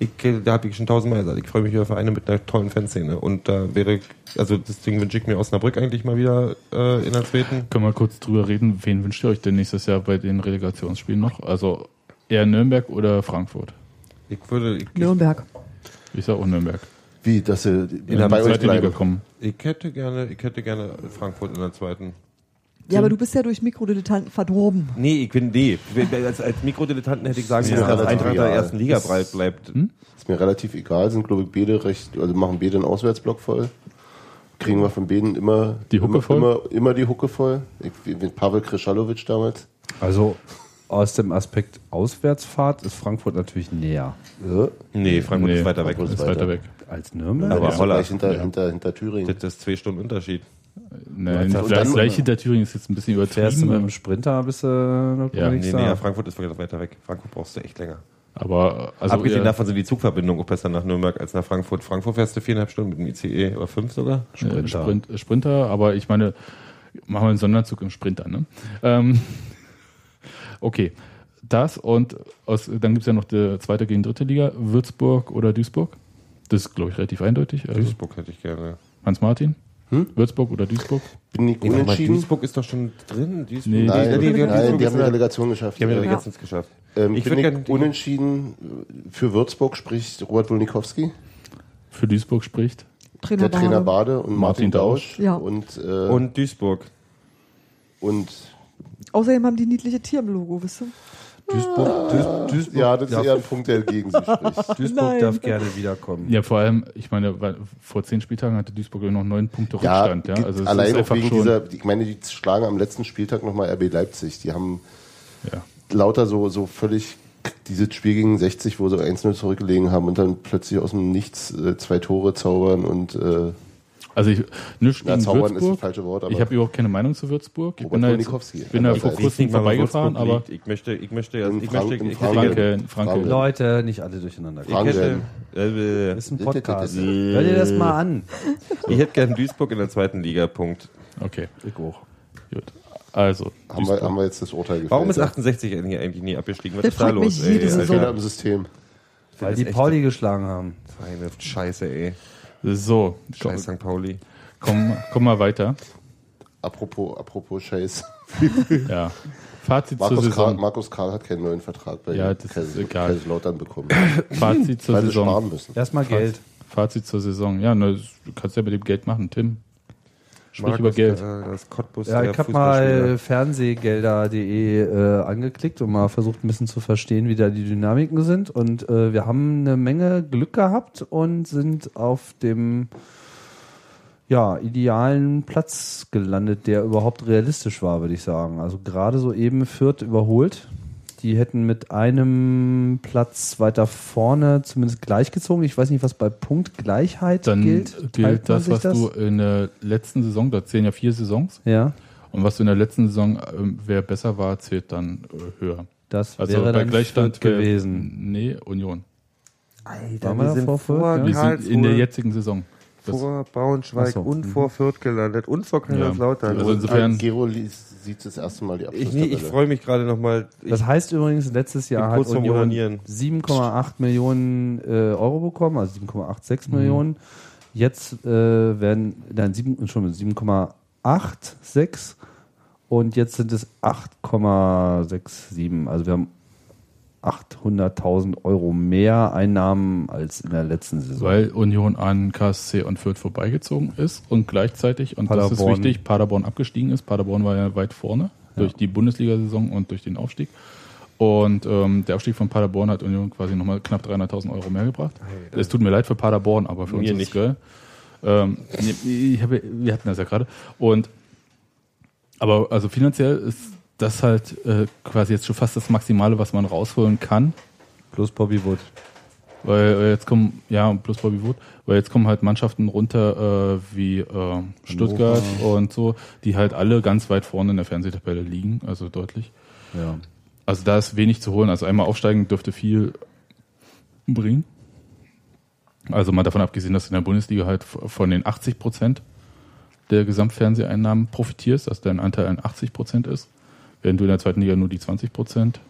ich, äh, da habe ich schon tausendmal gesagt, ich freue mich über Vereine mit einer tollen Fanszene. Und da wäre, also deswegen wünsche ich mir Osnabrück eigentlich mal wieder äh, in der zweiten.
Können wir kurz drüber reden, wen wünscht ihr euch denn nächstes Jahr bei den Relegationsspielen noch? Also eher Nürnberg oder Frankfurt?
Ich würde, ich,
Nürnberg.
Ich sag auch Nürnberg.
Wie, dass sie
der
bei uns
Seid ihr
bleiben.
gekommen?
ich, ich hätte gerne, ich hätte gerne Frankfurt in der zweiten.
Ja, aber du bist ja durch Mikrodilettanten verdorben.
Nee, ich bin nee. Als, als Mikrodilettanten hätte ich sagen
Ja, Hm?
müssen, dass
relativ
Eintracht in der
real.
ersten Liga breit bleibt.
Ist mir relativ egal, sind glaube ich beide recht, also machen beide einen Auswärtsblock voll. Kriegen wir von Beden immer
Die Hucke
immer,
voll?
Immer, immer die Hucke voll. Ich, wie- mit Pavel Krischalowitsch damals.
Also aus dem Aspekt Auswärtsfahrt ist Frankfurt natürlich näher
Ja.
Nee, Frankfurt
Nee,
ist weiter weg.
Ist
Frankfurt
Das
Weiter.
weiter weg.
als Nürnberg.
Aber
ist
Holla.
gleich hinter, hinter, hinter Thüringen.
ist zwei Stunden Unterschied.
Nein,
Und
gleich,
dann-
gleich hinter Thüringen ist jetzt ein bisschen
Fährst du mit dem
übertrieben,
Sprinter bis äh, nach
Ja,
Nee,
Königshaar?
nee, ja, Frankfurt ist wirklich weiter weg. Frankfurt brauchst du echt länger.
aber also
Abgesehen
eher,
davon sind die Zugverbindungen auch besser nach Nürnberg als nach Frankfurt. Frankfurt fährst du viereinhalb Stunden mit dem ICE oder fünf sogar.
äh, Sprint, Sprinter, aber ich meine, machen wir einen Sonderzug im Sprinter, ne? Ähm, okay, das und aus, dann gibt's ja noch die zweite gegen dritte Liga, Würzburg oder Duisburg. Das ist, glaube ich, relativ eindeutig. Also
Duisburg hätte ich gerne.
Hans-Martin,
Hm?
Würzburg oder Duisburg.
Bin ich
Sag mal,
unentschieden?
Duisburg ist doch schon drin. Duisburg,
Nee,
Nein,
die, die, die,
nein,
Duisburg
die haben die
ist in der-
Relegation geschafft.
die haben die
Äh,
Relegation nicht geschafft.
Ähm,
Ich
ich
würd
bin
gern-
ich unentschieden für Würzburg spricht Robert Wolnikowski,
Für Duisburg spricht.
Trainer
der Trainer
Barbe.
Bade und Martin,
Martin
Dausch,
Dausch.
Genau. Ja.
und, äh, und,
Und Duisburg.
Außerdem haben die niedliche Tier im Logo, wisst ihr?
Ah.
Duisburg, Duis- Duisburg.
ja, das ist
darf-
eher ein Punkt, der gegen sie spricht.
Duisburg
Nein.
darf gerne wiederkommen.
Ja, vor allem, ich meine, weil vor zehn Spieltagen hatte Duisburg ja noch neun Punkte Rückstand. Ja, also es
allein
ist
auch
einfach
wegen
schon.
dieser, ich meine, die schlagen am letzten Spieltag nochmal RB Leipzig. Die haben
ja.
lauter so, so völlig dieses Spiel gegen 60, wo sie 1-0 zurückgelegen haben und dann plötzlich aus dem Nichts äh, zwei Tore zaubern und äh,
Also ich, nichts
na,
gegen
zaubern ist das
Würzburg.
falsche Wort, aber
ich habe überhaupt keine Meinung zu Würzburg. Ich
Robert
bin da,
Wolnikowski.
jetzt, bin da
Also
vor
ich
kurzem
nicht, wann
vorbeigefahren,
Würzburg
aber
liegt. ich möchte, ich möchte, also
In
ich
Frank-
möchte,
in
ich hätte
Frank-
gerne-
Franke, Franke.
Franke.
Leute, nicht alle durcheinander.
Ich
Fragen
hätte,
werden.
äh,
Das ist ein
Bitte, bitte.
Podcast. Hör dir das mal an.
ich hätte gern Duisburg in der zweiten Liga, Punkt.
Okay,
Ich auch.
gut. Also,
haben wir, haben wir jetzt das Urteil gefällt.
Warum ist
ja.
68 eigentlich eigentlich nie abgestiegen? Was
Das
ist da
fragt
los,
mich jede
ey?
Ein Fehler
Alter,
im System.
Weil
ist
die
echt-
Pauli geschlagen haben.
Feine Scheiße, ey.
so,
Scheiß St. Pauli.
komm, komm mal weiter.
Apropos, apropos Scheiß.
Ja. Fazit zur
Markus Karl,
Saison.
Markus Karl hat keinen neuen Vertrag bei
Ja, das ist egal.
Lautern bekommen.
Fazit zur
Weil sie
Saison.
sparen müssen.
Erstmal Geld.
Fazit zur Saison. Ja, ne, das- du kannst ja mit dem Geld machen, Tim. Sprich über
äh,
Geld.
Das Cottbus
Ja,
der
ich habe
äh, Fußballspieler.
mal fernsehgelder.de äh, angeklickt und mal versucht ein bisschen zu verstehen, wie da die Dynamiken sind. Und äh, wir haben eine Menge Glück gehabt und sind auf dem ja, idealen Platz gelandet, der überhaupt realistisch war, würde ich sagen. Also gerade so eben Fürth überholt, die hätten mit einem Platz weiter vorne zumindest gleichgezogen. Ich weiß nicht, was bei Punktgleichheit
Dann
gilt.
gilt,
Teilt man
das,
sich
was du in der letzten Saison, da zählen ja vier Saisons,
Ja,
und was du in der letzten Saison, ähm, wer besser war, zählt dann äh, höher.
das
Also
wäre
bei
dann
Gleichstand
Fürth
wär-
gewesen.
Nee, Union.
Waren
Alter,
wir
wir
da
sind
vor
vor,
Fürth,
Wir
ja?
sind in der
Karlsruhe,
jetzigen Saison. Das-
vor Braunschweig
Ach so,
und
mhm.
vor Fürth gelandet und vor Kaiserslautern.
Also insofern,
äh, Gero liest- sieht das erste Mal die
Ich, nee, ich
Abschlusstabelle.
freue mich gerade nochmal.
Das heißt übrigens, letztes Jahr
bin
hat
kurz vorm
Union
Onanieren.
7,8 Millionen äh, Euro bekommen, also 7,86
Mhm.
Millionen. Jetzt äh, werden, nein, 7, Entschuldigung, 7,86 und jetzt sind es 8,67. Also wir haben 800.000 Euro mehr Einnahmen als in der letzten Saison.
weil Union an KSC und Fürth vorbeigezogen ist und gleichzeitig, und das ist
Paderborn.
wichtig, Paderborn abgestiegen ist. Paderborn war ja weit vorne durch die Bundesliga-Saison und durch den Aufstieg. Und ähm, der Aufstieg von Paderborn hat Union quasi nochmal knapp 300.000 Euro mehr gebracht. Es tut mir leid für Paderborn, aber für uns
Mir
ist es
nicht.
geil. Ähm, ich habe, wir hatten das ja gerade. Und aber also finanziell ist das halt äh, quasi jetzt schon fast das Maximale, was man rausholen kann.
Plus Bobby Wood.
Weil äh, jetzt kommen, ja, und plus Bobby Wood, weil jetzt kommen halt Mannschaften runter äh, wie äh, Stuttgart und so, die halt alle ganz weit vorne in der Fernsehtabelle liegen, also deutlich.
Ja.
Also da ist wenig zu holen. Also einmal aufsteigen dürfte viel bringen. Also mal davon abgesehen, dass du in der Bundesliga halt v- von den 80 Prozent der Gesamtfernseheinnahmen profitierst, dass dein Anteil an 80 Prozent ist, während du in der zweiten Liga nur die 20 Prozent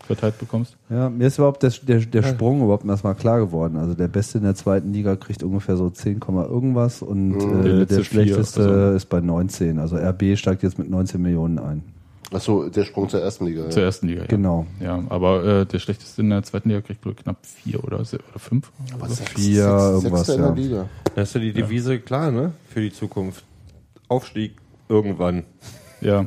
verteilt bekommst.
Ja, mir ist überhaupt der, der, der Sprung überhaupt erstmal klar geworden. Also der Beste in der zweiten Liga kriegt ungefähr so 10, Komma irgendwas und
Mhm. Der
äh, der,
letzte vier,
schlechteste
also-
ist bei 19. Also RB steigt jetzt mit 19 Millionen ein.
Achso, der Sprung zur ersten Liga.
Zur
Ja.
ersten Liga. ja.
Genau.
Ja, aber äh, der schlechteste in der zweiten Liga kriegt wohl knapp vier oder, se- oder fünf. Also,
Was, Also sechs-
Vier,
sechs-
irgendwas,
Sechster in der
ja.
Liga.
Da ist ja die Devise klar, ne? Für die Zukunft. Aufstieg irgendwann.
Ja,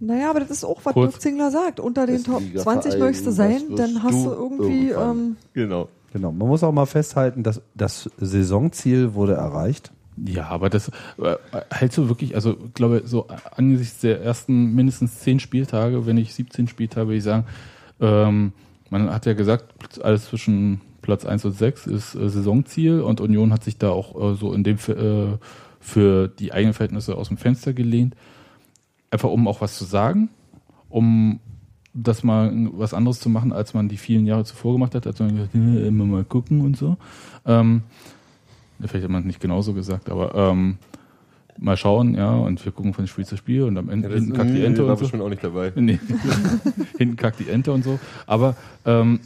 Naja, aber das ist auch, was
Kurz.
Dirk Zingler sagt. Unter den
Das
Top
Ligaverein,
20 möchtest du
das
sein,
wirst
dann hast du
du
irgendwie.
irgendwann.
Ähm,
Genau.
Genau. Man muss auch mal festhalten, dass das Saisonziel wurde erreicht.
ja, aber das äh, hältst du wirklich, also ich glaube, so angesichts der ersten mindestens zehn Spieltage, wenn ich 17 Spieltage, würde ich sagen, ähm, man hat ja gesagt, alles zwischen Platz 1 und 6 ist äh, Saisonziel und Union hat sich da auch äh, so in dem F- äh, für die eigenen Verhältnisse aus dem Fenster gelehnt. Einfach um auch was zu sagen, um das mal was anderes zu machen, als man die vielen Jahre zuvor gemacht hat, als man gesagt, "Äh, immer mal gucken und so. Ähm, vielleicht hat man es nicht genauso gesagt, aber ähm, mal schauen, ja, und wir gucken von Spiel zu Spiel und am Ende
Ja, das
hinten kackt die Ente
war
und so.
bestimmt auch nicht dabei.
Nee. Hinten kackt die Ente und so. Aber ähm,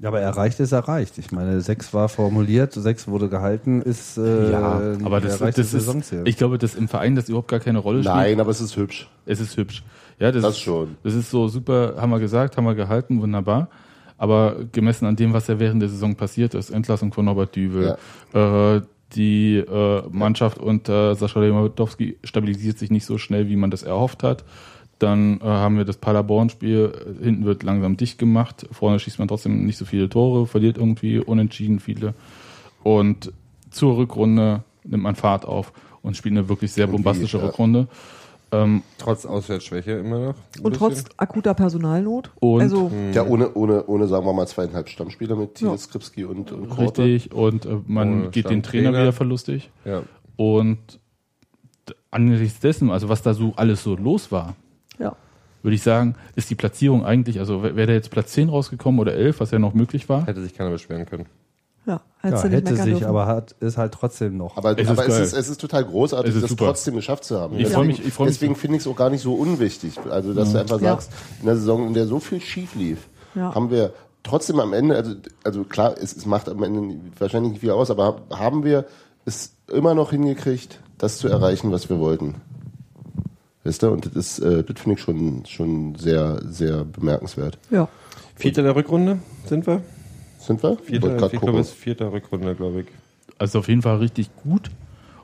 Ja, aber erreicht ist erreicht. Ich meine, 6 war formuliert, 6 wurde gehalten, ist äh, ein
aber das, das
erreichtes
ist, ich glaube, dass im Verein das überhaupt gar keine Rolle spielt.
Nein, aber es ist hübsch.
Es ist hübsch. Ja, das,
Das
ist,
schon.
Das ist so super, haben wir gesagt, haben wir gehalten, wunderbar. Aber gemessen an dem, was ja während der Saison passiert ist, Entlassung von Norbert Düvel, äh, die äh, Mannschaft unter Sascha Lewandowski stabilisiert sich nicht so schnell, wie man das erhofft hat. Dann äh, haben wir das Paderborn-Spiel, hinten wird langsam dicht gemacht, vorne schießt man trotzdem nicht so viele Tore, verliert irgendwie unentschieden viele. Und zur Rückrunde nimmt man Fahrt auf und spielt eine wirklich sehr
Und wie,
bombastische
ja.
Rückrunde. Ähm,
Trotz Auswärtsschwäche immer noch. ein
und trotz
bisschen.
akuter Personalnot.
Und-
also,
Ja, ohne, ohne, ohne, sagen wir mal, zweieinhalb Stammspieler mit Tine
Ja.
Skripski und, und Korte.
Richtig, und äh, man
Ohne
geht den Trainer,
Stammtrainer.
wieder verlustig.
Ja.
Und d- angesichts dessen, also was da so alles so los war,
ja.
würde ich sagen, ist die Platzierung eigentlich, also wäre der jetzt Platz 10 rausgekommen oder 11, was ja noch möglich war.
Hätte sich keiner beschweren können.
Ja,
ja,
hättest du nicht
hätte
meckern
sich,
dürfen.
aber hat, ist halt trotzdem noch.
Aber,
Es
es, aber
ist
ist es,
geil.
ist, es ist total großartig,
Es ist
das
super.
trotzdem geschafft zu haben.
Ich freu mich- ich freu mich
deswegen finde ich es auch gar nicht so unwichtig. Also, dass du einfach
Ja.
sagst, in der Saison, in der so viel schief lief,
Ja.
haben wir trotzdem am Ende, also, also klar, es, es macht am Ende wahrscheinlich nicht viel aus, aber haben wir es immer noch hingekriegt, das zu erreichen, was wir wollten. Wisst ihr? Und das, ist, äh, das finde ich schon, schon sehr, sehr bemerkenswert.
ja.
Vierter der Rückrunde sind wir.
Sind wir? Wollte
Vierter,
grad
ich glaube,
gucken.
es ist vierter Rückrunde, glaube ich.
Also auf jeden Fall richtig gut.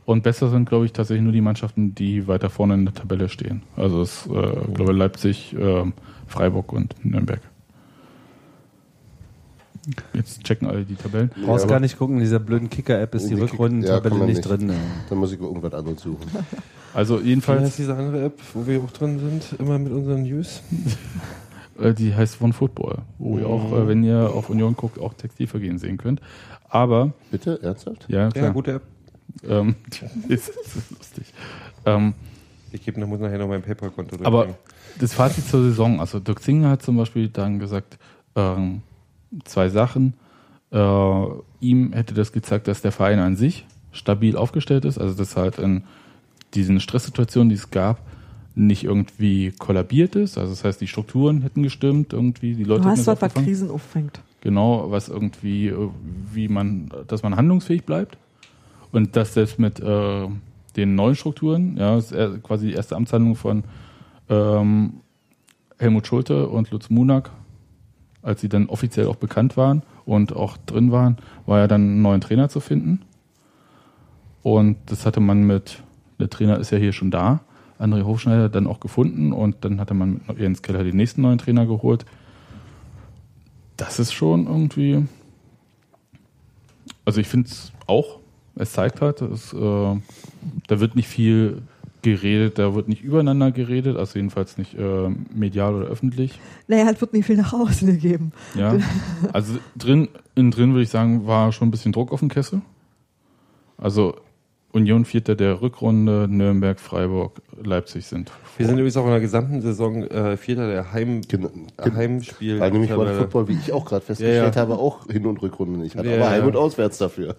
Und besser sind, glaube ich, tatsächlich nur die Mannschaften, die weiter vorne in der Tabelle stehen. Also es, äh, ich glaube Leipzig, ähm, Freiburg und Nürnberg. Jetzt checken alle die Tabellen.
Du brauchst
Ja,
gar
aber-
nicht gucken, in dieser blöden Kicker-App
Oh,
ist die,
Die Kick- ja,
Rückrundentabelle
kann man
nicht,
nicht.
drin.
ne?
ey.
Dann muss ich irgendwas anderes suchen.
Also
Wie
jedenfalls
heißt diese andere App, wo wir auch drin sind? Immer mit unseren News?
Äh, die heißt One Football, wo ihr auch, äh, wenn ihr auf Union guckt, auch Textilvergehen sehen könnt. Aber,
Bitte? Ernsthaft?
ja,
Ja,
klar.
gute App.
Ähm, ist, ist lustig. Ähm,
Ich gebe, muss nachher noch mein PayPal-Konto
Aber
durchgeben.
das Fazit zur Saison, also Dirk Zinger hat zum Beispiel dann gesagt, ähm, zwei Sachen. Äh, ihm hätte das gezeigt, dass der Verein an sich stabil aufgestellt ist, also dass halt in diesen Stresssituationen, die es gab, nicht irgendwie kollabiert ist. Also das heißt, die Strukturen hätten gestimmt, irgendwie die Leute
Du hast
hätten es
dort, was
aufgefangen.
Krisen auffängt.
Genau, was irgendwie, äh, wie man, dass man handlungsfähig bleibt. Und dass selbst mit äh, den neuen Strukturen, ja, das ist er- quasi die erste Amtshandlung von ähm, Helmut Schulte und Lutz Munak, als sie dann offiziell auch bekannt waren und auch drin waren, war ja dann einen neuen Trainer zu finden. Und das hatte man mit, der Trainer ist ja hier schon da, André Hofschneider, dann auch gefunden und dann hatte man mit Jens Keller den nächsten neuen Trainer geholt das ist schon irgendwie. Also ich finde es auch, es zeigt halt, es, äh, da wird nicht viel geredet, da wird nicht übereinander geredet, also jedenfalls nicht äh, medial oder öffentlich.
Naja, es wird nicht viel nach außen gegeben.
Ja. Also drin, innen drin würde ich sagen, war schon ein bisschen Druck auf dem Kessel. Also Union Vierter der Rückrunde, Nürnberg, Freiburg, Leipzig sind.
Wir sind übrigens auch in der gesamten Saison äh, Vierter der Heim,
Genau.
Heimspiel.
Weil nämlich One
Tabelle.
Football, wie ich auch gerade festgestellt
Ja, ja.
habe, auch Hin- und Rückrunde nicht hat.
Ja,
aber
ja.
Heim- und Auswärts dafür.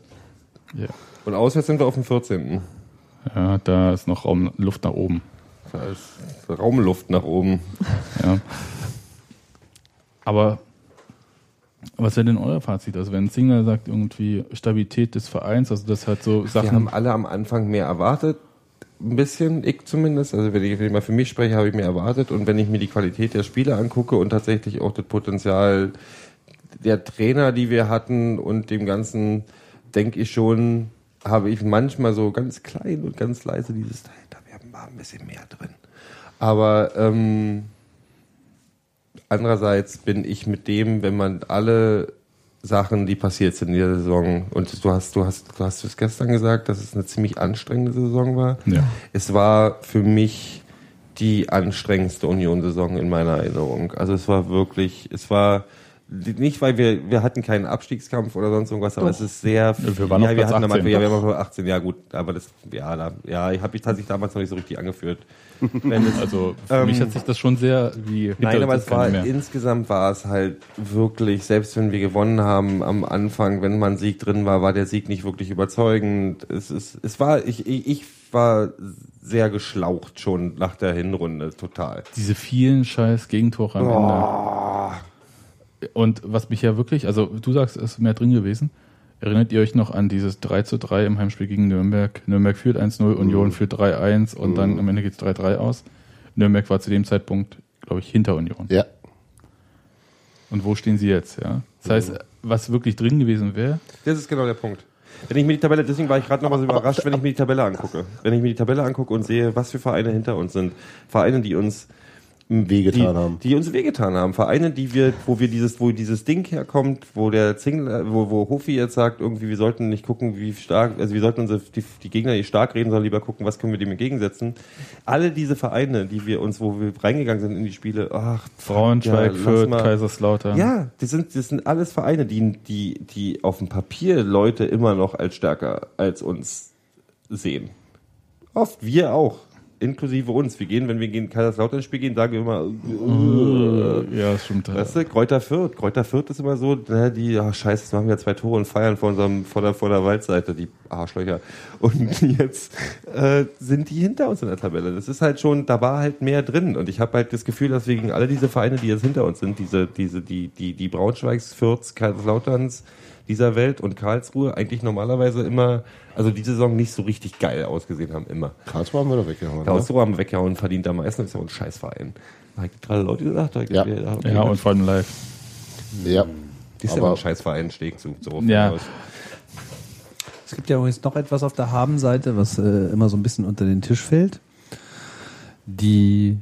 Ja.
Und auswärts sind wir auf dem 14.
ja, da ist noch Raum, Luft nach oben.
Da ist Raumluft nach oben.
Ja. Aber was wäre denn euer Fazit? Also wenn Singer sagt irgendwie Stabilität des Vereins, also das halt so
Wir haben
Sachen.
alle am Anfang mehr erwartet. Ein bisschen, ich zumindest. Also wenn ich, wenn ich mal für mich spreche, habe ich mehr erwartet. Und wenn ich mir die Qualität der Spieler angucke und tatsächlich auch das Potenzial der Trainer, die wir hatten und dem Ganzen, denke ich schon, habe ich manchmal so ganz klein und ganz leise dieses Teil, da wäre mal ein bisschen mehr drin. Aber ähm, andererseits bin ich mit dem, wenn man alle Sachen, die passiert sind in der Saison, und du hast, du hast, du hast es gestern gesagt, dass es eine ziemlich anstrengende Saison war.
Ja.
Es war für mich die anstrengendste Union-Saison in meiner Erinnerung. Also es war wirklich, es war nicht, weil wir, wir hatten keinen Abstiegskampf oder sonst irgendwas, aber
Doch.
es ist sehr viel.
Wir waren auf
ja, wir
Platz
hatten
18,
damals, ja, wir
doch.
waren auf 18, ja gut, aber das, ja, da, ja, ich habe mich tatsächlich damals noch nicht so richtig angeführt. Wenn es,
Also für
Ähm,
mich hat sich das schon sehr wie hinter
Nein,
uns
aber
ist
es
gar
war
nicht mehr.
insgesamt war es halt wirklich, selbst wenn wir gewonnen haben am Anfang, wenn man Sieg drin war, war der Sieg nicht wirklich überzeugend. Es ist, es war, ich, ich, ich war sehr geschlaucht schon nach der Hinrunde total.
diese vielen scheiß Gegentore am Ende. Und was mich ja wirklich, also du sagst, es ist mehr drin gewesen. Erinnert ihr euch noch an dieses 3 zu 3 im Heimspiel gegen Nürnberg? Nürnberg führt 1-0,
Mhm.
Union führt 3-1 und dann am Ende geht es 3-3 aus. Nürnberg war zu dem Zeitpunkt, glaube ich, hinter Union.
Ja.
Und wo stehen sie jetzt? Ja? Das heißt,
Mhm.
was wirklich drin gewesen wäre,
Das ist genau der Punkt. Wenn ich mir die Tabelle, deswegen war ich gerade noch mal so überrascht, wenn ich mir die Tabelle angucke. Wenn ich mir die Tabelle angucke und sehe, was für Vereine hinter uns sind. Vereine, die uns
Wehgetan
die,
haben.
Die uns wehgetan haben. Vereine, die wir, wo wir dieses, wo dieses Ding herkommt, wo der Zingler, wo, wo Hofi jetzt sagt, irgendwie, wir sollten nicht gucken, wie stark, also wir sollten unsere, die, die Gegner nicht stark reden, sondern lieber gucken, was können wir dem entgegensetzen. Alle diese Vereine, die wir uns, wo wir reingegangen sind in die Spiele, ach,
Braunschweig,
Ja, lass
Fürth,
mal-
Kaiserslautern.
ja, das sind, das sind alles Vereine, die, die, die auf dem Papier Leute immer noch als stärker als uns sehen. Oft, wir auch. Inklusive uns. Wir gehen, wenn wir gegen Kaiserslautern ins Spiel gehen, sagen wir immer, äh,
ja stimmt.
weißt du, Kräuter Fürth. Kräuter Fürth ist immer so, ne, die, ach scheiße, jetzt machen wir zwei Tore und feiern vor, unserem, vor, der, vor der Waldseite, die Arschlöcher. Und jetzt äh, sind die hinter uns in der Tabelle. Das ist halt schon, da war halt mehr drin. Und ich habe halt das Gefühl, dass wir gegen alle diese Vereine, die jetzt hinter uns sind, diese, diese, die, die, die Braunschweigs, Fürths, Kaiserslauterns dieser Welt und Karlsruhe eigentlich normalerweise immer, also die Saison nicht so richtig geil ausgesehen haben, immer.
Karlsruhe haben wir doch weggehauen.
Ja,
ne?
Karlsruhe haben weggehauen, verdient am meisten, ist ja auch ein Scheißverein. Da hab ich gerade Leute gesagt, da hab ich
Ja.
gedacht, okay,
ja, und vor allem live.
Ja.
die ist ja
Aber-
aber ein Scheißverein, Steg zu. So
Ja.
Es gibt ja übrigens noch etwas auf der Habenseite, was äh, immer so ein bisschen unter den Tisch fällt. Die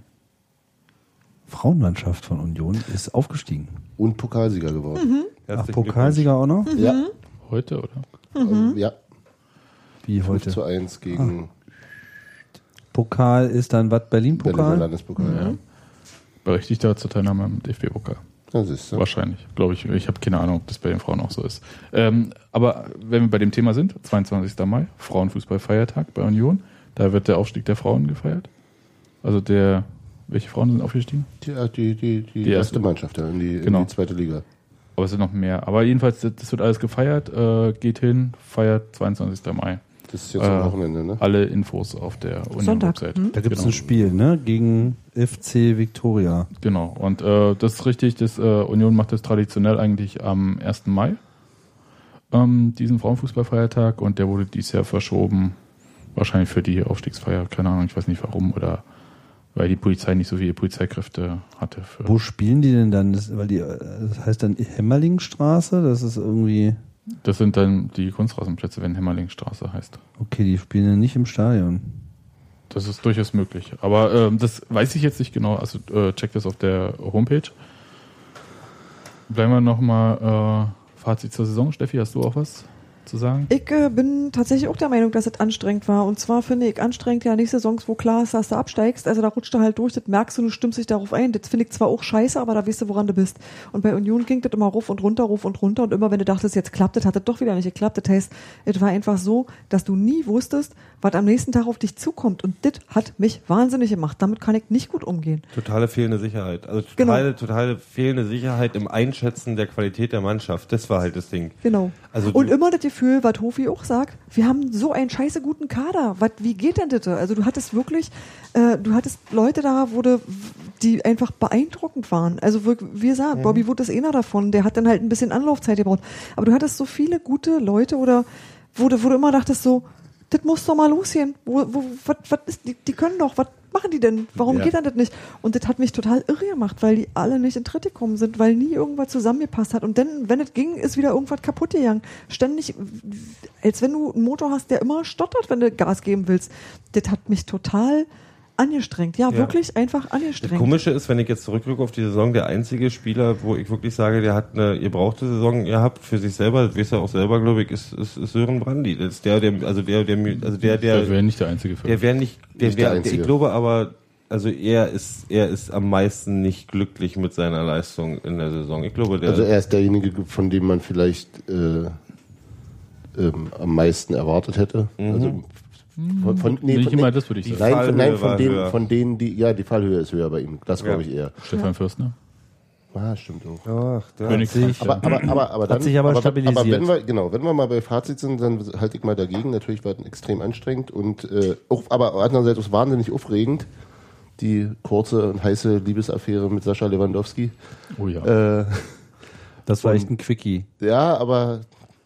Frauenmannschaft von Union ist aufgestiegen.
Und Pokalsieger geworden.
Ach, Pokalsieger auch noch?
Ja.
Heute, oder?
Ähm, Ja.
Wie
5 zu
heute.
1 gegen
Pokal ist dann was?
Berliner
Berlin-Pokal?
Landespokal.
Berechtigter zur Teilnahme am DFB-Pokal.
Das ist so.
Wahrscheinlich, glaube ich. Ich habe keine Ahnung, ob das bei den Frauen auch so ist. Ähm, aber wenn wir bei dem Thema sind, 22. Mai, Frauenfußballfeiertag bei Union, da wird der Aufstieg der Frauen gefeiert. Also der, welche Frauen sind aufgestiegen?
Die, die, die, die,
Die erste.
erste Mannschaft dann in die,
Genau.
in die zweite Liga.
Aber es sind noch mehr. Aber jedenfalls, das das wird alles gefeiert. Äh, geht hin, feiert 22. Mai.
Das ist jetzt
Äh,
am Wochenende, ne?
Alle Infos auf der
Sonntag,
Union-Website.
hm?
Da gibt es
genau.
ein Spiel, ne? Gegen FC Victoria.
Genau. Und äh, das ist richtig, das äh, Union macht das traditionell eigentlich am 1. Mai, ähm, diesen Frauenfußballfeiertag. Und der wurde dieses Jahr verschoben. Wahrscheinlich für die Aufstiegsfeier, keine Ahnung, ich weiß nicht warum. Oder weil die Polizei nicht so viele Polizeikräfte hatte. Für
Wo spielen die denn dann? Das, weil die, äh, das heißt dann Hämmerlingstraße? Das ist irgendwie.
Das sind dann die Kunstrasenplätze, wenn Hämmerlingstraße heißt.
Okay, die spielen dann nicht im Stadion.
Das ist durchaus möglich. Aber ähm, das weiß ich jetzt nicht genau. Also äh, check das auf der Homepage. Bleiben wir nochmal äh, Fazit zur Saison. Steffi, hast du auch was zu sagen?
Ich äh, bin tatsächlich auch der Meinung, dass es anstrengend war. Und zwar finde ich anstrengend ja nächste Saisons, wo klar ist, dass du absteigst. Also da rutscht du halt durch, das merkst du, du stimmst dich darauf ein. Das finde ich zwar auch scheiße, aber da weißt du, woran du bist. Und bei Union ging das immer ruf und runter, ruf und runter. Und immer wenn du dachtest, jetzt klappt das, hat das doch wieder nicht geklappt. Das heißt, es war einfach so, dass du nie wusstest, was am nächsten Tag auf dich zukommt. Und das hat mich wahnsinnig gemacht. Damit kann ich nicht gut umgehen.
Totale fehlende Sicherheit. Also
Genau.
totale, totale fehlende Sicherheit im Einschätzen der Qualität der Mannschaft. Das war halt das Ding.
Genau.
Also
und
du-
immer das Gefühl, was Hofi auch sagt, wir haben so einen scheiße guten Kader. Was, wie geht denn das? Also du hattest wirklich, äh, du hattest Leute da, wo du, die einfach beeindruckend waren. Also wir, wir
Mhm.
sagen, Bobby Wood ist einer davon, der hat dann halt ein bisschen Anlaufzeit gebraucht. Aber du hattest so viele gute Leute oder wo du, wo du immer dachtest so, das muss doch mal losgehen. Wo, wo, was, was ist, die, die können doch, was machen die denn? Warum
Ja.
geht dann das nicht? Und das hat mich total irre gemacht, weil die alle nicht in Tritt gekommen sind, weil nie irgendwas zusammengepasst hat. Und dann, wenn es ging, ist wieder irgendwas kaputt gegangen. Ständig, als wenn du einen Motor hast, der immer stottert, wenn du Gas geben willst. Das hat mich total angestrengt. Ja,
Ja.
wirklich einfach
Das
angestrengt.
Komische ist, wenn ich jetzt zurückgucke auf die Saison, der einzige Spieler, wo ich wirklich sage, der hat eine gebrauchte Saison gehabt für sich selber, das weiß ja auch selber, glaube ich, ist, ist, ist Sören Brandy. Das ist der, der, also der, der, mir- also der, der,
wäre nicht der einzige für
der wäre nicht, der,
Nicht der
wär, der
Einzige.
ich glaube aber, also er ist, er ist am meisten nicht glücklich mit seiner Leistung in der Saison. Ich glaube, der,
Also er ist derjenige, von dem man vielleicht äh, ähm, am meisten erwartet hätte. Also von, von,
Nicht
von-
immer, das würde ich
nein,
sagen.
von, nein, von
Fallhöhe war
denen,
höher.
von denen, die, ja, die Fallhöhe ist höher bei ihm. Das glaube ich eher.
Stefan Fürstner.
Ah, stimmt auch.
Ach, der
König
Aber, aber, aber, aber dann,
sich aber stabilisiert.
Aber wenn wir, genau, wenn wir mal bei Fazit sind, dann halte ich mal dagegen. Natürlich war es extrem anstrengend und äh, auch, aber andererseits auch wahnsinnig aufregend. Die kurze und heiße Liebesaffäre mit Sascha Lewandowski.
Oh ja.
Äh,
Das war echt ein Quickie.
ja, aber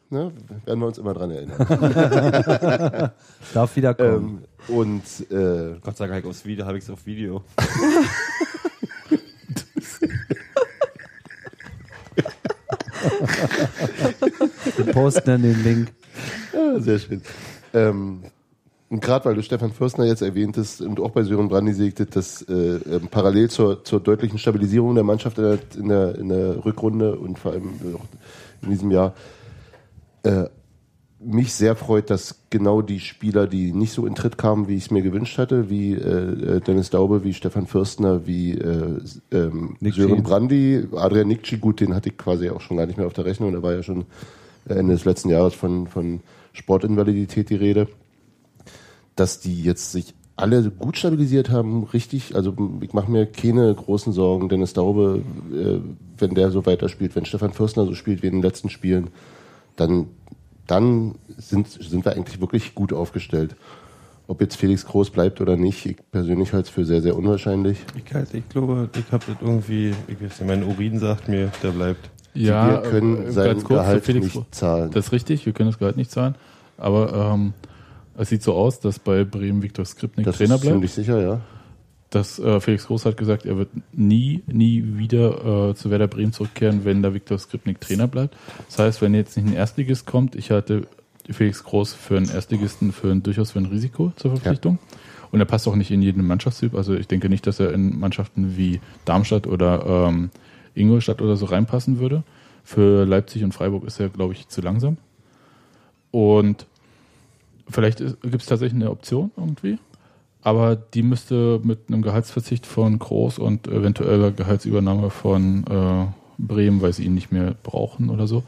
ne, werden wir uns immer dran erinnern.
Darf wieder kommen.
Ähm, und äh,
Gott sei Dank, aufs Video, habe ich es auf Video.
Wir posten dann den Link.
ja, sehr schön. Ähm, und gerade weil du Stefan Fürstner jetzt erwähntest und auch bei Sören Brandy segtet, dass äh, ähm, parallel zur, zur deutlichen Stabilisierung der Mannschaft in der, in, der, in der Rückrunde und vor allem auch in diesem Jahr äh, mich sehr freut, dass genau die Spieler, die nicht so in Tritt kamen, wie ich es mir gewünscht hatte, wie äh, äh, Dennis Daube, wie Stefan Fürstner, wie äh, S- ähm,
Nikci.
Sören Brandy, Adrian Nikci, gut, den hatte ich quasi auch schon gar nicht mehr auf der Rechnung, da war ja schon äh, Ende des letzten Jahres von, von Sportinvalidität die Rede, dass die jetzt sich alle gut stabilisiert haben, richtig, also ich mache mir keine großen Sorgen, Dennis Daube, äh, wenn der so weiterspielt, wenn Stefan Fürstner so spielt wie in den letzten Spielen, dann, dann sind, sind wir eigentlich wirklich gut aufgestellt. Ob jetzt Felix Groß bleibt oder nicht, ich persönlich halte es für sehr, sehr unwahrscheinlich.
Ich, halt, ich glaube, ich habe das irgendwie, ich weiß nicht, mein Urin sagt mir, der bleibt.
wir können
äh,
sein
ganz kurz zu
Gehalt
Felix Groß.
nicht zahlen.
Das ist richtig, wir können das Gehalt nicht zahlen. Aber ähm, es sieht so aus, dass bei Bremen Viktor Skripnik
Das
Trainer
ist
bleibt.
ziemlich sicher, ja.
dass äh, Felix Groß hat gesagt, er wird nie, nie wieder äh, zu Werder Bremen zurückkehren, wenn da Viktor Skripnik Trainer bleibt. Das heißt, wenn jetzt nicht ein Erstligist kommt, ich halte Felix Groß für einen Erstligisten für ein, durchaus für ein Risiko zur Verpflichtung. Und er passt auch nicht in jeden Mannschaftstyp. Also ich denke nicht, dass er in Mannschaften wie Darmstadt oder ähm, Ingolstadt oder so reinpassen würde. Für Leipzig und Freiburg ist er, glaube ich, zu langsam. Und vielleicht gibt es tatsächlich eine Option irgendwie. Aber die müsste mit einem Gehaltsverzicht von Groß und eventueller Gehaltsübernahme von äh, Bremen, weil sie ihn nicht mehr brauchen oder so.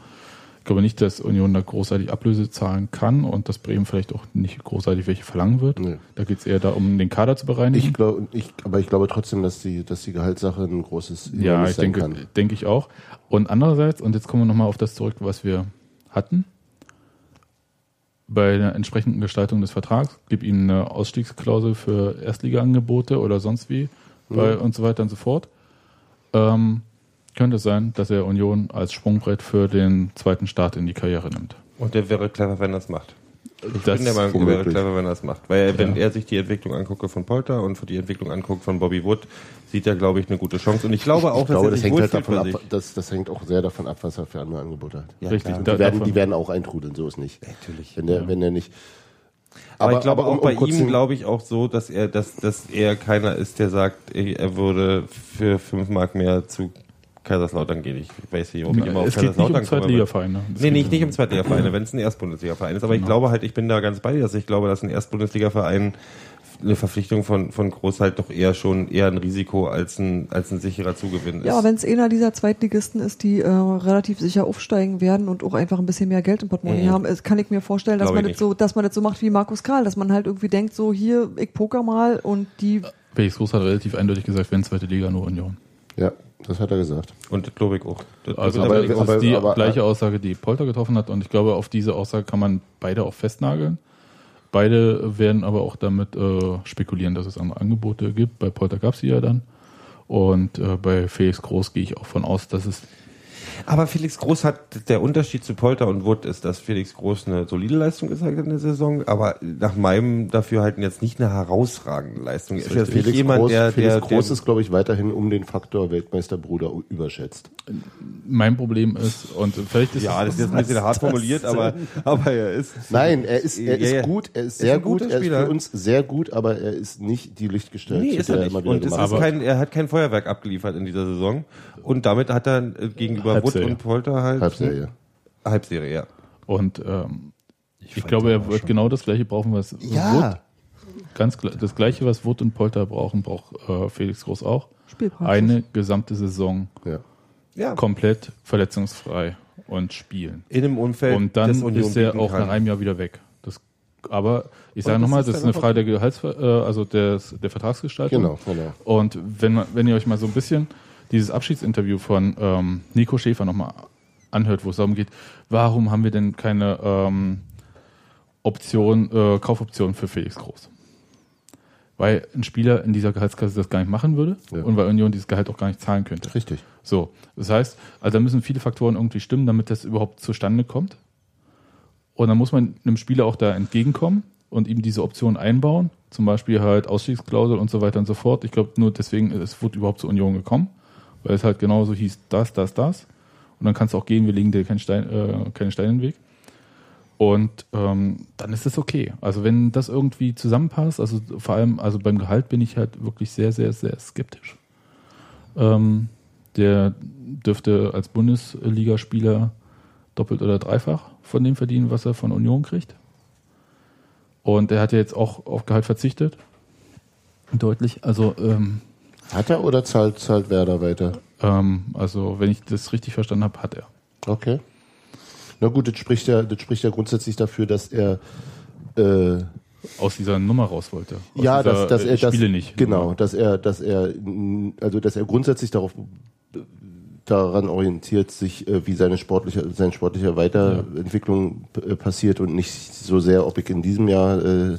Ich glaube nicht, dass Union da großartig Ablöse zahlen kann und dass Bremen vielleicht auch nicht großartig welche verlangen wird.
Nee.
Da geht es eher darum, den Kader zu bereinigen.
Ich glaube, ich, aber ich glaube trotzdem, dass die, dass die Gehaltssache ein großes
Ja,
Hindernis
ich denke, denke ich auch. Und andererseits, und jetzt kommen wir nochmal auf das zurück, was wir hatten. Bei der entsprechenden Gestaltung des Vertrags, gib ihnen eine Ausstiegsklausel für Erstligaangebote oder sonst wie bei und so weiter und so fort. Ähm, könnte es sein, dass er Union als Sprungbrett für den zweiten Start in die Karriere nimmt.
Und der wäre clever, wenn er es macht. Ich
Das
bin der Meinung, er wäre
womöglich.
clever, wenn er es macht. Weil er, wenn
Ja.
er sich die Entwicklung angucke von Polter und die Entwicklung anguckt von Bobby Wood, sieht er, glaube ich, eine gute Chance. Und ich glaube auch,
Ich glaube,
er
das
sich
hängt halt
wohlfühlt
davon
bei
ab,
sich.
das, das hängt auch sehr davon ab, was er für andere Angebote hat.
Ja,
Richtig,
klar.
da-
die, werden,
davon-
die werden auch eintrudeln, so ist nicht.
Natürlich.
Wenn der, wenn der nicht.
Aber, ich glaube
aber um-
auch
um
bei
kurz
ihm,
den-
glaube ich, auch so, dass er, dass, dass er keiner ist, der sagt, ey, er würde für 5 Mark mehr zu Kaiserslautern gehen. Ich weiß nicht, ob ich immer auf
es geht nicht um
Kaiserslautern komme. aber-
Zweitligavereine. Es
Nee,
geht
nicht,
um- Genau.
nicht im Zweitligaverein, wenn es ein Erstbundesligaverein ist. Aber ich glaube halt, ich bin da ganz bei dir, dass ich glaube, dass ein Erstbundesligaverein eine Verpflichtung von, von Groß halt doch eher schon eher ein Risiko als ein, als ein sicherer Zugewinn ist.
Ja, aber wenn es einer dieser Zweitligisten ist, die äh, relativ sicher aufsteigen werden und auch einfach ein bisschen mehr Geld im Portemonnaie
Mhm.
haben, es- kann ich mir vorstellen, dass
Glaub
man,
ich
das so, dass man das so macht wie Markus Karl, dass man halt irgendwie denkt, so hier, ich poker mal und die
Äh,
Felix Groß hat relativ eindeutig gesagt, wenn zweite Liga nur Union.
Ja, das hat er gesagt.
Und das glaube ich auch. Das
Also
wird
aber,
aber-
das
aber-
ist die
aber-
gleiche Aussage, die Polter getroffen hat. Und ich glaube, auf diese Aussage kann man beide auch festnageln. Beide werden aber auch damit äh, spekulieren, dass es andere Angebote gibt. Bei Polter gab es sie ja dann. Und äh, bei Felix Groß gehe ich auch von aus, dass es
Aber Felix Groß hat, der Unterschied zu Polter und Wood ist, dass Felix Groß eine solide Leistung gezeigt hat in der Saison, aber nach meinem Dafürhalten jetzt nicht eine herausragende Leistung. Er Ist jetzt
Felix
nicht jemand,
Groß,
der,
Felix
der,
Groß
der,
ist, glaube ich, weiterhin um den Faktor Weltmeisterbruder u- überschätzt.
mein Problem ist. Und vielleicht ist
ja,
es,
das ist jetzt ein bisschen hart formuliert, aber, aber er ist.
Nein, er ist, er
Ja,
ist
ja.
gut, er ist
Ist
sehr
ein
gut,
guter
er ist für
Spieler.
uns sehr gut, aber er ist nicht die Lichtgestalt,
Nee,
zu
ist
der
er nicht.
immer wieder
Und es
gemacht
ist
Aber-
kein, er hat kein Feuerwerk abgeliefert in dieser Saison. Und damit hat er äh, gegenüber
Halbserie.
Wood und Polter halt.
Halbserie.
Halbserie, ja.
und ähm, ich, glaube, er wird genau das gleiche brauchen, was
Ja.
Wood, ganz klar, das gleiche, was Wood und Polter brauchen, braucht äh, Felix Groß auch.
Spielpraxis.
Eine gesamte Saison
Hm?
Ja.
ja.
komplett verletzungsfrei und spielen.
In einem Umfeld,
Und dann
das Union
ist er
bieten
auch
kann.
nach einem Jahr wieder weg. Das, aber ich sage
das
nochmal,
ist
das ist
dann
eine Frage der Gehalts, äh, also des, der Vertragsgestaltung.
Genau, genau.
Und wenn, man- wenn ihr euch mal so ein bisschen dieses Abschiedsinterview von ähm, Nico Schäfer nochmal anhört, wo es darum geht, warum haben wir denn keine ähm, Option, äh, Kaufoption für Felix Groß? Weil ein Spieler in dieser Gehaltskasse das gar nicht machen würde
Ja.
und weil Union dieses Gehalt auch gar nicht zahlen könnte.
Richtig.
So, das heißt, also da müssen viele Faktoren irgendwie stimmen, damit das überhaupt zustande kommt. Und dann muss man einem Spieler auch da entgegenkommen und ihm diese Option einbauen, zum Beispiel halt Ausstiegsklausel und so weiter und so fort. Ich glaube, nur deswegen ist es wurde überhaupt zur Union gekommen, weil es halt genauso hieß, das, das, das. Und dann kannst du auch gehen, wir legen dir keinen Stein, äh, keine Steine in den Weg. Und ähm, dann ist es okay. Also wenn das irgendwie zusammenpasst, also vor allem, also beim Gehalt bin ich halt wirklich sehr, sehr, sehr skeptisch. Ähm, der dürfte als Bundesligaspieler doppelt oder dreifach von dem verdienen, was er von Union kriegt. Und er hat ja jetzt auch auf Gehalt verzichtet. Deutlich. Also, ähm,
Hat er oder zahlt, zahlt Werder weiter?
ähm, also wenn ich das richtig verstanden habe, hat er.
Okay. Na gut, das spricht ja, das spricht ja grundsätzlich dafür, dass er äh,
Aus dieser Nummer raus wollte. Aus
ja,
dieser,
dass, dass
äh,
er das,
Spiele nicht.
Genau, dass er, dass er, n- also dass er grundsätzlich darauf daran orientiert sich, äh, wie seine sportliche, seine sportliche Weiterentwicklung p- äh, passiert und nicht so sehr, ob ich in diesem Jahr äh,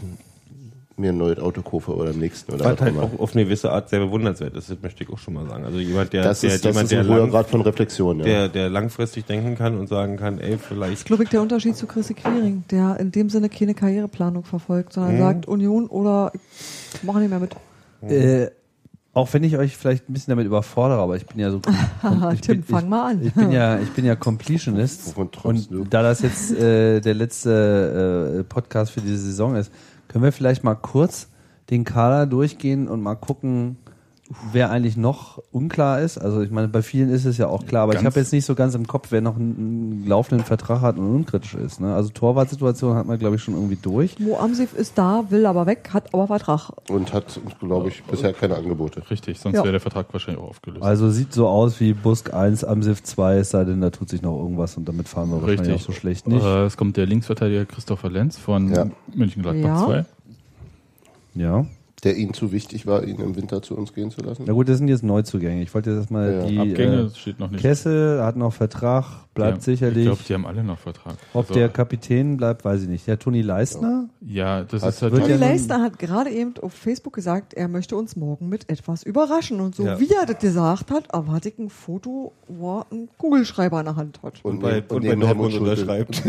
mir ein neues Auto kaufe oder im nächsten oder
Was
was auch
halt
immer.
auch auf eine gewisse Art sehr bewundernswert ist, das möchte ich auch schon mal sagen. Also jemand, der,
Das
der,
ist, das
jemand,
ist
der,
ein hoher
lang,
Grad von Reflexion, ja.
der, der langfristig denken kann und sagen kann, ey, vielleicht.
glaube ich, der Unterschied zu Chrissy Quiring, der in dem Sinne keine Karriereplanung verfolgt, sondern
Mhm.
sagt Union oder ich mache nicht mehr mit.
Äh, auch wenn ich euch vielleicht ein bisschen damit überfordere, aber ich bin ja so.
Haha,
ich
Tim,
bin-
fang
ich-
mal an.
Ich bin ja, ich bin ja Completionist.
Wovon träumst
Und
du?
da das jetzt äh, der letzte äh, Podcast für diese Saison ist, können wir vielleicht mal kurz den Kader durchgehen und mal gucken, wer eigentlich noch unklar ist. Also ich meine, bei vielen ist es ja auch klar, aber ich
Ganz-
habe jetzt nicht so ganz im Kopf, wer noch einen, einen laufenden Vertrag hat und unkritisch ist. Ne? Also Torwartsituation hat man, glaube ich, schon irgendwie durch.
Mo Amsif ist da, will aber weg, hat aber Vertrag.
Und hat, glaube ich, bisher keine Angebote.
Richtig, sonst
Ja.
wäre der Vertrag wahrscheinlich auch aufgelöst.
Also sieht so aus wie Busk 1, Amsif 2, es sei denn, da tut sich noch irgendwas und damit fahren wir wahrscheinlich
Richtig.
auch so schlecht nicht.
Äh, es kommt der Linksverteidiger Christopher Lenz von
Ja.
München-Gladbach
Ja.
2.
Ja.
Der ihnen zu wichtig war, ihn im Winter zu uns gehen zu lassen.
Na gut, das sind jetzt Neuzugänge. Ich wollte jetzt erstmal
Ja,
die
Abgänge
äh,
steht noch nicht.
Kessel hat noch Vertrag, bleibt
Die-
sicherlich.
Ich glaube, die haben alle noch Vertrag.
Ob
Also,
der Kapitän bleibt, weiß ich nicht. Der Toni Leisner?
ja, das
Hat-
ist halt
wird
Toni
ja nun-
Leister hat gerade eben auf Facebook gesagt, er möchte uns morgen mit etwas überraschen. Und so
Ja.
wie er das gesagt hat, erwarte ich ein Foto, wo er einen Kugelschreiber in der Hand hat.
Und,
bei,
neben-
und bei
neben Helmut
Dortmund
Schultz.
unterschreibt.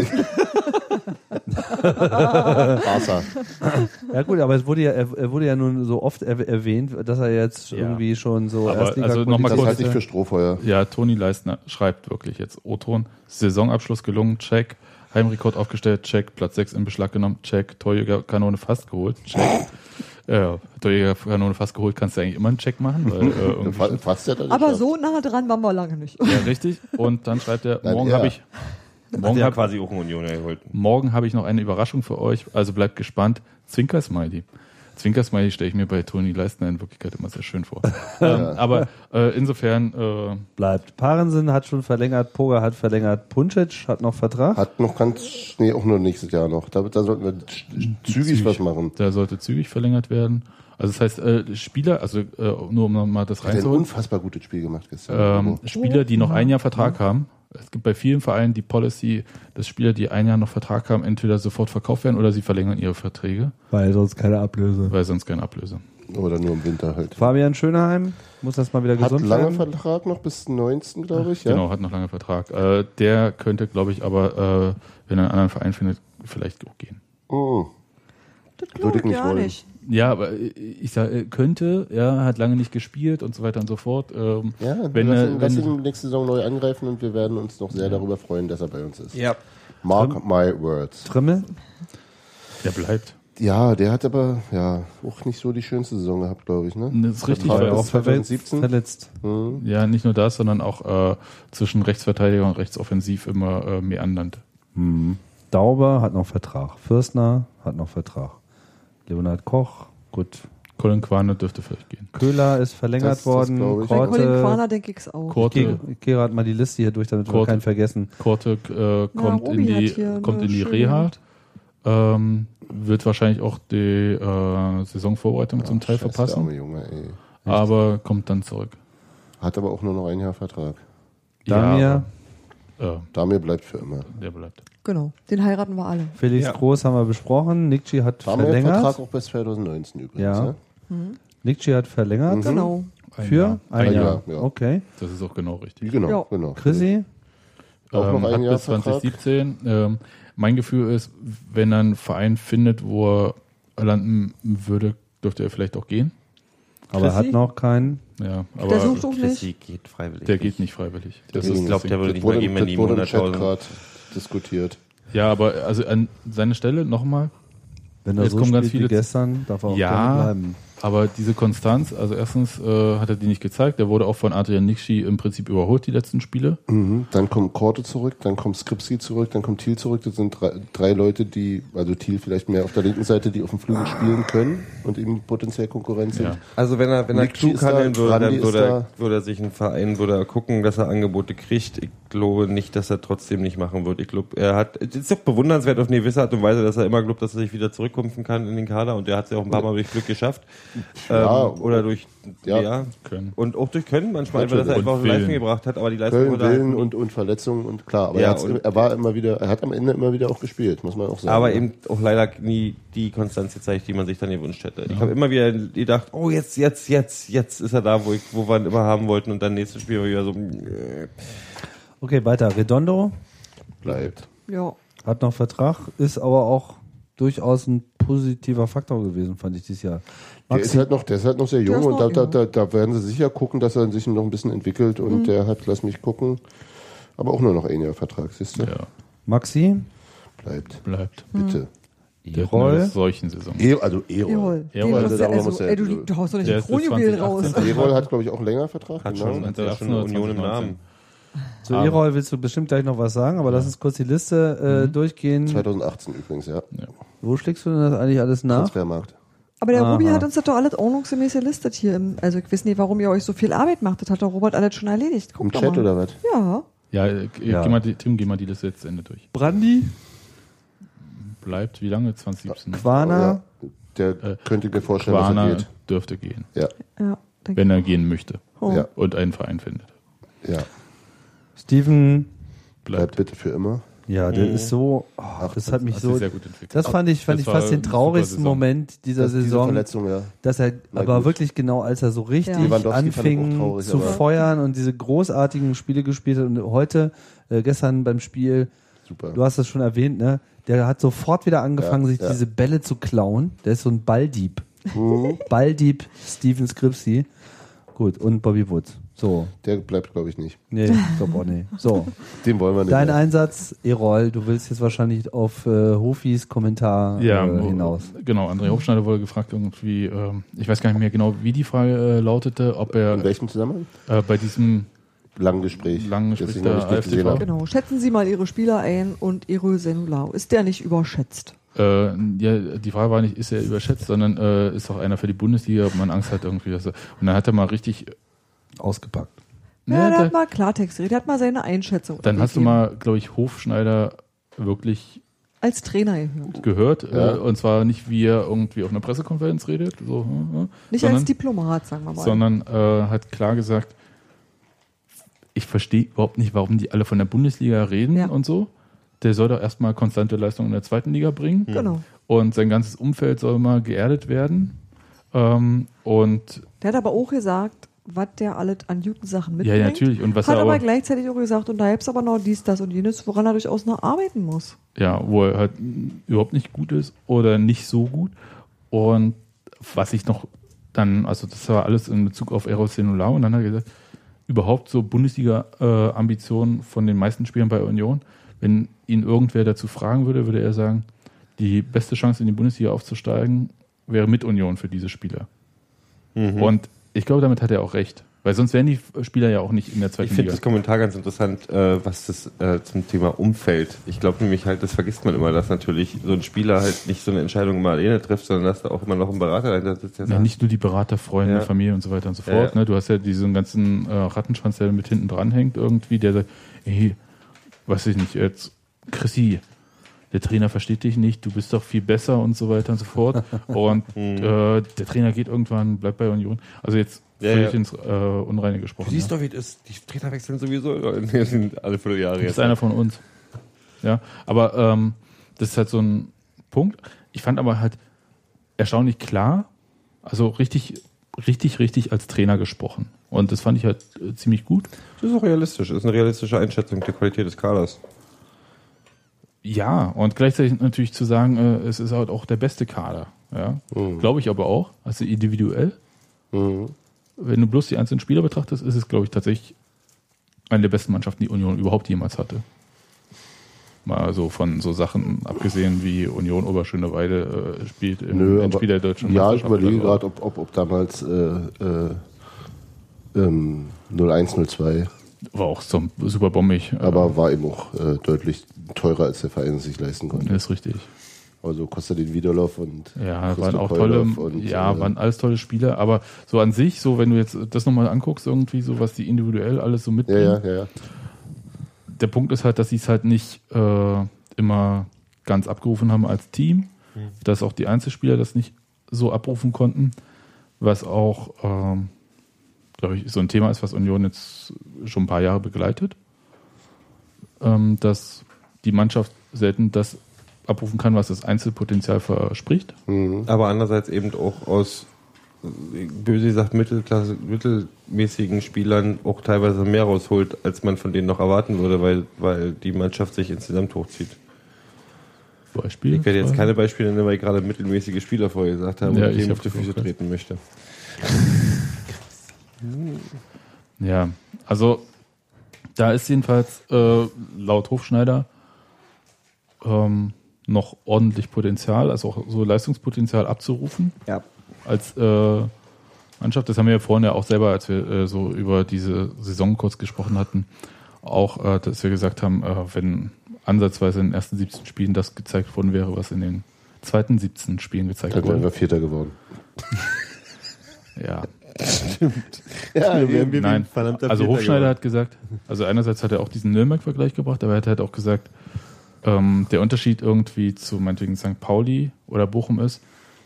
Barca.
Ja gut, aber es wurde ja, er er wurde ja nun so oft er- erwähnt, dass er jetzt
Ja.
irgendwie schon so
Aber also noch mal
Das
kurz-
halte ich für Strohfeuer.
Ja, Toni Leistner schreibt wirklich jetzt. O-Ton, Saisonabschluss gelungen, check. Heimrekord aufgestellt, check. Platz 6 in Beschlag genommen, check. Torjägerkanone fast geholt, check. äh, Torjägerkanone fast geholt, kannst du eigentlich immer einen Check machen. Weil, äh, irgendwie-
Fa- Fast ja dann
Aber
geschafft.
so nah dran waren wir lange nicht.
ja, richtig. Und dann schreibt er,
Nein,
morgen
er.
habe ich, morgen
Der hat
hab,
quasi auch einen Unioner geholt.
morgen hab ich noch eine Überraschung für euch, also bleibt gespannt. Zwinker-Smiley. Zwinker-Smiley stelle ich mir bei Toni Leistner in Wirklichkeit immer sehr schön vor. ähm, aber äh, insofern, äh,
bleibt. Parensen hat schon verlängert, Poga hat verlängert, Puncic hat noch Vertrag.
Hat noch ganz, nee, auch nur nächstes Jahr noch. Da, da sollten wir sch- zügig was machen.
Der sollte zügig verlängert werden. Also das heißt, äh, Spieler, also äh, nur um nochmal das
Hat ein
reinzuholen,
unfassbar gutes Spiel gemacht gestern.
ähm, Spieler, die noch ein Jahr Vertrag haben. Es gibt bei vielen Vereinen die Policy, dass Spieler, die ein Jahr noch Vertrag haben, entweder sofort verkauft werden oder sie verlängern ihre Verträge,
Weil sonst keine Ablöse.
weil sonst keine Ablöse.
Oder nur im Winter halt.
Fabian Schöneheim muss das mal wieder
Hat
gesund
lange
werden.
Vertrag noch bis 19, glaube ich. Ja?
Genau, hat noch lange Vertrag. Äh, der könnte, glaube ich, aber, äh, wenn er einen anderen Verein findet, vielleicht auch gehen.
Oh.
Das glaub
Würde ich nicht
ja
wollen.
Ja, aber äh, ich sage, könnte, ja, hat lange nicht gespielt und so weiter und so fort. Ähm,
Ja,
wenn,
lass,
er-
ihn, lass
wenn,
ihn nächste Saison neu angreifen und wir werden uns noch sehr darüber freuen, dass er bei uns ist.
Ja.
Mark my words.
Trimmel?
der bleibt.
Ja, der hat aber ja auch nicht so die schönste Saison gehabt, glaube ich. Ne? Hm?
Das ist richtig,
Vertrag
weil
ist
auch
Verwe-
2017?
verletzt.
Ja, nicht nur das, sondern auch äh, zwischen Rechtsverteidiger und Rechtsoffensiv immer äh, meandernd.
Mhm.
Dauber hat noch Vertrag. Fürstner hat noch Vertrag. Leonhard Koch, gut.
Colin Quane dürfte vielleicht gehen.
Köhler ist verlängert
Das- das
worden.
glaub ich.
Bei
Korte,
Colin Quaner denke ich es auch.
Korte,
Ke- Kehrer hat mal die Liste hier durch, damit wir
Korte.
keinen vergessen.
Korte äh, kommt,
Robi
in
hat hier
die, kommt
eine
in die
schöne
Reha.
Hand.
Ähm, wird wahrscheinlich auch die äh, Saisonvorbereitung zum Teil
Scheiß, der
verpassen,
arme Junge, ey.
aber kommt dann zurück.
Hat aber auch nur noch ein Jahr Vertrag.
Damir,
Ja, aber,
Damir bleibt für immer.
äh, der bleibt.
Genau, den heiraten wir alle.
Felix
Ja.
Groß haben wir besprochen. Nikci hat
Damir Vertrag
verlängert.
auch bis 2019 übrigens.
Ja.
Ne? Mhm.
Nikci hat verlängert.
Genau.
Ein
Für
Jahr.
ein
Ein
Jahr.
Jahr, ja.
Okay.
Das ist auch genau richtig. Ähm,
Genau,
Ja.
genau.
Chrissy,
Auch noch ein
hat
Jahr
bis
Vertrag.
2017. Ähm, mein Gefühl ist, wenn er einen Verein findet, wo er landen würde, dürfte er vielleicht auch gehen.
aber er hat noch keinen.
Ja, aber
Der sucht auch nicht.
Chrissy geht freiwillig.
Der geht nicht freiwillig. Das
Ich
ist das
glaub, der
Ding.
würde
Das
nicht mal
wurde,
geben, wenn die
das wurde im Chat
100.000.
gerade diskutiert.
ja, aber also an seine Stelle nochmal.
Wenn er
Jetzt
so
kommen
spielt
ganz
wie
viele-
gestern, darf er auch
Ja.
gerne bleiben.
Aber diese Konstanz, also erstens äh, hat er die nicht gezeigt. Er wurde auch von Adrian Nixi im Prinzip überholt, die letzten Spiele.
Mhm. Dann kommt Korte zurück, dann kommt Skripsi zurück, dann kommt Thiel zurück. Das sind drei, drei Leute, die, also Thiel vielleicht mehr auf der linken Seite, die auf dem Flügel spielen können und ihm potenziell Konkurrenz sind.
Ja.
Also wenn er, wenn er
Nixi
klug
ist da,
handeln würde,
Brandi
dann
ist
würde
da.
er, würde er sich einen Verein, würde er gucken, dass er Angebote kriegt. Ich glaube nicht, dass er trotzdem nicht machen wird. Ich glaube, er hat, es ist doch bewundernswert auf eine gewisse Art und Weise, dass er immer glaubt, dass er sich wieder zurückrumpfen kann in den Kader und der hat es ja auch ein paar Mal durch Glück geschafft.
Ja.
ähm, oder durch,
Ja.
ja.
Können.
Und auch durch Können manchmal, einfach, dass er
Natürlich.
einfach
Und
Leistung
Willen.
gebracht hat, aber die Leistung
Köln,
wurde halt
Willen und, und Verletzungen und klar. Aber
Ja,
er, hat's-
und-
er war immer wieder, er hat am Ende immer wieder auch gespielt, muss man auch sagen. ne?
Aber eben auch leider nie die Konstanz gezeigt, die man sich dann gewünscht hätte. Ich habe immer wieder gedacht, oh, jetzt, jetzt, jetzt, jetzt ist er da, wo, ich, wo wir ihn immer haben wollten und dann nächstes Spiel war wieder so. Äh,
Okay, weiter. Redondo
bleibt.
Ja.
hat noch Vertrag, ist aber auch durchaus ein positiver Faktor gewesen, fand ich dieses Jahr.
Der ist
Maxi,
halt noch, der ist halt noch sehr jung
ist
und da,
noch
da,
jung.
da, da werden sie sicher gucken, dass er sich noch ein bisschen entwickelt und der hat, lass mich gucken, aber auch nur noch ein Jahr Vertrag, siehst du?
Ja,
Maxi
Bleibt,
bleibt.
bitte.
Der hat eine solchen Saison.
E also Erol.
Erol.
Mhm. Erol,
Den hast du-
darüber
also,
muss er-
ey, du, li- du haust doch nicht
Der
ein
ist bis
Kronjuwel raus.
2018.
Erol hat, glaube ich, auch einen längeren Vertrag.
Hat
genau.
schon,
Genau.
hat ja schon eine Union im Namen.
Zu
Aber-
Erol willst du bestimmt gleich noch was sagen, aber lass uns kurz die Liste äh,
Mhm.
durchgehen.
2018 übrigens, ja.
Wo schlägst du denn das eigentlich alles nach?
Transfermarkt.
Aber der
Aha.
Rubi hat uns das doch alles ordnungsgemäß gelistet hier. Im, also ich weiß nicht, warum ihr euch so viel Arbeit macht. Das hat doch Robert alles schon erledigt. Guck
Im
doch
Chat
mal.
oder was?
Ja.
Ja, äh,
Ja.
Geh mal die, Tim, geh mal die Liste jetzt zu Ende durch.
Brandi,
Bleibt wie lange? 2017.
Quana,
Ja. Der
Äh,
könnte mir vorstellen,
Quana
was er geht.
dürfte gehen,
Ja,
ja danke.
wenn er gehen möchte
Oh.
ja,
und einen Verein findet.
ja.
Steven.
Bleibt
Bleibt.
bitte für immer.
Ja, der ist so. Oh, das hat mich
Hat sich
so.
Mhm. sehr gut entwickelt.
Das fand ich, fand
Das
ich
war
fast den
eine
traurigsten
super Saison.
Moment dieser
Das- Diese
Saison,
Verletzung, ja.
dass er
Na
aber
gut.
wirklich genau, als er so richtig
Ja.
Lewandowski fand ich auch
anfing
traurig,
zu
aber-
feuern und diese großartigen Spiele gespielt hat und heute, äh, gestern beim Spiel,
Super.
du hast das schon erwähnt, ne? Der hat sofort wieder angefangen,
Ja,
sich
ja.
diese Bälle zu klauen. Der ist so ein Balldieb.
Mhm.
Balldieb Steven Skripsi. Gut, und Bobby Woods. So.
Der bleibt, glaube ich, nicht.
Nee, ich glaub auch nee. So.
Den wollen wir nicht.
Dein
mehr.
Einsatz, Erol, du willst jetzt wahrscheinlich auf äh, Hofis Kommentar
ja,
äh, hinaus.
Genau, André Hofschneider wurde gefragt, irgendwie, ähm, ich weiß gar nicht mehr genau, wie die Frage äh, lautete, ob
In
er
welchem Zusammenhang?
äh, bei diesem
Langen Gespräch.
Langen Gespräch
das ich
der
noch nicht
AfD
gesehen habe.
Genau. Schätzen Sie mal Ihre Spieler ein und Ihre Sendlau. Ist der nicht überschätzt?
Äh, ja, die Frage war nicht, ist er überschätzt, sondern äh, ist auch einer für die Bundesliga, ob man Angst hat irgendwie. Dass er, und dann hat er mal richtig.
Ausgepackt.
ne,
Ja, der
da-
hat mal Klartext geredet, der hat mal seine Einschätzung.
dann hast du
abgegeben.
mal, glaube ich, Hofschneider wirklich
Als Trainer gehört.
gehört.
Ja.
Äh, und zwar nicht, wie er irgendwie auf einer Pressekonferenz redet, so, hm, hm,
Nicht
sondern,
als Diplomat, sagen wir mal.
sondern äh, hat klar gesagt, ich verstehe überhaupt nicht, warum die alle von der Bundesliga reden
Ja.
und so. Der soll doch erstmal konstante Leistung in der zweiten Liga bringen.
Genau.
und sein ganzes Umfeld soll mal geerdet werden. Ähm, und
Der hat aber auch gesagt, was der alles an guten Sachen
ja,
mitbringt.
ja, natürlich. Und was
Hat
er
aber
aber,
gleichzeitig auch gesagt, und da gibt's aber noch dies, das und jenes, woran er durchaus noch arbeiten muss.
ja, wo er halt überhaupt nicht gut ist oder nicht so gut. Und was ich noch dann, also das war alles in Bezug auf Eros Senolau und dann hat er gesagt, überhaupt so Bundesliga-Ambitionen von den meisten Spielern bei Union. Wenn ihn irgendwer dazu fragen würde, würde er sagen, die beste Chance in die Bundesliga aufzusteigen wäre mit Union für diese Spieler. Und ich glaube, damit hat er auch recht. Weil sonst wären die Spieler ja auch nicht in der
Ich
zweiten
finde
Liga.
das Kommentar ganz interessant, äh, was das äh, zum Thema Umfeld. Ich glaube nämlich halt, das vergisst man immer, dass natürlich so ein Spieler halt nicht so eine Entscheidung immer alleine trifft, sondern dass da auch immer noch ein Berater dahinter sitzt. Der
Ja,
sagt,
nicht nur die Berater, Freunde,
halt. Ja.
Familie und so weiter und so
Ja,
fort.
ja.
Ne? Du hast ja diesen ganzen äh, Rattenschwanz, der mit hinten dran hängt irgendwie, der sagt, ey, weiß ich nicht, jetzt, Chrissy, der Trainer versteht dich nicht, du bist doch viel besser und so weiter und so fort. Und
Mhm.
äh, der Trainer geht irgendwann, bleibt bei Union. Also jetzt
Ja,
völlig
ja.
ins äh, Unreine gesprochen.
Du siehst doch, wie das ist. Die Trainer wechseln sowieso in- in- alle Vierteljahre
Das
jetzt.
ist einer von uns. Ja, aber ähm, das ist halt so ein Punkt. Ich fand aber halt erstaunlich klar, also richtig, richtig, richtig als Trainer gesprochen. Und das fand ich halt äh, ziemlich gut.
Das ist auch realistisch. Das ist eine realistische Einschätzung der Qualität des Kaders.
Ja, und gleichzeitig natürlich zu sagen, äh, es ist halt auch der beste Kader. Ja, glaube ich aber auch, also individuell.
Mhm.
Wenn du bloß die einzelnen Spieler betrachtest, ist es, glaube ich, tatsächlich eine der besten Mannschaften, die Union überhaupt jemals hatte. Mal so von so Sachen abgesehen wie Union Oberschöneweide äh, spielt im
Nö, aber,
Endspiel der deutschen
ja, ich überlege
also-
gerade, ob, ob, ob damals äh, äh, ähm, 0102,
War auch so super bombig.
aber war eben auch äh, deutlich teurer, als der Verein es sich leisten konnte.
Ja, äh, ist richtig.
Also Konstantin Widerloff und
Ja,
Christoph
waren auch tolle,
Heudorf und,
ja,
äh,
waren alles tolle Spieler, aber so an sich, so wenn du jetzt das nochmal anguckst, irgendwie so, was die individuell alles so
ja,
mitbringen,
ja, ja, ja.
der Punkt ist halt, dass sie es halt nicht äh, immer ganz abgerufen haben als Team,
Mhm.
dass auch die Einzelspieler das nicht so abrufen konnten, was auch, ähm, glaube ich, so ein Thema ist, was Union jetzt schon ein paar Jahre begleitet, ähm, dass die Mannschaft selten das abrufen kann, was das Einzelpotenzial verspricht.
Aber andererseits eben auch aus, äh, böse gesagt, Mittelklasse, mittelmäßigen Spielern auch teilweise mehr rausholt, als man von denen noch erwarten würde, weil, weil die Mannschaft sich insgesamt hochzieht.
Beispiel.
Ich werde jetzt keine Beispiele nennen, weil ich gerade mittelmäßige Spieler vorgesagt habe,
Ja,
und
ich
denen
hab
auf die
das
Füße
auch gehört.
treten möchte.
Ja, also da ist jedenfalls äh, laut Hofschneider ähm, noch ordentlich Potenzial, also auch so Leistungspotenzial abzurufen
Ja.
als äh, Mannschaft. Das haben wir ja vorhin ja auch selber, als wir äh, so über diese Saison kurz gesprochen hatten, auch, äh, dass wir gesagt haben, äh, wenn ansatzweise in den ersten 17 Spielen das gezeigt worden wäre, was in den zweiten 17 Spielen gezeigt
Dann wären
wurde.
wir Vierter geworden.
Ja.
Ja,
Nein, also Hofschneider hat gesagt, also einerseits hat er auch diesen Nürnberg-Vergleich gebracht, aber er hat halt auch gesagt, ähm, der Unterschied irgendwie zu meinetwegen St. Pauli oder Bochum ist,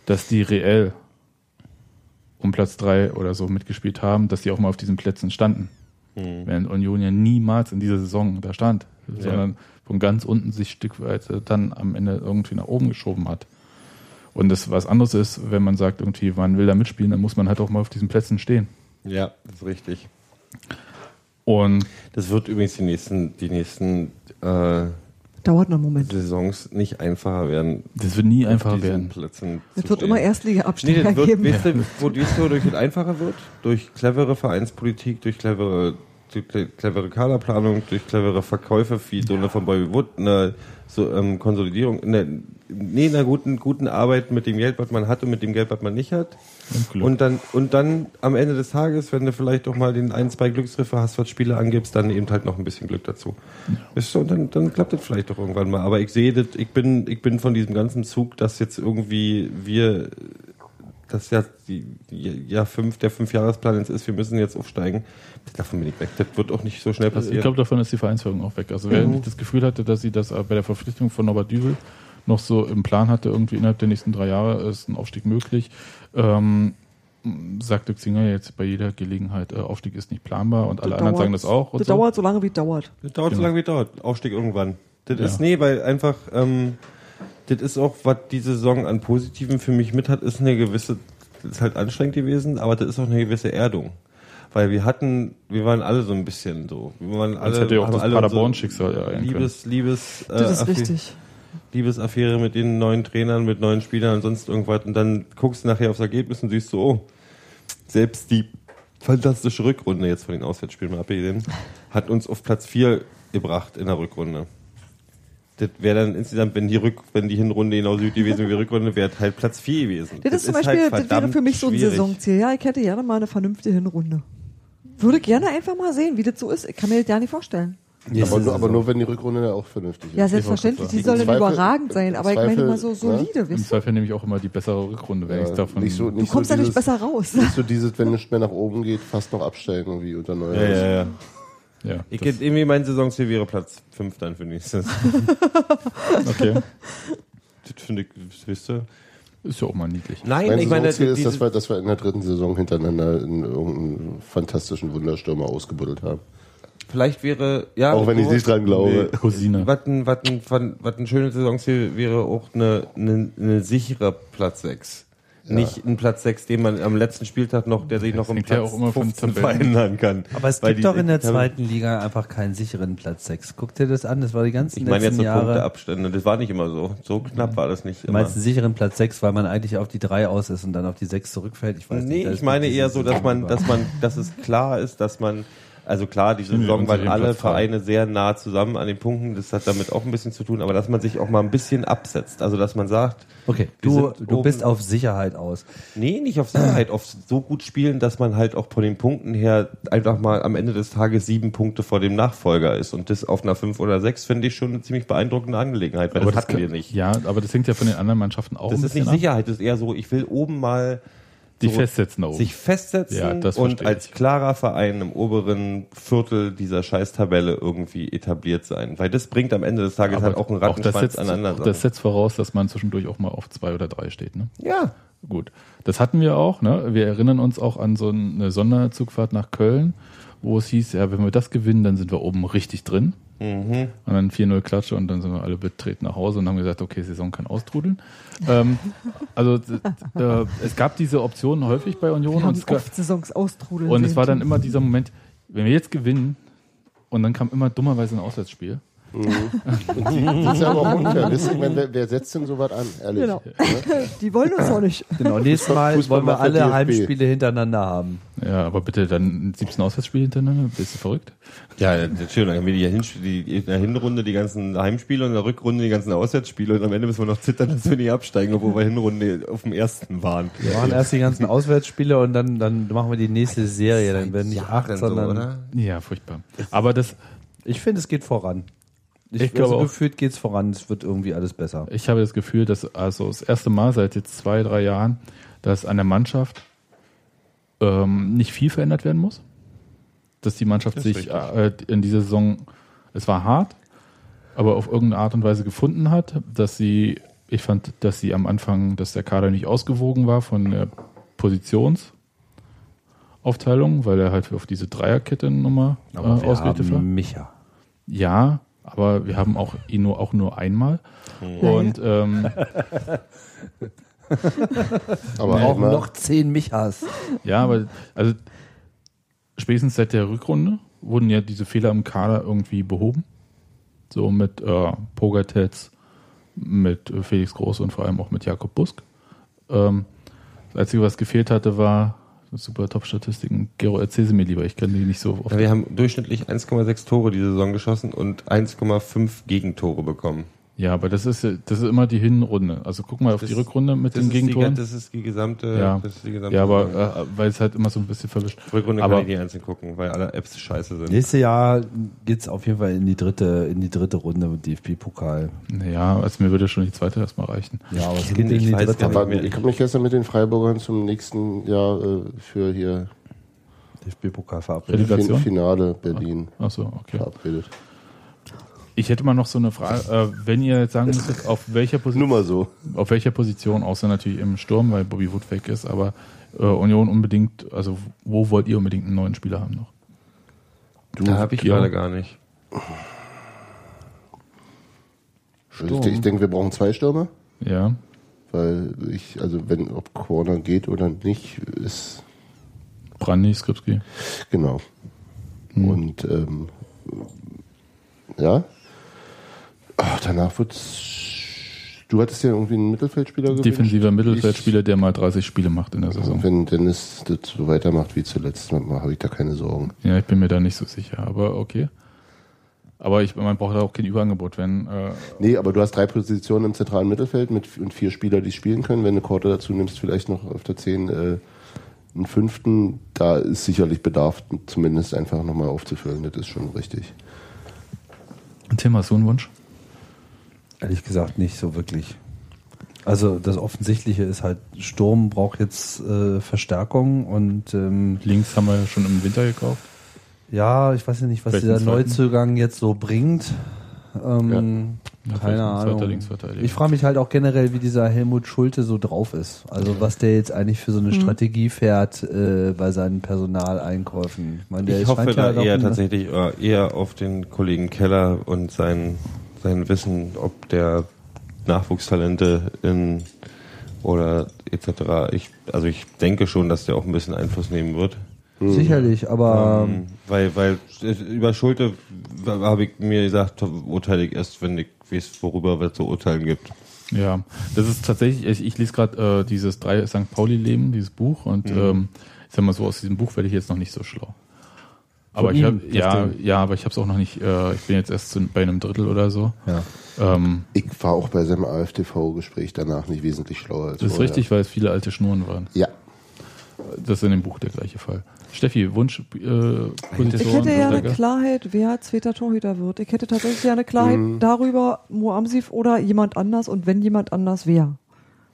dass die reell um Platz 3 oder so mitgespielt haben, dass die auch mal auf diesen Plätzen standen. Während Union ja niemals in dieser Saison da stand, sondern von ganz unten sich stückweise dann am Ende irgendwie nach oben geschoben hat. Und das was anderes ist, wenn man sagt, irgendwie, man will da mitspielen, dann muss man halt auch mal auf diesen Plätzen stehen.
Ja, das ist richtig.
Und
Das wird übrigens die nächsten, die nächsten äh,
Dauert noch einen Moment.
Saisons nicht einfacher werden.
Das wird nie
auf
einfacher
diesen
werden.
Plätzen
Es
zu
wird
stehen.
immer
Nee,
Erstliga-Absteiger
das wird,
geben.
weißt du, wo- weißt du, durch das einfacher wird? Durch clevere Vereinspolitik, durch clevere, durch cle- clevere Kaderplanung, durch clevere Verkäufe, wie so eine von Bobby Wood, eine so, ähm, Konsolidierung, eine, nee, einer guten, guten Arbeit mit dem Geld, was man hat und mit dem Geld, was man nicht hat.
Glück.
Und dann, und dann am Ende des Tages, wenn du vielleicht auch mal den ein, zwei Glücksriffe hast, was Spiele angibst, dann eben halt noch ein bisschen Glück dazu. Weißt du, und dann, dann klappt das vielleicht doch irgendwann mal. Aber ich sehe das, ich bin, ich bin von diesem ganzen Zug, dass jetzt irgendwie wir das ja die, die- Jahr fünf, der Fünfjahresplan jetzt ist, wir müssen jetzt aufsteigen. Davon bin ich weg. Das wird auch nicht so schnell
also ich
passieren.
glaube, davon ist die Vereinsführung auch weg. Also wer
Mhm.
nicht das Gefühl hatte, dass sie das äh, bei der Verpflichtung von Norbert Düvel noch so im Plan hatte, irgendwie innerhalb der nächsten drei Jahre ist ein Aufstieg möglich, ähm, sagte Xinger jetzt bei jeder Gelegenheit, äh, Aufstieg ist nicht planbar und alle anderen sagen das auch. Und
Das
so.
dauert so lange, wie es dauert.
Das dauert so
Genau.
lange, wie es dauert. Aufstieg irgendwann. Das
Ja.
ist, nee, weil einfach, ähm, das ist auch, was die Saison an Positiven für mich mit hat, ist eine gewisse, das ist halt anstrengend gewesen, aber das ist auch eine gewisse Erdung. Weil wir hatten, wir waren alle so ein bisschen so. Wir waren alle,
hätte ja auch
haben
das
alle unsere
Paderborn-Schicksal ereilen können.
Liebes, Liebes, äh,
Das ist
Affi-
richtig.
Liebesaffäre mit den neuen Trainern, mit neuen Spielern und sonst irgendwas. Und dann guckst du nachher aufs Ergebnis und siehst so, oh, selbst die fantastische Rückrunde jetzt von den Auswärtsspielen mal abgesehen, hat uns auf Platz 4 gebracht in der Rückrunde. Das wäre dann insgesamt, wenn die, Rück wenn die Hinrunde genauso gut gewesen wäre wie die Rückrunde, wäre es halt Platz 4 gewesen. halt
Das, ist zum
halt
Beispiel, das wäre
verdammt
für mich so ein
schwierig.
Saisonziel. Ja, ich hätte gerne mal eine vernünftige Hinrunde. Würde gerne einfach mal sehen, wie das so ist. Ich kann mir das ja nicht vorstellen.
aber, nur, aber nur, wenn die Rückrunde auch vernünftig
Ja, selbstverständlich, die soll dann
Zweifel-
überragend sein, aber ich meine
Zweifel,
mal so
ne?
solide,
Im
weißt du?
Zweifel nehme ich auch immer die bessere Rückrunde, wenn
Ja,
ich davon.
nicht so,
Du
nicht
kommst
so
da nicht
dieses,
besser raus.
Nicht so dieses, wenn nicht mehr nach oben geht, fast noch absteigen irgendwie unter neuer.
Ja, ja, ja.
ja,
Ich
das,
hätte irgendwie mein Saisonziel wäre Platz 5 dann für nächstes.
okay.
das finde ich, wisst ihr?
Ist ja auch mal niedlich.
Nein,
Mein Saisonziel ist,
dieses-
dass wir, dass wir in der dritten Saison hintereinander in irgendeinen fantastischen Wunderstürmer ausgebuddelt haben.
vielleicht wäre, ja.
Auch wenn ich nicht dran glaube.
Äh, Cousine.
Was ein, was ein, was ein, was ein schönes Saisonziel wäre auch eine, eine, eine sichere Platz 6. Nicht ein Platz 6, den man am letzten Spieltag noch, der sich noch um
hängt ja
Platz
auch immer von
15
Tabellen.
verändern kann.
Aber es
Weil
gibt
die-
doch in der
ich habe-
zweiten Liga einfach keinen sicheren Platz 6. Guck dir das an, das war die ganzen
Ich meine jetzt
letzten
so
Jahre.
Punkteabstände, das war nicht immer so. So knapp war das nicht
Du
immer.
meinst einen sicheren Platz 6, weil man eigentlich auf die 3 aus ist und dann auf die 6 zurückfällt? Ich weiß nicht.
nee,
da ist
ich meine
mit
eher
diesem
so, dass man, dass
System
man, dass es klar ist, dass man, also klar, diese
Stimmt,
Saison
unter
waren
dem
alle
Platz drei.
Vereine sehr nah zusammen an den Punkten, das hat damit auch ein bisschen zu tun, aber dass man sich auch mal ein bisschen absetzt, also dass man sagt,
Okay,
wir
du,
sind
du
oben-
bist auf Sicherheit aus.
Nee, nicht auf Sicherheit, auf so gut spielen, dass man halt auch von den Punkten her einfach mal am Ende des Tages sieben Punkte vor dem Nachfolger ist. Und das auf einer fünf oder sechs finde ich schon eine ziemlich beeindruckende Angelegenheit, weil das, hatten
kann-
wir nicht.
Ja, aber das hängt ja von den anderen Mannschaften auch
das
ein
ist nicht
bisschen ab.
Sicherheit, das ist eher so, ich will oben mal
Die
so
festsetzen da oben.
sich festsetzen
Oh. Ja, das
und
verstehe
als
ich.
klarer Verein im oberen Viertel dieser Scheißtabelle irgendwie etabliert sein. Weil das bringt am Ende des Tages halt auch einen
das
Rattenschwanz
setzt,
an anderen
auch das
Sachen.
setzt voraus, dass man zwischendurch auch mal auf zwei oder drei steht. Ne?
Ja,
Gut, das hatten wir auch. Ne? Wir erinnern uns auch an so eine Sonderzugfahrt nach Köln, wo es hieß, ja, wenn wir das gewinnen, dann sind wir oben richtig drin.
Mhm.
Und dann 4-0 Klatsche und dann sind wir alle betreten nach Hause und haben gesagt, okay, Saison kann austrudeln. ähm, also d- d- äh, es gab diese Optionen häufig bei Union.
Wir
und
haben
es gab,
oft Saisons austrudeln
und
sehen.
es war dann immer dieser Moment, wenn wir jetzt gewinnen, und dann kam immer dummerweise ein Auswärtsspiel.
Das ist ja aber auch unfair. Wisst ihr, Ich meine, wer, wer setzt denn sowas an? Ehrlich.
Genau.
Ne?
Die wollen uns auch nicht.
Genau, nächstes Mal
Fußball
wollen wir
macht der
alle
DFB.
Heimspiele hintereinander haben.
Ja, aber bitte dann 17 Auswärtsspiele hintereinander. Bist du verrückt?
Ja, natürlich. Dann haben wir die Hinsch- die, in der Hinrunde die ganzen Heimspiele und in der Rückrunde die ganzen Auswärtsspiele und am Ende müssen wir noch zittern, dass wir nicht absteigen, obwohl wir Hinrunde auf dem ersten waren.
Wir machen erst die ganzen Auswärtsspiele und dann, dann machen wir die nächste Serie. Dann werden nicht acht, sondern.
Ja, furchtbar. Aber das,
Ich finde, es geht voran. Ich, also
Ich glaube auch.
gefühlt geht es voran. Es wird irgendwie alles besser.
ich habe das Gefühl, dass also das erste Mal seit jetzt zwei, drei Jahren, dass an der Mannschaft ähm, nicht viel verändert werden muss. Dass die Mannschaft
Das ist
sich
richtig.
äh, in dieser Saison, es war hart, aber auf irgendeine Art und Weise gefunden hat, dass sie, ich fand, dass sie am Anfang, dass der Kader nicht ausgewogen war von der Positionsaufteilung, weil er halt auf diese Dreierkette-Nummer äh,
wir
ausgerichtet war.
haben Micha.
Ja, aber wir haben auch ihn nur, auch nur einmal.
Hm.
Und ähm,
Aber
Wir
auch
brauchen
mal,
noch zehn Michas.
ja, aber also spätestens seit der Rückrunde wurden ja diese Fehler im Kader irgendwie behoben. So mit äh, Pogatets, mit äh, Felix Groß und vor allem auch mit Jakob Busk. Ähm, das Einzige, was gefehlt hatte, war super Top-Statistiken. Gero, erzähl sie mir lieber, ich kann die nicht so oft.
Ja, wir haben durchschnittlich 1,6 Tore diese Saison geschossen und 1,5 Gegentore bekommen.
Ja, aber das ist, ja- das ist immer die Hinrunde. Also guck mal auf
Das-
die Rückrunde mit den Gegentoren.
Die, das ist die gesamte.
Ja.
das ist die gesamte
ja, aber äh, weil es halt immer so ein bisschen verwischt.
Rückrunde
aber-
kann ich nicht einzeln gucken, weil alle Apps scheiße sind.
Nächstes Jahr geht es auf jeden Fall in die dritte, in die dritte Runde mit DFB-Pokal.
Naja, also mir würde schon die zweite erstmal reichen.
Ja, aber es
Ich
geht in
weiß
die
gar
dritte
nicht.
Runde.
aber ich habe mich gestern mit den Freiburgern zum nächsten Jahr äh, für hier
DFB-Pokal verabredet.
Relegation?
fin Finale Berlin
Achso, okay.
verabredet.
Ich hätte mal noch so eine Frage, äh, wenn ihr jetzt sagen müsstet, auf welcher
Nur
Position,
mal so.
auf welcher Position, außer natürlich im Sturm, weil Bobby Wood weg ist, aber äh, Union unbedingt, also wo wollt ihr unbedingt einen neuen Spieler haben noch?
da habe ich
ja.
gerade gar nicht.
Also Ich, ich denke, wir brauchen zwei Stürmer,
Ja.
weil ich, also wenn ob Corner geht oder nicht, ist
Brandy, Skripski.
genau.
Hm.
Und ähm, ja. Ach, danach wird's. Du hattest ja irgendwie einen Mittelfeldspieler gewünscht. Also.
Defensiver Mittelfeldspieler, der mal 30 Spiele macht in der Saison.
Wenn Dennis das so weitermacht wie zuletzt, habe ich da keine Sorgen.
Ja, ich bin mir da nicht so sicher, aber okay. Aber ich, man braucht da auch kein Überangebot, wenn äh,
Nee, aber du hast drei Positionen im zentralen Mittelfeld mit und vier Spieler, die spielen können. Wenn du Korte dazu nimmst, vielleicht noch auf der 10 äh, einen fünften, da ist sicherlich Bedarf, zumindest einfach nochmal aufzufüllen. Das ist schon richtig.
Tim, hast du einen Wunsch?
Ehrlich gesagt nicht so wirklich. Also das Offensichtliche ist halt, Sturm braucht jetzt äh, Verstärkung und ähm,
Links haben wir ja schon im Winter gekauft.
ja, ich weiß ja nicht, was
Vielleicht
dieser
einen zweiten?
Neuzugang jetzt so bringt. Ähm,
Ja, vielleicht
keine
ein zweiter
Ahnung.
Linksverteidiger.
Ich frage mich halt auch generell, wie dieser Helmut Schulte so drauf ist. Also was der jetzt eigentlich für so eine
Hm.
Strategie fährt äh, bei seinen Personaleinkäufen. Ich, meine, der
ich
scheint
hoffe
ja
da
doch
eher
ein-
tatsächlich äh, eher auf den Kollegen Keller und sein, sein Wissen, ob der Nachwuchstalente in oder etc. Ich, also ich denke schon, dass der auch ein bisschen Einfluss nehmen wird.
Sicherlich, aber
Ähm, weil, weil äh, über Schulte w- habe ich mir gesagt, urteile ich erst, wenn ich weiß, worüber es zu urteilen gibt.
Ja, das ist tatsächlich, ich, ich lese gerade äh, dieses drei St. Pauli-Leben, dieses Buch und
Mhm.
ähm, ich sag mal so, aus diesem Buch werde ich jetzt noch nicht so schlau. Aber
Von
ich
ihm,
habe
das
ja,
Ding.
ja, aber ich habe es auch noch nicht, äh, ich bin jetzt erst zu, bei einem Drittel oder so.
ja.
Ähm,
Ich war auch bei seinem AfTV-Gespräch danach nicht wesentlich schlauer als
das ist
vorher.
richtig, weil es viele alte Schnurren waren.
Ja.
Das ist in dem Buch der gleiche Fall. Steffi, Wunsch, äh, Position,
Ich hätte ja eine
Verteidiger?
Klarheit, wer zweiter Torhüter wird. Ich hätte tatsächlich ja eine Klarheit
Mhm.
darüber, Moamsif oder jemand anders und wenn jemand anders wer.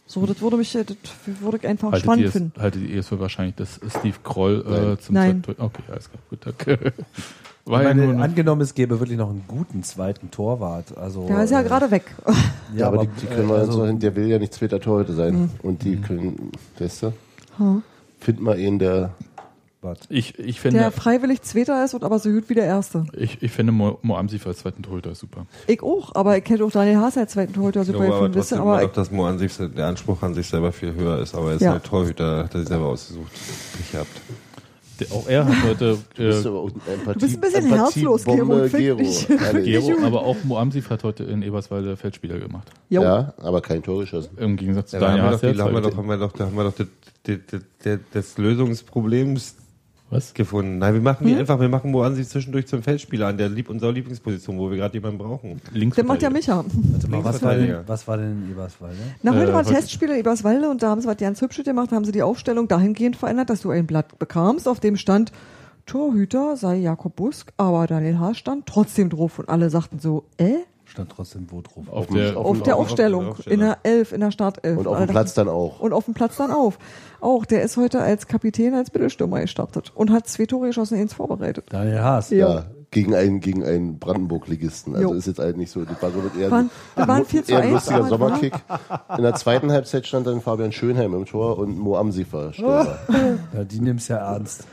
So, das würde mich, das würde ich einfach
haltet,
spannend
ihr
finden.
es, haltet ihr es für wahrscheinlich, dass Steve Kroll äh, zum
Nein.
Zeitpunkt- Okay, alles klar, gut, danke. War
Ich
ja nur
meine,
eine-
angenommen, es gäbe wirklich noch einen guten zweiten Torwart. Also,
Der ist ja
Oh.
äh,
gerade weg.
ja,
ja, aber,
aber,
die, die können
äh,
wir
also,
so hin. Der will ja nicht zweiter Tor heute sein.
Hm.
Und die können, weißt du? Find mal ihn, der.
ich, ich finde,
Der freiwillig Zweiter ist und aber so gut wie der Erste.
ich, ich finde Mo, Mo Amsif als zweiten Torhüter super.
Ich auch, aber ich hätte auch Daniel Haas als zweiten Torhüter
Ich
super
glaube aber
gefunden. Wisst ihr,
trotzdem,
aber
aber
ich,
auch, dass Mo an sich, der Anspruch an sich selber viel höher ist, aber er ist
Ja.
halt Torhüter, hat er sich selber ausgesucht. Pech gehabt.
Der- Auch er hat heute
bist
äh,
aber auch Empathie,
Du bist ein bisschen herzlos, Gero,
Bombe,
fick dich.
Ehrlich.
Gero, aber auch Moamsif hat heute in Eberswalde Feldspieler gemacht.
Jo.
Ja, aber kein Tor geschossen.
Im Gegensatz zu
Ja, halt da
Daniel
haben wir doch,
Haas.
die, da haben wir doch, haben wir doch, da haben wir doch das- das- das- das- das Lösungsproblems
Was?
gefunden. Nein, wir machen die einfach, wir machen Moansi zwischendurch zum Feldspieler an der Lieb unserer Lieblingsposition, wo wir gerade jemanden brauchen.
Links
Der macht ja Micha.
Aber was, war
Linksverteidiger.
denn, was war denn in Eberswalde?
Na, heute
Äh,
war ein
heute-
Testspiel in Eberswalde und da haben sie was ganz Hübsches gemacht, da haben sie die Aufstellung dahingehend verändert, dass du ein Blatt bekamst, auf dem stand, Torhüter sei Jakob Busk, aber Daniel Haas stand trotzdem drauf und alle sagten so, äh?
Stand trotzdem wo drauf?
Auf der,
Auf, der
auf-
Aufstellung,
auf der
in der Elf, in der Startelf.
Und auf
Alle
dem Platz
dachten-
dann auch.
Und auf dem Platz dann auf. Auch, der ist heute als Kapitän, als Mittelstürmer gestartet und hat zwei Tore geschossen, eins vorbereitet.
Daniel Haas.
Ja, gegen einen, gegen einen Brandenburg-Ligisten. Also
Jo.
ist jetzt halt nicht so. Das war so mit eher,
Waren- da waren 4 zu
eher ein
1,
lustiger
aber-
Sommerkick. In der zweiten Halbzeit stand dann Fabian Schönheim im Tor und Mo Amsi war Stürmer.
Oh.
Ja, die nimm's ja ernst.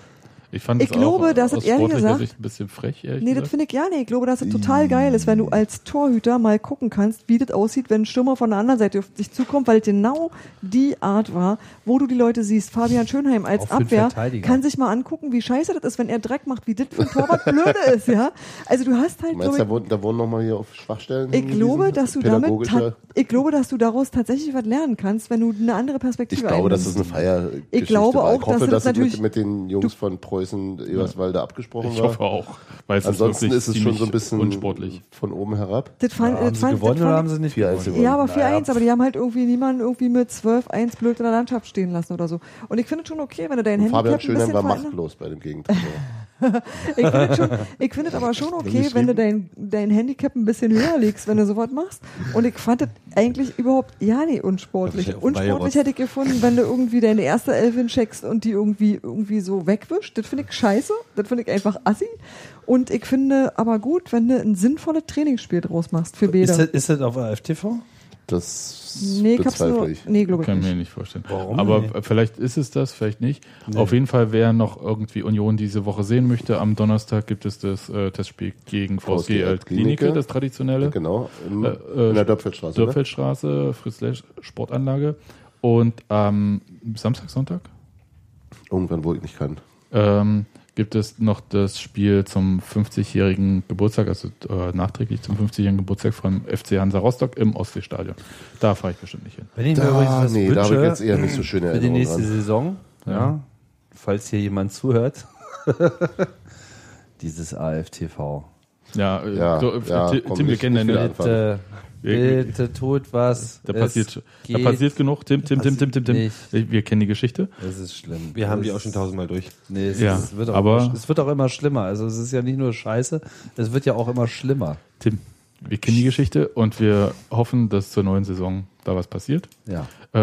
ich fand
Ich
es auch
glaube, das hat
aus
er
sportlicher
gesagt.
Sicht ein bisschen frech, ehrlich
Nee, das
gesagt.
finde ich ja nicht. Ich glaube, dass es total geil ist, wenn du als Torhüter mal gucken kannst, wie das aussieht, wenn ein Stürmer von der anderen Seite auf dich zukommt, weil es genau die Art war, wo du die Leute siehst. Fabian Schönheim als
Auch für einen
Abwehr
Verteidiger.
kann sich mal angucken, wie scheiße das ist, wenn er Dreck macht, wie das für ein Torwart blöde ist, ja. Also du hast halt,
Du meinst, da
glaube
wurden, da wurden nochmal hier auf Schwachstellen
ich, ich glaube,
hingewiesen?
dass du damit,
Pädagogische-
ta- ich glaube, dass du daraus tatsächlich was lernen kannst, wenn du eine andere Perspektive
Ich glaube, das
einnimmst.
ist eine Feier.
Ich glaube auch,
ich hoffe,
dass
dass
das
das mit,
natürlich-
mit den Jungs von Preußen Eberswalde abgesprochen
Ich
war.
hoffe auch. Weil es
Ansonsten
wirklich
ist es schon
ziemlich
so ein bisschen
unsportlich.
von oben herab.
Das fand,
Haben
das
sie
fand,
gewonnen
das fand
oder haben sie nicht
4-1
Äh,
gewonnen.
gewonnen?
Ja, aber 4-1,
Naja.
aber die haben halt irgendwie niemanden irgendwie mit 12-1 blöd in der Landschaft stehen lassen oder so. Und ich finde es schon okay, wenn du dein Handicap ein
Fabian
bisschen
Schönheim war
verändert-
machtlos bei dem Gegentor.
Ich finde es schon, ich finde es aber schon okay, wenn du dein, dein Handicap ein bisschen höher legst, wenn du sowas machst. Und ich fand es eigentlich überhaupt ja nicht
Ja,
unsportlich.
auf
Unsportlich
Bayreuth.
hätte ich gefunden, wenn du irgendwie deine erste Elfin checkst und die irgendwie, irgendwie so wegwischt. Das finde ich scheiße. Das finde ich einfach assi. Und ich finde aber gut, wenn du ein sinnvolles Trainingsspiel draus machst für
Ist das,
Bäder.
ist das auf AFTV?
Das
Nee, ich hab's nur,
bezweifle ich.
nee, glaube ich
Kann
nicht.
ich mir nicht vorstellen.
Warum
Aber
nicht?
äh, vielleicht ist es das, vielleicht nicht. Auf jeden Fall, wer noch irgendwie Union diese Woche sehen möchte, am Donnerstag gibt es das äh, Testspiel gegen VSG
VSG
Alt Klinike,
Altkliniker.
das traditionelle.
Genau, im,
Äh, äh,
in der Dörpfeldstraße. ne?
Dörfeldstraße, Fritz Sportanlage. Und am Samstag, Sonntag
Irgendwann, wo ich nicht kann.
ähm, gibt es noch das Spiel zum 50-jährigen Geburtstag, also äh, nachträglich zum 50-jährigen Geburtstag von FC Hansa Rostock im Ostseestadion. Da fahre ich bestimmt nicht hin.
Wenn ich mir übrigens
Da,
was
nee, da habe ich jetzt
wünsche
eher nicht so schöne
für die
Erinnerungen
nächste
dran.
Saison, ja. falls hier jemand zuhört, dieses AFTV.
Ja, äh,
Ja,
so,
ja,
Ti-
komm,
Tim, wir
nicht-
kennen
nicht wieder
deine
anfangen.
Bitte,
Irgendwie.
bitte tut was.
Da
Es
passiert, da
geht-
passiert genug. Tim, Tim, Tim, Tim, Tim, Tim.
nicht.
Wir kennen die Geschichte.
Es ist schlimm.
Wir haben die
Es-
auch schon tausendmal durch.
Nee, es,
Ja,
es, wird auch
aber-
immer, es wird auch immer schlimmer. Also es ist ja nicht nur scheiße, es wird ja auch immer schlimmer.
Tim, wir kennen die Geschichte und wir hoffen, dass zur neuen Saison da was passiert.
Ja.
Äh,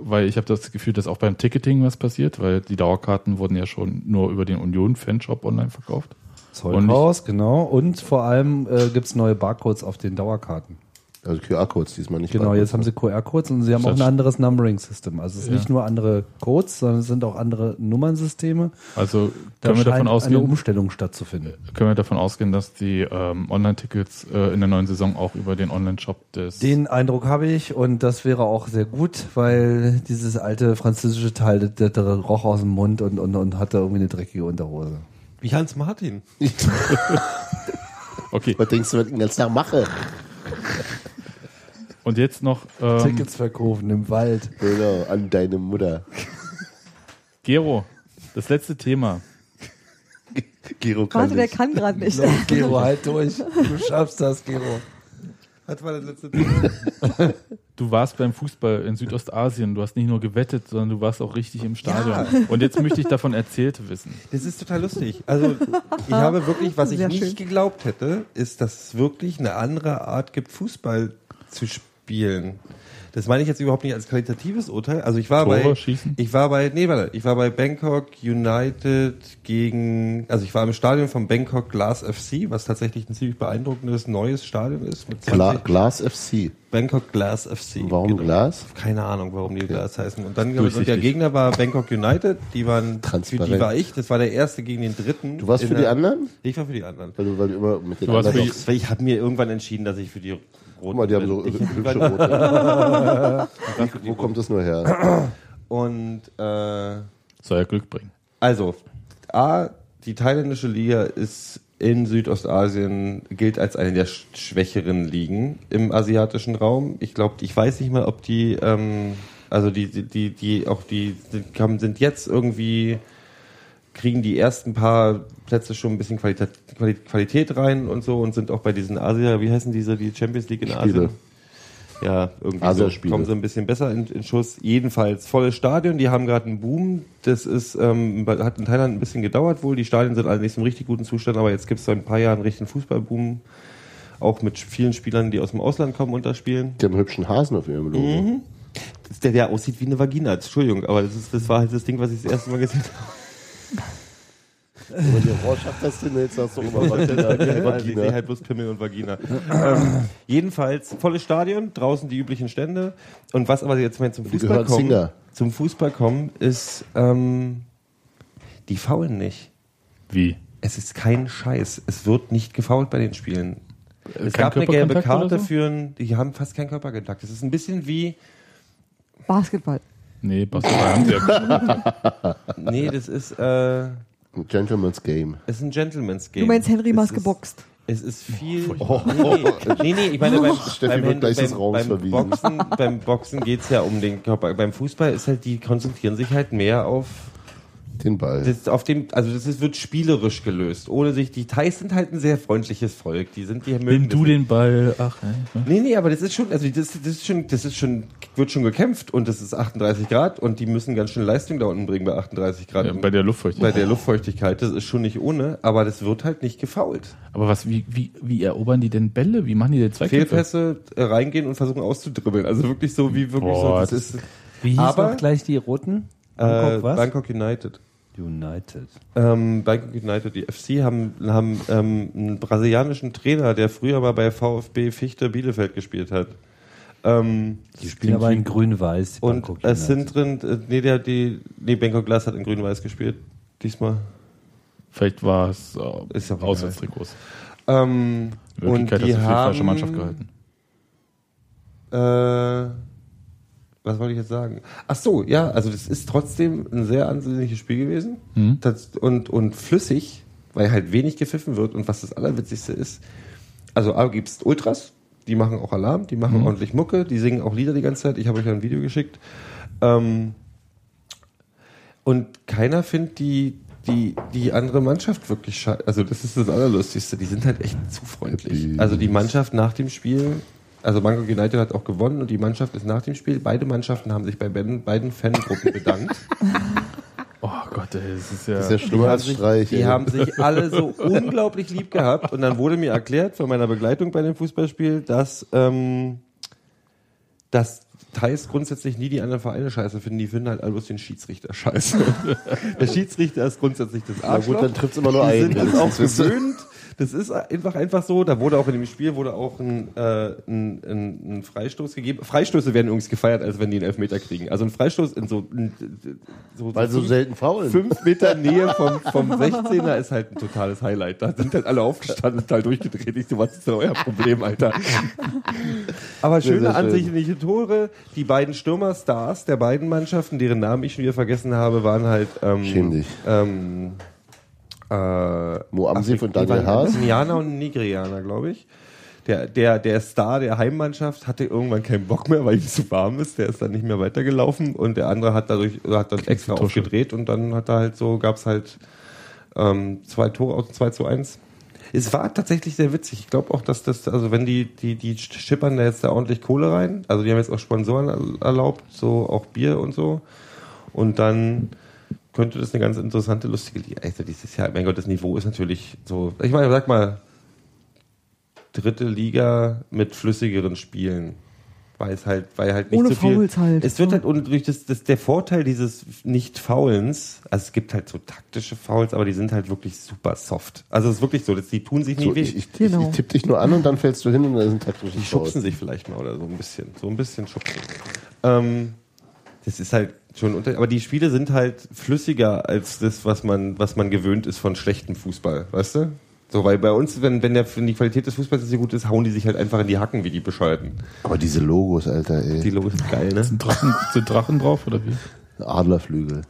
weil ich habe das Gefühl, dass auch beim Ticketing was passiert, weil die Dauerkarten wurden ja schon nur über den Union-Fanshop online verkauft.
Zollhaus, genau. Und vor allem äh, gibt es neue Barcodes auf den Dauerkarten.
Also QR-Codes diesmal nicht.
Genau,
bei-
jetzt haben sie QR-Codes und sie haben auch ein anderes Numbering-System. Also es ist nicht nur andere Codes, sondern es sind auch andere Nummernsysteme.
Also
Da
können wir, davon
scheint eine
ausgehen,
Umstellung stattzufinden.
können wir davon ausgehen, dass die ähm, Online-Tickets äh, in der neuen Saison auch über den Online-Shop des
Den Eindruck habe ich und das wäre auch sehr gut, weil dieses alte französische Teil, das- das das roch aus dem Mund und, und, und hatte irgendwie eine dreckige Unterhose.
Wie Hans Martin.
Okay,
Was denkst du, was ich den ganzen Tag mache?
und jetzt noch ähm,
Tickets verkaufen im Wald.
Genau, an deine Mutter.
Gero, das letzte Thema.
Gero kann
Warte, der
nicht.
kann gerade nicht.
Gero, halt durch. Du schaffst das, Gero.
Das war das letzte
Du warst beim Fußball in Südostasien, du hast nicht nur gewettet, sondern du warst auch richtig im Stadion. Und jetzt möchte ich davon erzählt wissen.
Das ist total lustig. Also ich habe wirklich, was ich
Sehr
nicht
schön.
geglaubt hätte, ist, dass es wirklich eine andere Art gibt, Fußball zu spielen. Das meine ich jetzt überhaupt nicht als qualitatives Urteil. Also ich war
Tore
bei,
schießen?
ich war bei, nee, warte, ich war bei Bangkok United gegen, also ich war im Stadion von Bangkok Glass FC, was tatsächlich ein ziemlich beeindruckendes neues Stadion ist. Mit 20
Gla Glas FC.
Bangkok Glass Genau. FC.
Warum Glas?
Keine Ahnung, warum die Glas heißen. Und dann und der
Durchsichtig.
Gegner war Bangkok United, die waren
Transparent.
Für die war ich, das war der erste gegen den dritten.
Du warst
In
für die
der-
anderen?
Ich war für die anderen.
Weil du, weil du immer mit den
Du warst
anderen.
für die-
Guck
Weil ich habe mir irgendwann entschieden, dass ich für die roten
mal, die haben
bin.
so
Ich-
hübsche Rote. Wie- Wo kommt das nur her?
Und äh,
Soll ja Glück bringen.
also A, die thailändische Liga ist in Südostasien gilt als eine der sch- schwächeren Ligen im asiatischen Raum. Ich glaube, ich weiß nicht mal, ob die, ähm, also die, die, die, die auch die, die haben- sind jetzt irgendwie kriegen die ersten paar Plätze schon ein bisschen Qualität, Quali- Qualität rein und so und sind auch bei diesen Asia, wie heißen diese, die Champions League in
Spiele.
Asien? Ja, irgendwie so,
Asiaspiele.
Also kommen sie ein bisschen besser in, in Schuss. Jedenfalls volles Stadion, die haben gerade einen Boom. Das ist, ähm, bei- hat in Thailand ein bisschen gedauert wohl. Die Stadien sind allerdings im richtig guten Zustand, aber jetzt gibt es seit ein paar Jahren einen richtigen Fußballboom. Auch mit vielen Spielern, die aus dem Ausland kommen und da spielen.
Die haben einen hübschen Hasen auf ihrem Logo.
Mhm. Das- Der, der aussieht wie eine Vagina, Entschuldigung, aber das, ist, das war halt das Ding, was ich das erste Mal gesehen habe.
Wenn du Rorschach das hin ne, jetzt hast du immer was in der
Also ich sehe
Vagina.
halt bloß Pimmel und Vagina. ähm, jedenfalls volles Stadion, draußen die üblichen Stände. Und was aber jetzt mal zum
Die
Fußball
gehören
kommen,
Singer.
zum Fußball kommen, ist ähm, die faulen nicht.
Wie?
Es ist kein Scheiß. Es wird nicht gefault bei den Spielen. Es
Äh, Kein
gab eine gelbe
Körperkontakt oder
Karte
so?
für einen, die haben fast keinen Körperkontakt. Das ist ein bisschen wie,
Basketball.
Nee, Basketball haben sie ja. Ah,
nee, das ist, äh,
Ein Gentleman's Game.
es ist ein Gentleman's Game.
Du meinst Henry
Es
Maas
ist-
geboxt.
Es ist viel.
Oh.
Nee, nee, nee, ich meine, beim,
Steffi
beim,
wird
Hand-
gleich
beim,
des Raums
beim
verwiesen.
Boxen, beim Boxen geht's ja um den Körper. Beim Fußball ist halt, die konzentrieren sich halt mehr auf,
Den Ball.
das, auf dem, also das ist, wird spielerisch gelöst. Ohne sich, die Thais sind halt ein sehr freundliches Volk. Die sind, die mögen
Nimm du den Ball. Ach, ne?
Nee, nee, aber das ist schon, also das, das ist schon, das ist schon, wird schon gekämpft und das ist 38 Grad und die müssen ganz schön Leistung da unten bringen bei 38 Grad.
ja, Äh, bei der Luftfeuchtigkeit.
Bei der Luftfeuchtigkeit, das ist schon nicht ohne, aber das wird halt nicht gefault.
Aber was, wie, wie, wie erobern die denn Bälle? Wie machen die denn Zweikämpfe?
Fehlpässe äh, reingehen und versuchen auszudribbeln. Also wirklich so, wie wirklich
Boah,
so. Das
das-
ist äh,
Wie hieß
Aber-
noch gleich die Roten?
Äh, Bangkok,
was?
United.
United.
Ähm, Bangkok United, die FC, haben, haben ähm, einen brasilianischen Trainer, der früher mal bei VfB Fichte Bielefeld gespielt hat. Ähm,
Die spielen aber in Grün-Weiß. die
und
Bangkok
es sind
United.
drin, äh, nee, der, die, nee, Bangkok Glass hat in Grün-Weiß gespielt. Diesmal.
Vielleicht war es äh,
Ist ja auch egal.
Auswärtstrikots.
Ähm,
In
und
Wirklichkeit hast
die
du für die falsche
haben,
Mannschaft gehalten.
Äh, was wollte ich jetzt sagen? Ach so, ja, also das ist trotzdem ein sehr ansehnliches Spiel gewesen
Mhm.
das, und, und flüssig, weil halt wenig gepfiffen wird und was das Allerwitzigste ist, also A gibt's Ultras, die machen auch Alarm, die machen ordentlich Mucke, die singen auch Lieder die ganze Zeit, ich habe euch ja ein Video geschickt. Ähm, und keiner findet die, die, die andere Mannschaft wirklich scheiße. Also das ist das Allerlustigste. Die sind halt echt zu freundlich. Also die Mannschaft nach dem Spiel, also Bangkok United hat auch gewonnen und die Mannschaft ist nach dem Spiel. Beide Mannschaften haben sich bei beiden, beiden Fangruppen bedankt.
Oh Gott, ey, das ist ja.
Das ist ja schlimmer als Streich.
Die
ey.
haben sich alle so unglaublich lieb gehabt. Und dann wurde mir erklärt von meiner Begleitung bei dem Fußballspiel, dass, ähm, dass Thais grundsätzlich nie die anderen Vereine scheiße finden. Die finden halt alles den Schiedsrichter scheiße. Der Schiedsrichter ist grundsätzlich das
Na gut,
Arschloch.
dann trifft's immer nur
Die
einen.
sind das auch
wenigstens.
gewöhnt. Das ist einfach, einfach so. Da wurde auch in dem Spiel wurde auch ein, äh, ein, ein, ein Freistoß gegeben. Freistöße werden übrigens gefeiert, als wenn die einen Elfmeter kriegen. Also ein Freistoß in so, in, so,
Weil so
fünf-
selten faulen.
Fünf Meter Nähe vom, vom 16er ist halt ein totales Highlight. Da sind halt alle aufgestanden und total durchgedreht. Ich so, was ist denn euer Problem, Alter? Aber schöne
sehr schön.
ansichtliche Tore. Die beiden Stürmerstars der beiden Mannschaften, deren Namen ich schon wieder vergessen habe, waren halt ähm,
Schäm dich.
Ähm, äh,
Mo Amsif und
die
Daniel
waren
Haas.
Tanzanianer und Nigerianer, glaube ich. Der, der, der Star der Heimmannschaft hatte irgendwann keinen Bock mehr, weil ihm zu warm ist. Der ist dann nicht mehr weitergelaufen und der andere hat dadurch hat dann extra aufgedreht und dann hat er halt so, gab's halt ähm, zwei Tore aus 2 zu 1. Es war tatsächlich sehr witzig. Ich glaube auch, dass das, also wenn die, die, die schippern da jetzt da ordentlich Kohle rein, also die haben jetzt auch Sponsoren erl- erlaubt, so auch Bier und so. Und dann könnte das eine ganz interessante, lustige Liga. Also dieses Jahr, mein Gott, das Niveau ist natürlich so. Ich meine, sag mal, dritte Liga mit flüssigeren Spielen. Weil es halt, weil halt nicht
Ohne
so viel.
Fouls halt.
Es wird halt ohne durch das, das der Vorteil dieses Nicht-Foulens, also es gibt halt so taktische Fouls, aber die sind halt wirklich super soft. Also es ist wirklich so, dass die tun sich nicht
So,
weh.
ich, ich, ich,
Genau.
ich tipp dich nur an und dann fällst du hin und dann sind halt taktische
Die
Fouls.
schubsen sich vielleicht mal oder so ein bisschen. So ein bisschen schubsen. Ähm, das ist halt schon unter. Aber die Spiele sind halt flüssiger als das, was man, was man gewöhnt ist von schlechtem Fußball, weißt du? So, weil bei uns, wenn, wenn, der, wenn die Qualität des Fußballs nicht so gut ist, hauen die sich halt einfach in die Hacken, wie die Bescheuerten.
Aber diese Logos, Alter,
Die
ey.
Logo ist geil, ne?
Sind Drachen, sind Drachen drauf oder wie?
Adlerflügel.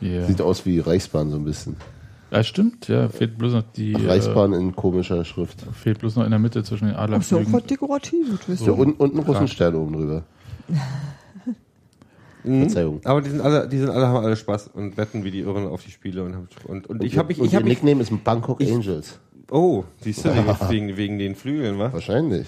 Ja.
Sieht aus wie Reichsbahn so ein bisschen.
Ja, stimmt, ja. Fehlt bloß noch die. äh,
Reichsbahn in komischer Schrift.
Fehlt bloß noch in der Mitte zwischen den
Ist ja auch
Adlerflügen.
was Dekoratives, wisst
Ja,
ihr.
und, und einen Russenstern oben drüber. Verzeihung.
Mhm. Aber die sind alle, die sind alle, haben alle Spaß und wetten wie die Irren auf die Spiele und haben- und, und ich habe mich,
und
ich habe
ihr
mich,
Nickname ist ein Bangkok Angels.
oh, siehst du, wegen- wegen, wegen den Flügeln, wa?
Wahrscheinlich.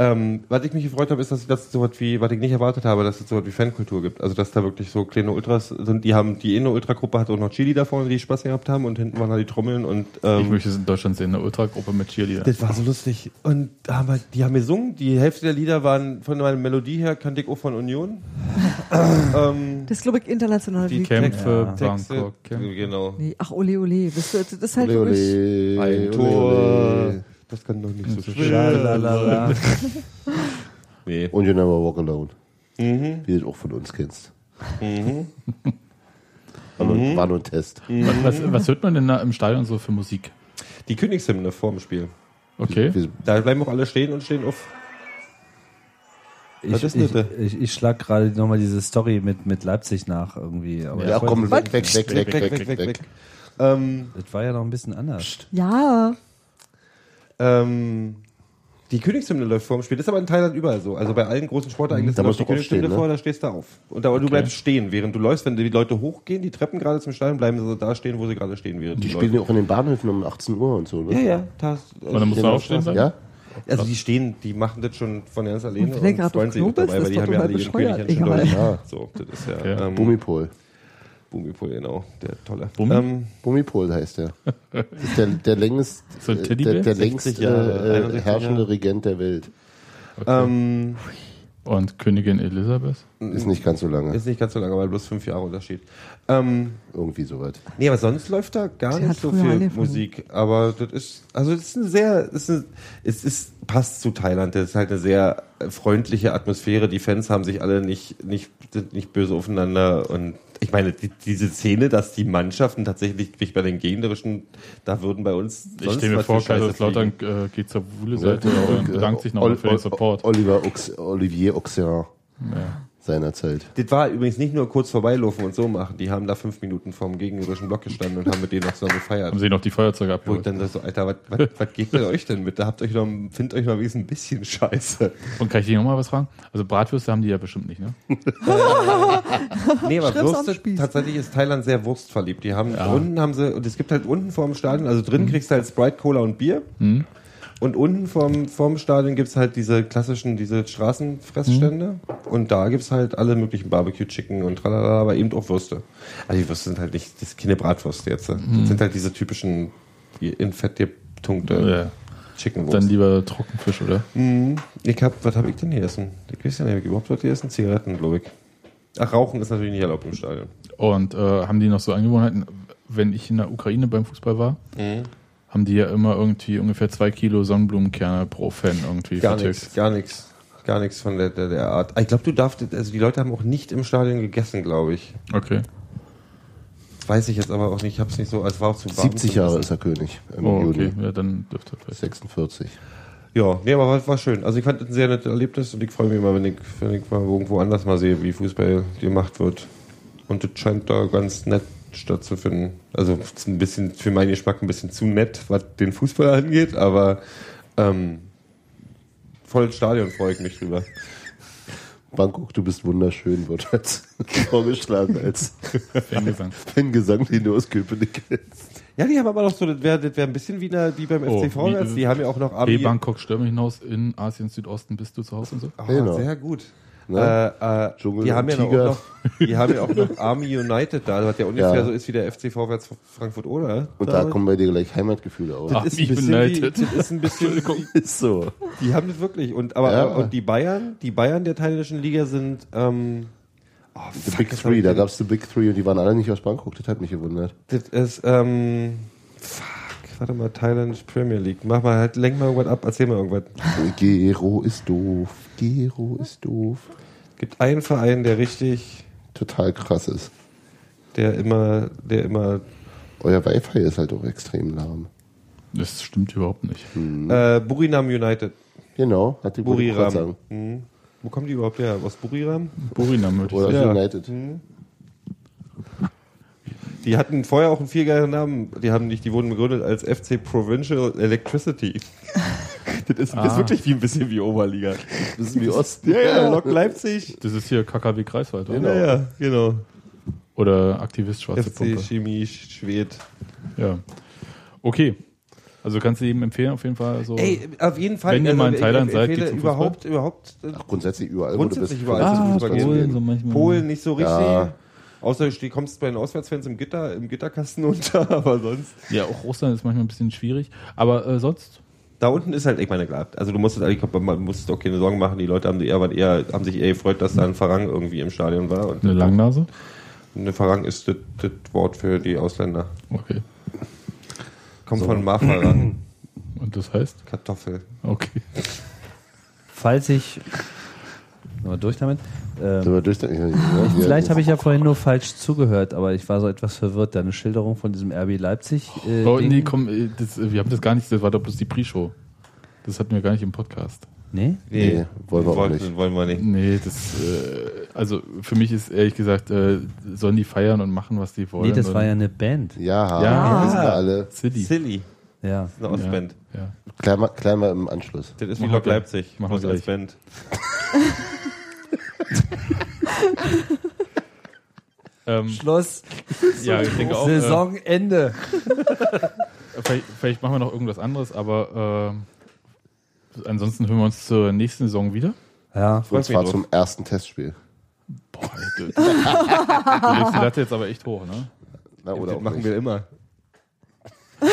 Ähm, was ich mich gefreut habe, ist, dass das so was wie, was ich nicht erwartet habe, dass es so was wie Fankultur gibt. Also, dass da wirklich so kleine Ultras sind, die haben, die Inno-Ultra-Gruppe hat auch noch Chili da vorne, die Spaß gehabt haben und hinten waren halt die Trommeln und, ähm,
Ich möchte es in Deutschland sehen, eine Ultragruppe mit Cheerleader.
Das war so lustig. Und da haben wir, die haben gesungen. Die Hälfte der Lieder waren von meiner Melodie her, kannte ich auch von Union. ähm,
Das ist, glaube ich, international.
Die
wie-
Camp-
Kämpfe,
Texte,
Ah, Bangkok, Kämpfe.
Genau.
Nee, Ach, ole, ole. Wisst ihr, das ist halt
Ole,
wirklich.
ole,
Ein
ole,
Tor.
ole.
Das kann doch
Hm,
nicht so
Schalalala.
Nee.
Und You Never Walk Alone.
Mhm.
Wie du das auch von uns kennst.
Mhm.
War nur, war nur ein Test.
Was, was, was hört man denn da im Stadion so für Musik?
Die Königshymne vorm Spiel.
Okay.
Wir-
Da bleiben auch alle stehen und stehen auf. Was
Ich,
ist
ich,
denn
ich, ich schlag gerade nochmal diese Story mit, mit Leipzig nach irgendwie. Aber
Ja, komm, weg, weg, weg, weg,
Weg,
weg, weg, weg.
Ähm,
Das war ja noch ein bisschen anders.
Ja,
ähm, die Königshymne läuft vorm Spiel. Das ist aber in Thailand überall so. Also bei allen großen
Da
Sportereignissen
musst
läuft die
du aufstehen,
Königshymne
ne?
vor, da stehst du auf. Und aber du bleibst stehen, während du läufst. Wenn die Leute hochgehen, die Treppen gerade zum Stadion, bleiben sie da stehen, wo sie gerade stehen, während
Die
du
spielen
läufst.
ja auch in den Bahnhöfen um 18 Uhr und so,
Ja,
ne?
ja. Das, also
Und dann musst du
Genau.
aufstehen bleiben?
Ja?
Also die stehen, die machen das schon von ganz alleine
Und wenn grad auf Klo bist, ist
weil die
doch
haben ja
total
alle ihren König
bescheuert. Egal.
anscheinend auch. Ja. So, das ist ja
Okay.
ähm,
Bumipol.
Bumipol, genau, der tolle.
Bumi?
Ähm,
Bumipol heißt der. Das ist der, der längst,
So ein
äh,
Teddybär?
der, der
60
längst
Jahre,
äh,
61
äh, herrschende Regent der Welt.
ähm,
Und Königin Elisabeth?
Ist nicht ganz so lange.
ist nicht ganz so lange, weil bloß fünf Jahre Unterschied. Ähm,
Irgendwie soweit.
nee, aber sonst läuft da gar
Sie hat
nicht so
früher
viel
angefangen.
Musik. Aber das ist, also das ist ein sehr, ist ein, es ist, passt zu Thailand. Das ist halt eine sehr äh, freundliche Atmosphäre. Die Fans haben sich alle nicht, nicht, sind nicht böse aufeinander. Und ich meine, die, diese Szene, dass die Mannschaften tatsächlich sich bei den gegnerischen, da würden bei uns
Ich stelle mir
was für
vor,
Scheiße
Kaiserslautern äh, geht zur Wuhle-Seite und bedankt sich nochmal
genau. äh,
für
Ol-
den
Ol-
Support.
Oliver Ox, Olivier Auxerre seinerzeit.
Das war übrigens nicht nur kurz vorbeilaufen und so machen. Die haben da fünf Minuten vorm gegnerischen Block gestanden und haben mit denen noch zusammen gefeiert.
Haben sie noch die Feuerzeuge
Wo ich
abgeholt.
dann so, Alter, was, was, was geht bei euch denn mit? Da habt euch noch, findet euch mal wenigstens ein bisschen scheiße.
Und kann ich dich nochmal was fragen? Also Bratwürste haben die ja bestimmt nicht, ne?
Nee, aber
Schrimps am
Würste,
Spieß.
tatsächlich ist Thailand sehr wurstverliebt. Die haben, unten haben sie, und es gibt halt unten vorm Stadion, also drin kriegst du halt Sprite, Cola und Bier. Und unten vorm, vorm Stadion gibt's halt diese klassischen, diese Straßenfressstände. Und da gibt's halt alle möglichen Barbecue-Chicken und tralala, aber eben auch Würste. Also die Würste sind halt nicht, das ist keine Bratwürste jetzt. Das sind halt diese typischen die in Fett getunkte Chickenwurst.
Äh, Dann lieber Trockenfisch, oder?
Ich hab, was habe ich denn hier essen? Ich weiß ja nicht, ob ich überhaupt was hier essen? Zigaretten, glaube ich. Ach, Rauchen ist natürlich nicht erlaubt im Stadion.
Und äh, haben die noch so Angewohnheiten, wenn ich in der Ukraine beim Fußball war, haben die ja immer irgendwie ungefähr zwei Kilo Sonnenblumenkerne pro Fan irgendwie
Gar
vertilgt.
nichts, gar nichts. Gar nichts von der, der, der Art. Ich glaube, du darfst, also die Leute haben auch nicht im Stadion gegessen, glaube ich.
Okay.
Weiß ich jetzt aber auch nicht, ich habe es nicht so, es war auch zu warm.
70
zum
Jahre
Essen.
ist er König im
Oh, okay.
Juni.
Ja, dann dürfte vielleicht.
46.
Ja, nee, aber war, war schön. Also ich fand das ein sehr nettes Erlebnis und ich freue mich immer, wenn ich, wenn ich mal irgendwo anders mal sehe, wie Fußball gemacht wird. Und das scheint da ganz nett stattzufinden. Also es ist ein bisschen für meinen Geschmack ein bisschen zu nett, was den Fußball angeht, aber ähm, voll Stadion freue ich mich drüber.
Bangkok, du bist wunderschön, wird als vorgeschlagen als
Fangesang.
Fangesang, den du aus Köpenick kennst.
Ja, die haben aber noch so, das wäre das wär ein bisschen wie, der, wie beim
Oh,
FC Vorwärts.
wie-
Die haben ja auch noch
Hey,
Abi.
Bangkok, stürme hinaus in Asien, Südosten, bist du zu Hause und so?
Oh,
Genau.
Sehr gut.
Ne?
Äh, äh,
Dschungel
die,
und
haben ja noch,
Tiger.
noch, die haben ja auch noch Army United da, was ja ungefähr
Ja.
so ist wie der FC Vorwärts Frankfurt oder?
Und da kommen bei dir gleich Heimatgefühle auf.
Ach,
das ist
mich
ein bisschen wie,
beneidet.
das ist ein bisschen,
ist so.
die haben das wirklich. Und, aber,
Ja.
und die Bayern, die Bayern der thailändischen Liga sind, ähm, oh,
The
fuck,
Big
das hab
Three,
ich
da
denn-
gab es The Big Three und die waren alle nicht aus Bangkok, das hat mich gewundert.
Das ist, ähm, fuck, warte mal, Thailand Premier League. Mach mal, halt, lenk mal irgendwas ab, erzähl mal irgendwas.
Gero ist doof, Gero ist doof.
Gibt einen Verein, der richtig,
Total krass ist.
der immer, der immer
Euer Wi-Fi ist halt auch extrem lahm.
Das stimmt überhaupt nicht.
Hm.
Äh, Burinam United.
Genau, hat die wollte ich gerade
Buriram. Mhm. Wo kommen die überhaupt her? Aus Buriram?
Burinam würde ich
Mhm.
Oder
sagen.
Ja.
United.
Mhm. Die Die hatten vorher auch einen viel geileren Namen. Die haben nicht, die wurden gegründet als FC Provincial Electricity. das ist, ist wirklich wie ein bisschen wie Oberliga.
Das ist wie Ost.
Ja, ja, Lok Leipzig.
Das ist hier KKW Kreiswald, oder?
Ja, ja, genau.
Oder Aktivist Schwarze
FC
Pumpe.
Chemie Schwed.
Ja. Okay. Also kannst du jedem empfehlen, auf jeden Fall. So.
Ey, auf jeden Fall. also,
Wenn ihr mal in
ich
Thailand seid,
empfehle
geht zum
überhaupt, überhaupt äh,
Grundsätzlich überall. wo du
grundsätzlich
bist,
überall Ah,
kannst du
zum
Fußball
Fußball
spielen.
gehen. Polen nicht so richtig.
Ja.
Außer du kommst bei den Auswärtsfans im Gitter, im Gitterkasten unter, aber sonst.
Ja, auch Russland ist manchmal ein bisschen schwierig. Aber äh, sonst?
Da unten ist halt, ich meine, klar, also du musstest, eigentlich- man musstest auch keine Sorgen machen, die Leute haben, sich eher, waren eher, haben sich eher gefreut, dass da ein Farang irgendwie im Stadion war. Und
Eine Langnase?
Eine Farang ist das, das Wort für die Ausländer.
Okay.
Kommt von Mafarang,
Und das heißt?
Kartoffel.
Okay.
Falls ich. Mal durch damit. Ähm,
Sind wir durch? Ja, hier.
Vielleicht habe ich ja vorhin nur falsch zugehört, aber ich war so etwas verwirrt. Deine Schilderung von diesem RB Leipzig. Äh,
Oh,
Ding.
nee, komm, äh, das, äh, wir haben das gar nicht, das war doch bloß die Pre-Show. Das hatten wir gar nicht im Podcast.
Nee?
Nee, wollen wir auch
wollten-
nicht.
Wollen wir nicht.
Nee, das, äh, also für mich ist ehrlich gesagt, äh, sollen die feiern und machen, was die wollen.
Nee, das
und
war ja eine Band.
Ja,
Ja.
wissen wir alle.
Silly.
Silly.
Ja.
Eine Ostband.
Ja.
Klär mal, klär mal im Anschluss.
Das ist wie
Machen
Lok
wir gleich.
Leipzig.
Machen wir
Bloß als
gleich.
Band.
Ähm,
Schluss,
ja, ich denke auch. Äh,
Saisonende.
vielleicht, vielleicht machen wir noch irgendwas anderes, aber äh, ansonsten hören wir uns zur nächsten Saison wieder.
Ja.
Und
Freut mich
zwar
drauf.
zum ersten Testspiel.
Boah, du, du legst die Latte jetzt aber echt hoch, ne?
Na, oder
Das
auch
machen
nicht.
wir immer.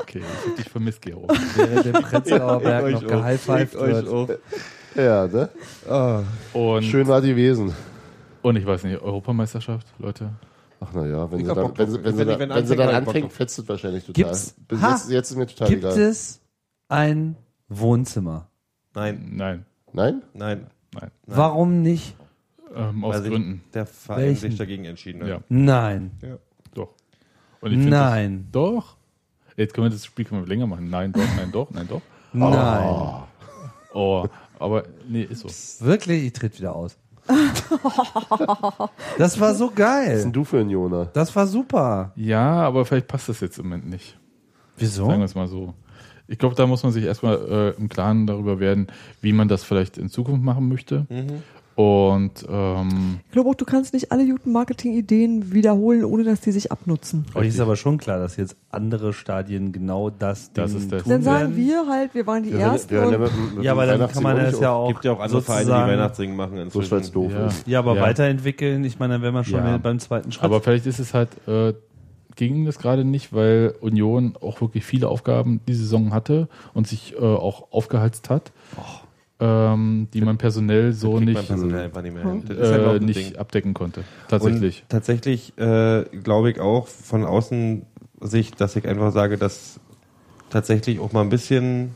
Okay, ich hab dich vermisst, Gero.
Während im Äh, Prenzlauer Berg
Euch
noch
auch.
gehighfived
Legt euch
wird.
auch.
Ja, ne?
Und,
Schön war die gewesen.
und ich weiß nicht, Europameisterschaft, Leute.
Ach naja, wenn
Ich
sie
hab
dann,
Bock
wenn
drauf.
sie, wenn sie
Wenn
dann,
ich- wenn
wenn sie
anfängt,
dann
hab ich Bock
anfängt,
drauf.
fetzt es wahrscheinlich total.
Gibt's-
Bis
Ha!
jetzt, jetzt ist mir total
Gibt
egal.
es ein Wohnzimmer?
Nein,
Nein,
Nein?
nein.
Warum nicht?
ähm, aus
Weil sich
Gründen.
Der Verein
Welchen?
sich dagegen entschieden hat.
Ja.
Nein.
Doch. Und ich find
Nein.
Das, doch. Jetzt können wir das Spiel können wir länger machen. Nein, doch, nein, doch, nein, doch.
Nein.
Oh, aber nee, ist so.
Wirklich, ich tritt wieder aus. das war so
Was
geil.
denn du für ein Jona?
Das war super.
Ja, aber vielleicht passt das jetzt im Moment nicht.
Oh.
Sagen
Wieso?
wir es mal so. Ich glaube, da muss man sich erstmal äh, im Klaren darüber werden, wie man das vielleicht in Zukunft machen möchte.
Mhm.
Und ähm,
Ich glaube auch, du kannst nicht alle guten Marketing-Ideen wiederholen, ohne dass die sich abnutzen.
Euch ist aber schon klar, dass jetzt andere Stadien genau das
Das
Ding
ist das.
tun
Dann
werden.
sagen wir halt, wir waren die Ersten.
hören
Und
mit- mit- mit
Ja, aber
dem
dann kann man
Weihnachtslied
das ja
auch
auch.
Gibt ja auch andere Vereine, die
sozusagen-
Weihnachtsringen machen
nicht, So
inzwischen.
weil es doof
ja.
ist.
Ja, aber
Ja.
weiterentwickeln, ich meine, dann wären wir schon
Ja.
beim zweiten Schritt.
aber vielleicht ist es halt, äh, ging das gerade nicht, weil Union auch wirklich viele Aufgaben die Saison hatte und sich äh, auch aufgeheizt hat, ähm, die man personell so
Kriegt man
nicht, hm.
personell einfach nicht mehr hin. Das ist halt auch
äh,
ein
nicht
Ding.
abdecken konnte. Tatsächlich.
Und tatsächlich äh, glaube ich auch von außen Sicht, dass ich einfach sage, dass tatsächlich auch mal ein bisschen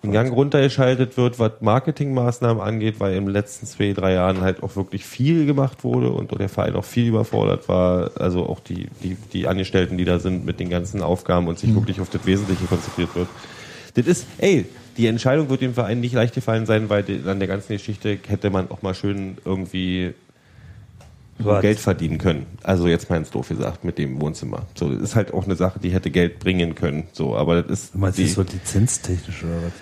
in Gang runtergeschaltet wird, was Marketingmaßnahmen angeht, weil in den letzten zwei, drei Jahren halt auch wirklich viel gemacht wurde und der Verein auch viel überfordert war. Also auch die, die, die Angestellten, die da sind mit den ganzen Aufgaben und sich wirklich auf das Wesentliche konzentriert wird. Das ist, ey, die Entscheidung wird dem Verein nicht leicht gefallen sein, weil die- an der ganzen Geschichte hätte man auch mal schön irgendwie
Was?
Geld verdienen können. Also jetzt mal ins doof gesagt mit dem Wohnzimmer. So, das ist halt auch eine Sache, die hätte Geld bringen können. So, aber das ist,
Du meinst,
die,
das ist so lizenztechnisch oder was?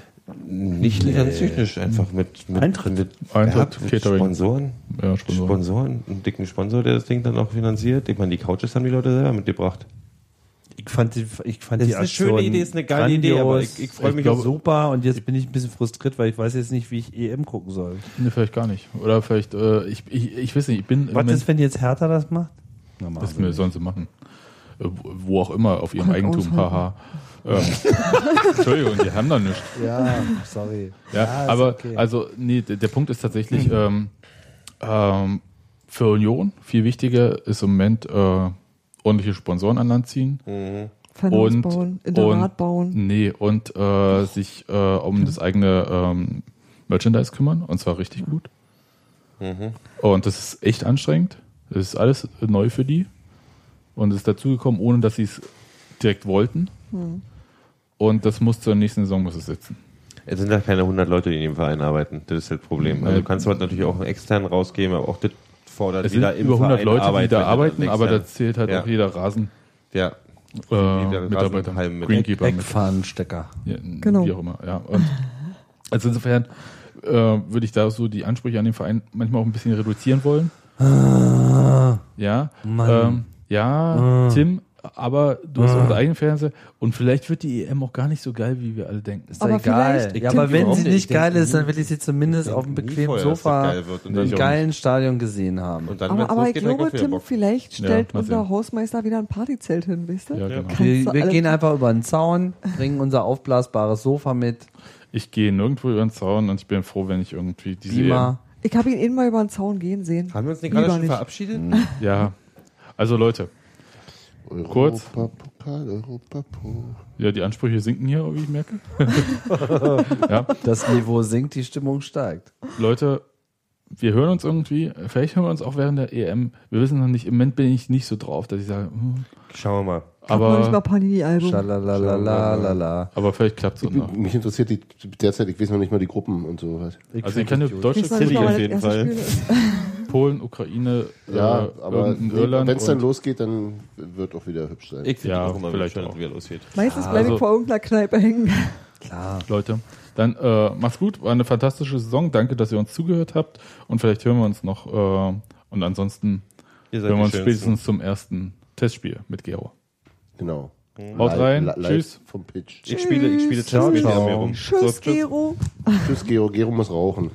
nicht ganz technisch einfach mit, mit
Eintritt.
mit,
Eintritt,
ja, mit
Catering.
Sponsoren.
ja, Sponsoren.
Sponsoren, einen dicken Sponsor, der das Ding dann auch finanziert. Ich meine, die Couches haben die Leute selber mitgebracht.
Ich fand die, ich fand
Das
die
ist eine schöne Idee, ist eine geile Idee, aber ich- ich freu mich
glaube,
auch-
super und jetzt bin ich ein bisschen frustriert, weil ich weiß jetzt nicht, wie ich EM gucken soll.
Nee, vielleicht gar nicht. Oder vielleicht, äh, ich, ich, ich weiß nicht, ich bin. im
Was
Moment-
ist, wenn jetzt Hertha das macht? Na, machen
Was
wir
mir
nicht.
sollen sie machen? Äh, wo- Wo auch immer, auf ihrem Eigentum,
aushalten.
haha. Ähm, Entschuldigung, die haben da nichts.
Ja, sorry.
Ja,
ist
aber
okay.
also, nee, der, der Punkt ist tatsächlich, ähm, ähm, für Union viel wichtiger ist im Moment äh, ordentliche Sponsoren an Land ziehen.
Fanhaus
und-
bauen, Internat
und-
bauen.
Nee, und äh, sich äh, um das eigene ähm, Merchandise kümmern und zwar richtig gut.
Mhm.
Und das ist echt anstrengend. Das ist alles neu für die. Und es ist dazugekommen, ohne dass sie es direkt wollten.
Mhm.
Und das muss zur nächsten Saison muss es sitzen.
Es sind ja halt keine 100 Leute, die in dem Verein arbeiten. Das ist das Problem. Also du kannst heute natürlich auch einen externen rausgeben, aber auch das fordert,
Es sind
im
über 100
Verein
Leute, die
arbeiten,
da arbeiten,
längst
aber
ja.
da zählt halt
Ja.
auch jeder Rasen.
ne? Ja,
Äh,
der
Mitarbeiter,
Rasenhalm mit.
Greenkeeper mit.
Wegfahrenstecker.
Ja,
Genau.
Wie auch immer, ja. Und also insofern äh, würde ich da so die Ansprüche an den Verein manchmal auch ein bisschen reduzieren wollen.
Ah.
ja. Ähm, ja, Tim, aber du hast auch deinen eigenen Fernseher und vielleicht wird die EM auch gar nicht so geil, wie wir alle denken.
Ist doch
Aber
egal.
vielleicht-
Ja,
Tim,
aber wenn
überhaupt
sie
nicht.
nicht
Ich denke
geil ist, dann
nie-
will ich sie zumindest auf dem
Nie
bequemen
vorher, dass das
Sofa
geil wird und
Nee,
dann-
ich
im
auch
geilen Stadion gesehen haben.
Und dann,
Aber,
wenn's
aber ich
losgeht, dann
glaube,
kommt wieder
Tim,
Bock.
vielleicht
Ja,
stellt
mal
unser
sehen.
Hausmeister wieder ein Partyzelt hin, weißt du?
Ja, genau.
Kannst du
Wir, wir
alle-
gehen einfach über den Zaun, bringen unser aufblasbares Sofa mit,
Ich gehe nirgendwo über den Zaun und ich bin froh, wenn ich irgendwie diese
Beamer.
Ich habe ihn eben mal über den Zaun gehen sehen.
Haben wir uns nicht gerade
Lieber
schon
nicht.
verabschiedet?
EM. E Ja. Also Leute, Kurz.
Europapokal, Europapokal.
ja, die Ansprüche sinken hier, wie ich merke.
Das Niveau sinkt, die Stimmung steigt.
Leute, wir hören uns irgendwie, vielleicht hören wir uns auch während der EM. Wir wissen noch nicht, im Moment bin ich nicht so drauf, dass ich sage, hm,
Schauen wir mal.
Ich habe noch nicht mal
aber,
Panini-Album.
Schalalalala.
aber vielleicht klappt es
Genau.
auch noch.
Mich interessiert die derzeit, ich weiß noch nicht mal die Gruppen und so was.
Also ich kann dir
Ich
deutsche
weiß noch nicht
Kriege,
mal,
auf
wann
jeden
das erste
Fall.
Spiel ist.
Polen, Ukraine,
Ja,
äh,
aber
irgendein Irland.
wenn es dann
und-
losgeht, dann wird auch wieder hübsch sein.
Ich finde
Ja,
auch immer, wenn
vielleicht
schon
auch.
wieder losgeht.
Meistens bleibe
also-
ich vor irgendeiner Kneipe hängen.
Leute, dann äh, macht's gut, war eine fantastische Saison. Danke, dass ihr uns zugehört habt und vielleicht hören wir uns noch. Äh, und ansonsten
Ihr seid
hören
die
wir uns
Schönsten.
spätestens zum ersten Testspiel mit Gero.
Genau.
Haut
Li-
rein,
li- live
tschüss.
vom Pitch.
Ich spiele, ich spiele
Tschüss.
Tschüss.
Tschüss, Gero.
Tschüss, Gero. Gero muss rauchen.